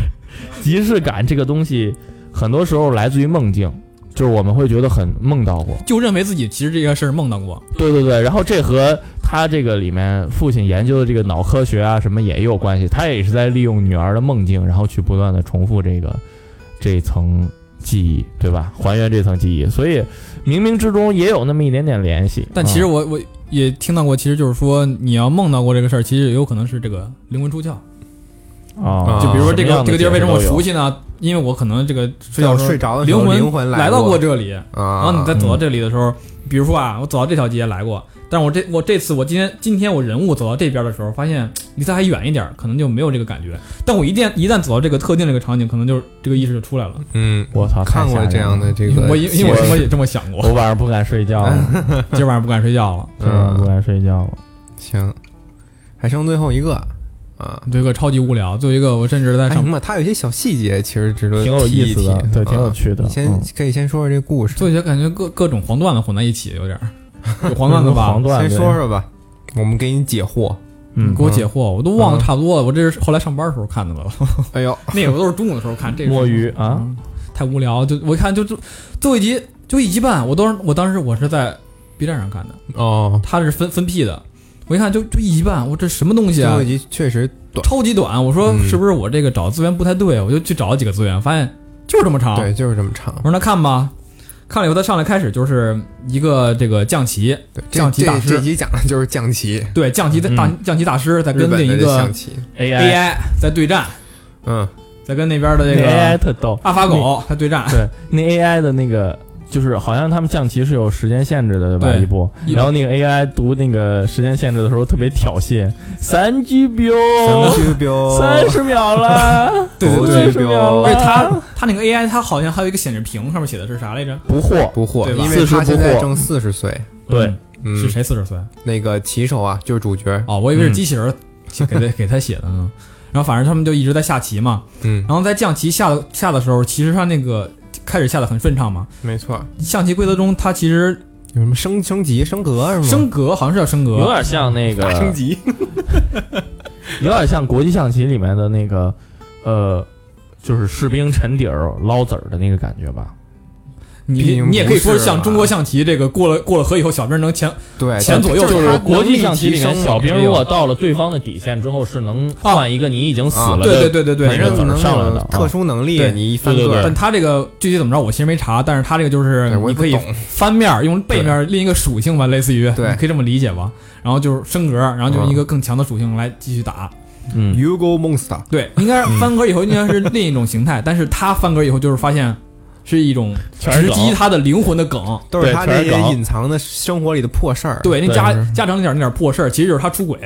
S3: 即视感这个东西，很多时候来自于梦境，就是我们会觉得很梦到过。
S2: 就认为自己其实这个事儿梦到过，
S3: 对对对，然后这和他这个里面父亲研究的这个脑科学啊什么也有关系，他也是在利用女儿的梦境，然后去不断的重复这个 这层记忆，对吧？还原这层记忆，所以冥冥之中也有那么一点点联系。
S2: 但其实
S3: 嗯
S2: 我我也听到过，其实就是说你要梦到过这个事儿，其实也有可能是这个灵魂出窍。
S3: 啊，
S2: 就比如说这
S3: 什么
S2: 个
S3: 样
S2: 这个
S3: 的
S2: 地儿为什么我
S3: 解释都有
S2: 熟悉呢？因为我可能这个睡
S1: 睡
S2: 觉
S1: 觉
S2: 的时候
S1: 睡着的时
S2: 灵
S1: 候，
S2: 魂
S1: 灵魂
S2: 来到
S1: 到
S2: 过这里，然
S1: 啊，
S2: 后你再走到这里的时候，比如说啊，我走到这条街来过，但是我这我这次我今天今天我人物走到这边的时候，发现离它还远一点儿，可能就没有这个感觉。但我一旦一旦走到这个特定这个场景，可能就是这个意识就出来了。
S1: 嗯，
S3: 我操，太
S1: 看
S3: 吓
S1: 过
S3: 人
S1: 这样的
S3: 了，
S1: 这个，
S2: 我因因为我我也这么想 过，
S3: 我晚上不敢睡 觉了，
S2: 今儿晚上不敢睡觉了。
S3: 今晚不
S1: 嗯，
S3: 敢睡觉了。
S1: 行，还剩最后一个啊，
S2: 最后一个超级无聊，最后一个我甚至在
S1: 哎呀
S2: 上，
S1: 妈，它有些小细节其实值得
S3: 挺有
S1: 提一
S3: 意思的
S1: 提
S3: 对挺有
S1: 啊
S3: 趣的
S1: 你先
S3: 嗯
S1: 可以先说说这故事，
S2: 做一些感觉各各种黄段子混在一起，有点儿有黄段子吧
S3: 黄？段
S1: 先
S3: 子，
S1: 说说吧，我们给你解惑。
S3: 嗯
S2: 给，我解惑，我都忘得差不多了。我这是后来上班的时候看的了，
S1: 哎呦，
S2: 那个都是中午的时候看。这个
S3: 摸鱼啊，
S2: 嗯太无聊，就我一看就就最后一集就一集半，我当时我当时我是在 B 站上看的，
S1: 哦，
S2: 它是分分批的，我一看就就一集半，我这什么东西
S1: 最
S2: 啊
S1: 后，一集确实短，
S2: 超级短，我说
S1: 嗯
S2: 是不是我这个找资源不太对，我就去找了几个资源，发现就是这么长，
S1: 对，就是这么长
S2: 我。说那看吧，看了以后它上来开始就是一个这个嗯降旗，
S1: 对，这
S2: 象棋大
S1: 这
S2: 师
S1: 这集讲的就是象棋，
S2: 对降旗的大、降旗大师在
S1: 嗯日
S2: 跟
S1: 本
S2: 另
S1: 的
S2: 一
S1: 这
S2: 个
S1: 象棋，
S3: AI
S2: AI 在对战，
S1: 嗯，
S2: 在跟那边的这
S3: AI
S2: 个
S3: 特逗，
S2: 阿法狗在对战，
S3: 对，那 AI 的那个就是好像他们象棋是有时间限制的，对吧？
S2: 对
S3: 一步，
S2: 一步
S3: 然后那个 AI 读那个时间限制的时候特别挑衅，三 G 标，
S1: 区别？
S3: 哦 三十秒了，
S2: 对对对
S3: 三十秒
S2: 而且
S3: 了，
S2: 它它那个 AI 它好像还有一个显示屏，上面写的是啥来着？
S3: 不惑，
S1: 不惑，
S2: 对吧
S1: 因为他
S3: 四十
S1: 现
S3: 不惑
S1: 在正四十岁。
S3: 对，
S1: 嗯，
S2: 是谁四十岁？
S1: 那个骑手啊，就是主角。
S2: 哦，我以为是机器人儿写 给他给他写的呢。然后反正他们就一直在下棋嘛，
S1: 嗯
S2: 然后在降棋下的下的时候，其实他那个开始下的很顺畅嘛。
S1: 没错，
S2: 象棋规则中，它其实
S1: 有什么升升级、升格是吗？
S2: 升格好像是叫升
S3: 有
S2: 格，
S3: 点像那个，
S1: 级，
S3: 有点像国际象棋里面的那个，呃，就是士兵沉底儿捞子儿的那个感觉吧。
S1: 毕
S2: 你
S1: 竟
S2: 你也
S1: 不
S2: 可以说
S3: 啊
S1: 是
S2: 是像
S1: 了
S2: 中国象棋这个过了过了河以后，小兵能前
S1: 对，
S2: 前左右
S3: 就是
S1: 它
S3: 国际象棋里
S1: 能
S3: 面，
S1: 力提升
S3: 小兵
S1: 嘛
S3: 如果到了对方的底线之后，是能
S2: 啊
S3: 换一个你已经死
S1: 啊
S3: 了的。
S2: 对对对对对，
S1: 每人
S3: 那个
S1: 能
S3: 上来的
S1: 有
S3: 啊
S1: 特殊能力
S2: 对，
S1: 你一翻
S3: 对对
S1: 个
S3: 对
S2: 但他这个具体怎么着，我其实没查，但是他这个就是
S1: 对哎我也
S2: 你
S1: 不
S2: 可以
S1: 懂
S2: 翻面儿用背面儿另一个属性吧，类似于，
S1: 对嗯
S2: 你可以这么理解吧。然后就是升格，然后就用一个更强的属性来继续打。
S3: 嗯，
S1: ，You go monster，
S2: 对，应该是翻格以后应该是另一种形态，但是他翻格以后就是发现是一种
S3: 全是
S2: 直
S3: 梗
S2: 击他的灵魂的梗。
S1: 都是
S3: 对
S1: 他
S3: 全
S1: 那
S3: 是
S1: 些
S3: 梗
S1: 隐藏的生活里的破事儿。
S2: 对，那
S3: 对
S2: 加
S3: 是
S2: 加长一点那点破事儿，其实就是他出轨。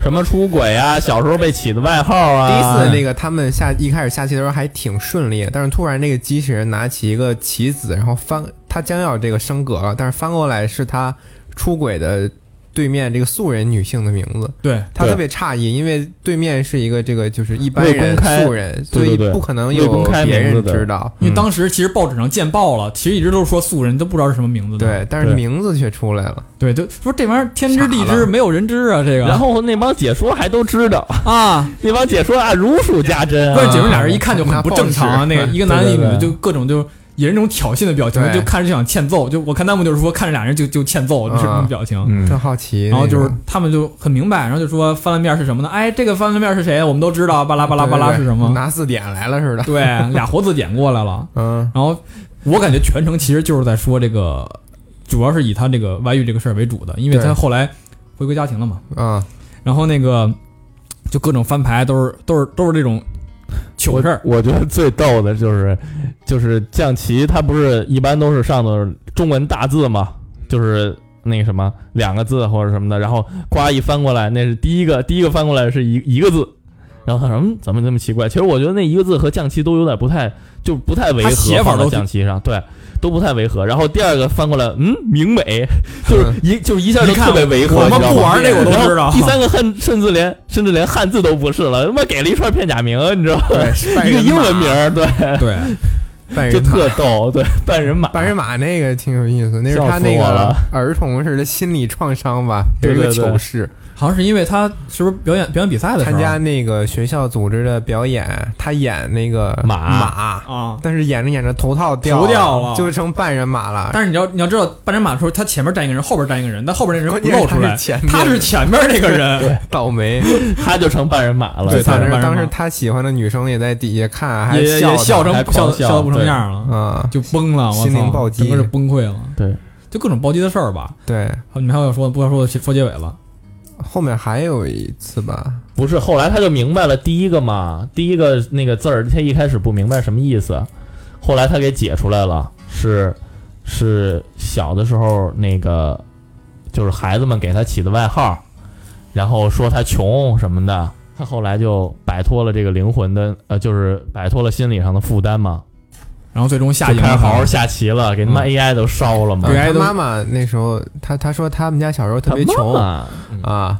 S3: 什么出轨啊，小时候被起的外号
S1: 第一
S3: 啊，
S1: 次那个他们下一开始下棋的时候还挺顺利，但是突然那个机器人拿起一个棋子，然后翻，他将要这个升格了，但是翻过来是他出轨的对面这个素人女性的名字，
S2: 对，
S1: 他
S3: 对
S1: 特别诧异，因为对面是一个这个就是一般
S3: 未公
S1: 人
S3: 开
S1: 素人，
S3: 对
S1: 所以
S3: 对
S1: 不可能
S3: 未
S1: 有
S3: 公开
S1: 别
S3: 名字
S1: 人
S3: 的
S1: 知道，
S2: 因为当时其实报纸上见报了，其实一直都是说素人，都不知道是什么名字的。
S1: 对，但是
S3: 对
S1: 名字却出来了，
S2: 对，就说这玩意儿天知地
S1: 傻
S2: 知，
S1: 了
S2: 没有人知啊，这个。
S3: 然后那帮解说还都知道，
S2: 啊，
S3: 那帮解说啊如数家珍啊。
S2: 关键姐妹俩人一看就很不正常啊，那
S1: 拿报
S2: 个
S1: 纸
S2: 一个男的，一
S3: 对
S2: 个
S3: 对
S2: 女的，
S3: 对
S2: 就各种就也是那种挑衅的表情，
S1: 对
S2: 就看着就想欠揍。就我看弹幕就是说看着俩人就就欠揍，就是这种表情。
S4: 嗯
S1: 特好奇那
S2: 然
S1: 种。
S2: 后就是他们就很明白，然后就说翻了面是什么呢？哎，这个翻了面是谁？我们都知道，巴拉巴拉巴拉
S1: 对对
S2: 是
S1: 对
S2: 什么？
S1: 拿字典来了似的。
S2: 对，俩活字典过来了。
S1: 嗯，
S2: 然后我感觉全程其实就是在说这个，主要是以他这个外遇这个事儿为主的，因为
S1: 对
S2: 他后来回归家庭了嘛。
S1: 啊，
S2: 然后那个就各种翻牌都是都是都是这种糗事儿。
S3: 我 觉得最逗的就是，就是象棋，它不是一般都是上的中文大字嘛，就是那个什么两个字或者什么的，然后呱一翻过来，那是第一个，第一个翻过来是一一个字，然后他说嗯怎么这么奇怪？其实我觉得那一个字和象棋都有点不太，就不太违
S2: 它
S3: 和，
S2: 写法
S3: 放到
S2: 都
S3: 象棋上对。都不太违和，然后第二个翻过来，嗯，明美，就是一就是一下就
S2: 你看
S3: 特别违和，
S2: 我
S3: 你
S2: 们
S3: 知道
S2: 不
S3: 吗？
S2: 玩这个我
S3: 然
S2: 都
S3: 后
S2: 知道。
S3: 第三个汉甚至连甚至连汉字都不是了，他妈给了一串片假名，你知道吗？
S1: 对，
S3: 一个英文名儿， 对，
S2: 对，
S1: 半
S3: 就
S1: 人马，
S3: 特逗，对，半人马，
S1: 半人马那个挺有意思，那是
S3: 笑
S1: 他
S3: 死
S1: 那
S3: 我
S1: 个
S3: 了
S1: 儿童似的心理创伤吧，有
S3: 对
S1: 一个
S3: 对对
S1: 糗事，
S2: 好像是因为他是不是表演表演比赛的时
S1: 参
S2: 候
S1: 加那个学校组织的表演，他演那个
S3: 马
S1: 马，
S2: 啊？
S1: 但是演着演着头套掉
S2: 头掉了
S1: 就成半人马了。
S2: 但是你要你要知道，半人马的时候，他前面站一个人，后边站一个人，但后边那人
S1: 关
S2: 不
S1: 键
S2: 露
S1: 是
S2: 出
S1: 他
S2: 来
S1: 是，前面，
S2: 他是前面那个人，
S1: 倒 霉。
S3: 他就成半人马了，
S2: 对
S1: 反
S2: 他
S1: 正
S2: 是半人马
S1: 当时他喜欢的女生也在底下看，还
S2: 也也也笑
S1: 笑
S2: 成
S3: 还
S2: 笑
S3: 狂笑
S2: 笑的不成样了，
S1: 啊，
S2: 就崩了，我操
S1: 心灵暴击
S2: 整个就崩溃了。
S3: 对，
S2: 就各种暴击的事儿吧。
S1: 对，
S2: 好你们还有要说的不要说的说结尾了？
S1: 后面还有一次吧，
S3: 不是，后来他就明白了第一个嘛，第一个那个字儿，他一开始不明白什么意思，后来他给解出来了，是是小的时候那个就是孩子们给他起的外号，然后说他穷什么的，他后来就摆脱了这个灵魂的呃，就是摆脱了心理上的负担嘛，
S2: 然后最终下
S3: 就
S2: 赢
S3: 开始
S2: 了，
S3: 好好下棋了，给他妈 AI 都烧了嘛，
S2: 对
S1: 啊
S2: 挨
S1: 他
S2: 都
S1: 妈妈那时候，他他说他们家小时候特别穷
S3: 啊，
S4: 嗯
S1: 啊，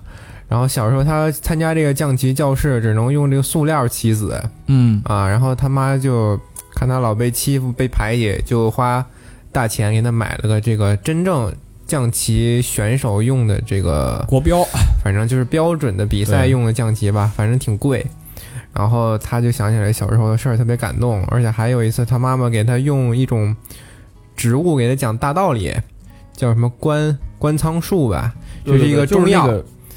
S1: 然后小时候他参加这个降级教室，只能用这个塑料棋子
S2: 嗯，
S1: 啊，然后他妈就看他老被欺负被排挤，就花大钱给他买了个这个真正降棋选手用的这个，
S2: 国标
S1: 反正就是标准的比赛
S2: 对
S1: 用的降级吧，反正挺贵。然后他就想起来小时候的事儿，特别感动，而且还有一次他妈妈给他用一种植物给他讲大道理，叫什么观观苍树吧，这是一个嗯中药。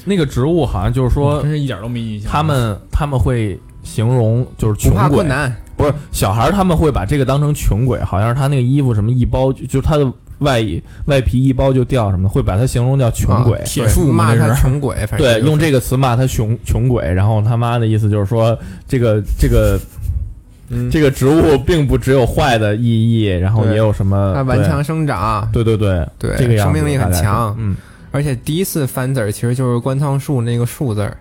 S4: 那个植物好像就是
S2: 我
S4: 说
S2: 真是一点都没印象。
S4: 他们他们会形容就是
S1: 不
S4: 穷
S1: 怕
S4: 鬼
S1: 困，难，
S4: 不是小孩儿他们会把这个当成穷鬼，好像是他那个衣服什么一包，就就是他的外衣外皮一包就掉什么的，会把他形容叫穷鬼
S1: 啊。
S2: 铁
S1: 对
S2: 树嘛
S1: 骂
S2: 那
S1: 他
S2: 是
S1: 穷鬼，反正
S4: 对，
S1: 啊就是
S4: 用这个词骂他穷穷鬼，然后他妈的意思就是说，这个这个
S1: 嗯
S4: 这个植物并不只有坏的意义，然后
S1: 对
S4: 也有什么
S1: 它顽强生长，
S4: 对对对
S1: 对
S4: 对，这个样
S1: 生
S4: 子
S1: 命力很
S4: 大概是
S1: 强。
S4: 嗯，
S1: 而且第一次翻字儿其实就是观苍树那个树字儿，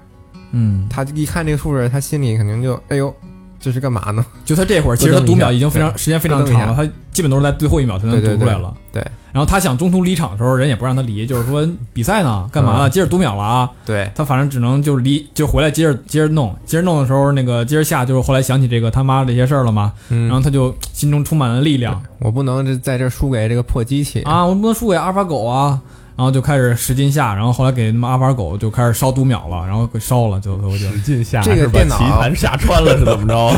S2: 嗯，
S1: 他一看这个树字儿，他心里肯定就哎呦，这是干嘛呢？
S2: 就他这会儿，其实他读秒已经非常时间非常
S1: 咯噔一
S2: 长
S1: 下
S2: 了，他基本都是在最后一秒才能
S1: 对对
S2: 读出
S1: 对
S2: 来了。
S1: 对
S2: 然然后他想中途离场的时候，人也不让他离，就是说比赛呢，干
S1: 嗯
S2: 嘛呢？接着读秒了啊！
S1: 对，
S2: 他反正只能就离，就回来接着接着弄，接着弄的时候，那个接着下，就是后来想起这个他妈这些事儿了嘛，
S1: 嗯，
S2: 然后他就心中充满了力量
S1: 我不能这在这儿输给这个破机器，
S2: 啊，我不能输给阿尔法狗啊，然后就开始使劲下，然后后来给他妈阿尔法狗就开始烧读秒了，然后给烧了，就就就
S3: 使劲下
S1: 这个
S3: 是把
S1: 电脑
S3: 棋
S2: 啊
S3: 盘下穿了是怎么着？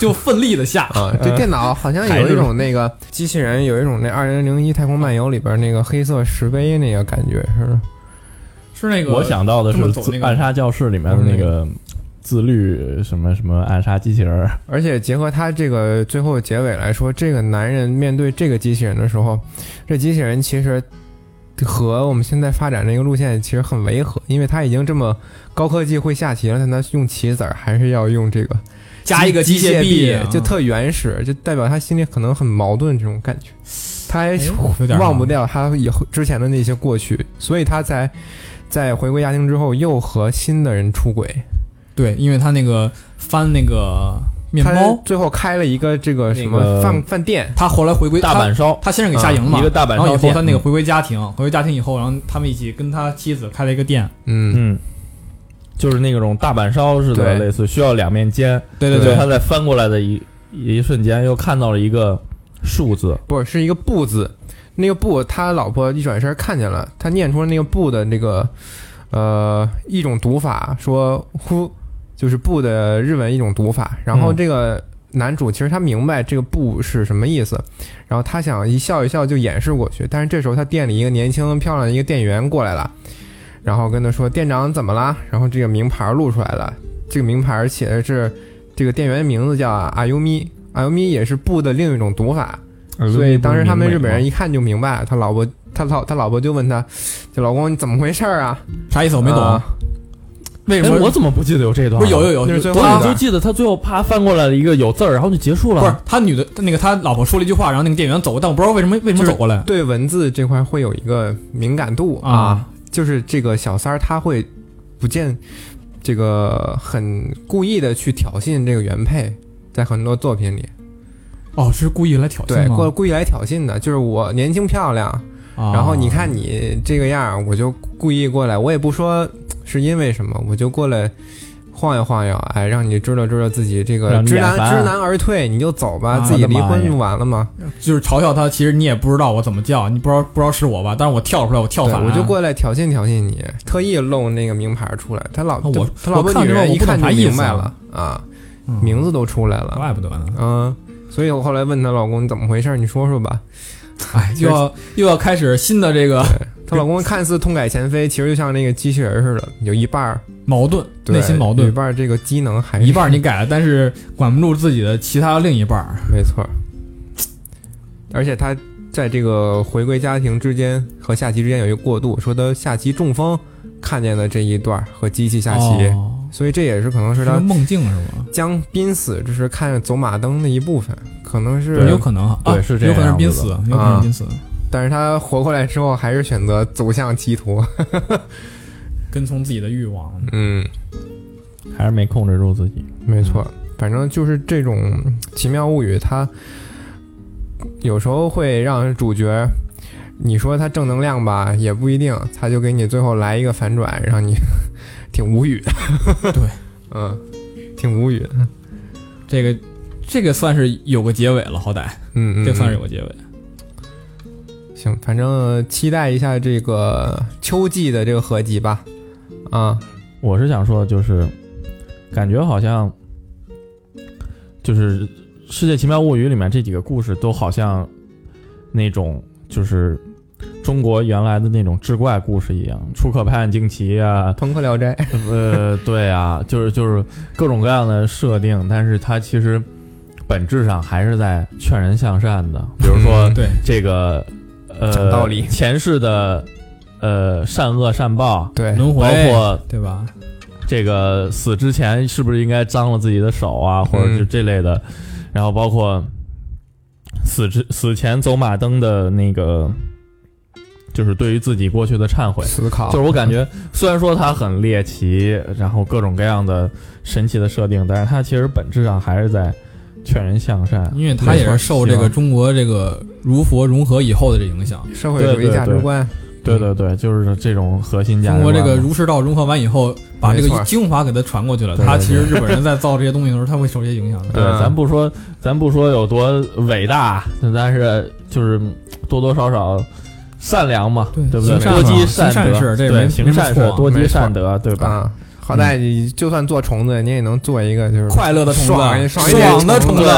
S2: 就奋力的下，
S1: 啊，这电脑好像
S3: 还
S1: 有
S3: 是
S1: 一种那个机器人，有一种那《二零零一太空漫游》里边那个黑色石碑那个感觉似的。
S2: 是那个
S3: 我想到的
S2: 这么
S3: 是
S2: 走
S3: 自
S2: 那
S3: 《
S2: 个嗯
S3: 暗杀教室》里面的那个自律什么什么暗杀机器人儿，
S1: 而且结合他这个最后结尾来说，这个男人面对这个机器人的时候，这机器人其实和我们现在发展这个路线其实很违和，因为他已经这么高科技会下棋了，但他用棋子儿还是要用这个
S2: 加一个
S1: 机
S2: 械
S1: 臂，
S2: 啊
S1: 就特原始，就代表他心里可能很矛盾这种感觉，他还
S2: 哎呦有点
S1: 忘不掉他以后之前的那些过去，所以他才在回归家庭之后又和新的人出轨。
S2: 对，因为他那个翻那个面
S1: 他
S2: 包，
S1: 最后开了一个这个什
S3: 那
S1: 么
S3: 个
S1: 饭饭店，
S2: 他后来回归
S3: 大阪烧
S2: 他，他先是给下赢了嘛，
S3: 一个大阪
S2: 然后
S3: 烧
S2: 以后
S3: 店
S2: 啊他那个回归家庭，回归家庭以后，然后他们一起跟他妻子开了一个店，
S1: 嗯，
S3: 嗯，就是那种大阪烧似的，
S1: 对
S3: 类似需要两面煎。
S2: 对对
S3: 所以
S2: 对，
S3: 他在翻过来的一一瞬间，又看到了一个数字，
S1: 不是是一个不字，那个不，他老婆一转身看见了，他念出了那个不的那个呃一种读法，说呼，就是不的日文一种读法。然后
S3: 嗯
S1: 这个男主其实他明白这个不是什么意思，然后他想一笑一笑就掩饰过去，但是这时候他店里一个年轻漂亮的一个店员过来了。然后跟他说：“店长怎么啦？”然后这个名牌露出来了，这个名牌写的是这个店员名字叫阿尤啊米，阿尤米也是布的另一种读法。
S2: 啊呃
S1: 所以当时他们日
S3: 啊
S1: 本人一看就明白，他老婆他老他老婆就问他，就老公你怎么回事儿啊？
S2: 啥意思我哦没懂，
S1: 啊
S2: 为
S3: 哎，
S2: 什么？
S3: 我怎么不记得有这段
S2: 不
S3: 了？
S2: 是有有有，
S1: 那是最后
S3: 我
S1: 一
S3: 怎么就
S1: 段
S3: 记得他最后啪翻过来了一个有字儿，然后就结束了。
S2: 不是他女的，那个他老婆说了一句话，然后那个店员走，但我不知道为什么为什么走过来
S1: 对文字这块会有一个敏感度
S2: 啊，
S1: 就是这个小三儿他会不见这个很故意的去挑衅这个原配，在很多作品里，
S2: 哦，是故意来挑
S1: 对
S2: 衅
S1: 故
S2: 吗？
S1: 故意来挑衅的，就是我年轻漂亮，
S2: 啊
S1: 然后你看你这个样儿，我就故意过来，我也不说是因为什么，我就过来晃悠晃悠，哎，让你知道知道自己这个
S3: 让你
S1: 知
S3: 眼
S1: 难
S3: 烦
S1: 知难而退，你就走吧，
S2: 啊
S1: 自己
S3: 我
S1: 离
S3: 的妈
S1: 婚
S3: 呀
S1: 就完了嘛。
S2: 就是嘲笑他，其实你也不知道我怎么叫，你不知道不知道是我吧？但是我跳出来，我跳
S1: 对，
S2: 反，
S1: 我就过来挑衅挑衅你，特意露那个名牌出来。他老
S2: 啊我
S1: 他老
S2: 我
S1: 婆
S2: 看
S1: 女
S2: 这个
S1: 人
S2: 我
S1: 一
S2: 不懂
S1: 看就
S2: 啥意
S1: 明
S2: 思
S1: 白
S2: 啊
S1: 了啊，
S2: 嗯
S1: 名字都出来了，
S2: 怪不得呢。
S1: 嗯。所以我后来问她老公怎么回事，你说说吧。
S2: 哎，又要又要开始新的这个
S1: 她老公看似痛改前非，其实就像那个机器人似的，有一半儿
S2: 矛盾，
S1: 对
S2: 内心矛
S1: 有一
S2: 盾，
S1: 半儿这个机能还是
S2: 一半儿你改了，但是管不住自己的其他另一半儿。
S1: 没错儿，而且他在这个回归家庭之间和下棋之间有一个过渡，说他下棋中风看见了这一段儿和机器下棋，
S2: 哦
S1: 所以这也是可能
S2: 是
S1: 是
S2: 个
S1: 他
S2: 梦境是吗？
S1: 将濒死之时看着走马灯的一部分，可能
S2: 有
S1: 是，
S2: 可能啊，
S3: 对
S2: 啊
S3: 是这
S2: 有可能是
S3: 样
S2: 濒
S3: 子
S2: 死
S3: 的，
S2: 有可能是濒死，
S1: 但是他活过来之后还是选择走向歧途，
S2: 跟从自己的欲望。
S1: 嗯。
S3: 还是没控制住自己。
S1: 没错，反正就是这种奇妙物语，它有时候会让主角，你说他正能量吧，也不一定，他就给你最后来一个反转，让你 挺无语的。
S2: 对，
S1: 嗯，挺无语的。
S2: 这个这个算是有个结尾了，好歹
S1: 嗯嗯，
S2: 这个算是有
S1: 嗯
S2: 个结尾。
S1: 行，反正呃期待一下这个秋季的这个合集吧。啊，
S3: 我是想说，就是感觉好像就是《世界奇妙物语》里面这几个故事都好像那种就是中国原来的那种志怪故事一样，出可派惊 奇啊，
S1: 朋克聊 斋，
S3: 呃，对啊，就是就是各种各样的设定，但是它其实本质上还是在劝人向善 的，比如说
S1: 嗯
S2: 对，
S3: 这个呃
S1: 讲道理
S3: 前世的呃善恶善报，
S1: 对，
S2: 轮回
S3: 包括
S2: 对吧？
S3: 这个死之前是不是应该脏了自己的手啊，或
S2: 嗯
S3: 者就这类的，然后包括死之死前走马灯的那个，就是对于自己过去的忏悔。
S1: 思考
S3: 就是我感觉，虽然说它很猎奇，然后各种各样的神奇的设定，但是它其实本质上还是在劝人向善。
S2: 因为他也是受这个中国这个儒佛融合以后的这影响。
S1: 社会主义价值观，
S3: 对对对，就是这种核心价
S2: 中
S3: 值
S2: 国
S3: 观嘛。
S2: 这个儒释道融合完以后，把这
S1: 没错
S2: 个精华给它传过去了。
S3: 对对
S2: 他其实日本人在造这些东西的时候，他会受这些影响的。
S3: 对，
S1: 嗯
S3: 咱不说，咱不说有多伟大，但是就是多多少少善良嘛，
S2: 对
S3: 对不对？
S2: 行善
S3: 多积
S2: 嘛行善
S3: 德，
S2: 事这没
S3: 对，行
S2: 没
S3: 善
S2: 错
S3: 事，多积
S1: 没错
S3: 善德，对嗯吧？
S1: 啊，好歹你就算做虫子，你也能做一个就是
S2: 快乐的虫
S1: 爽啊
S2: 子，啊
S1: 爽一点
S2: 爽的虫
S1: 虫
S2: 子，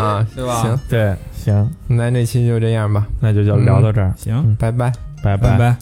S1: 啊，
S2: 对吧
S1: 行，
S3: 对，行，
S1: 那这期就这样吧，
S3: 那就就聊到这儿，
S2: 行，
S1: 拜拜。
S3: 拜
S2: 嗯拜拜。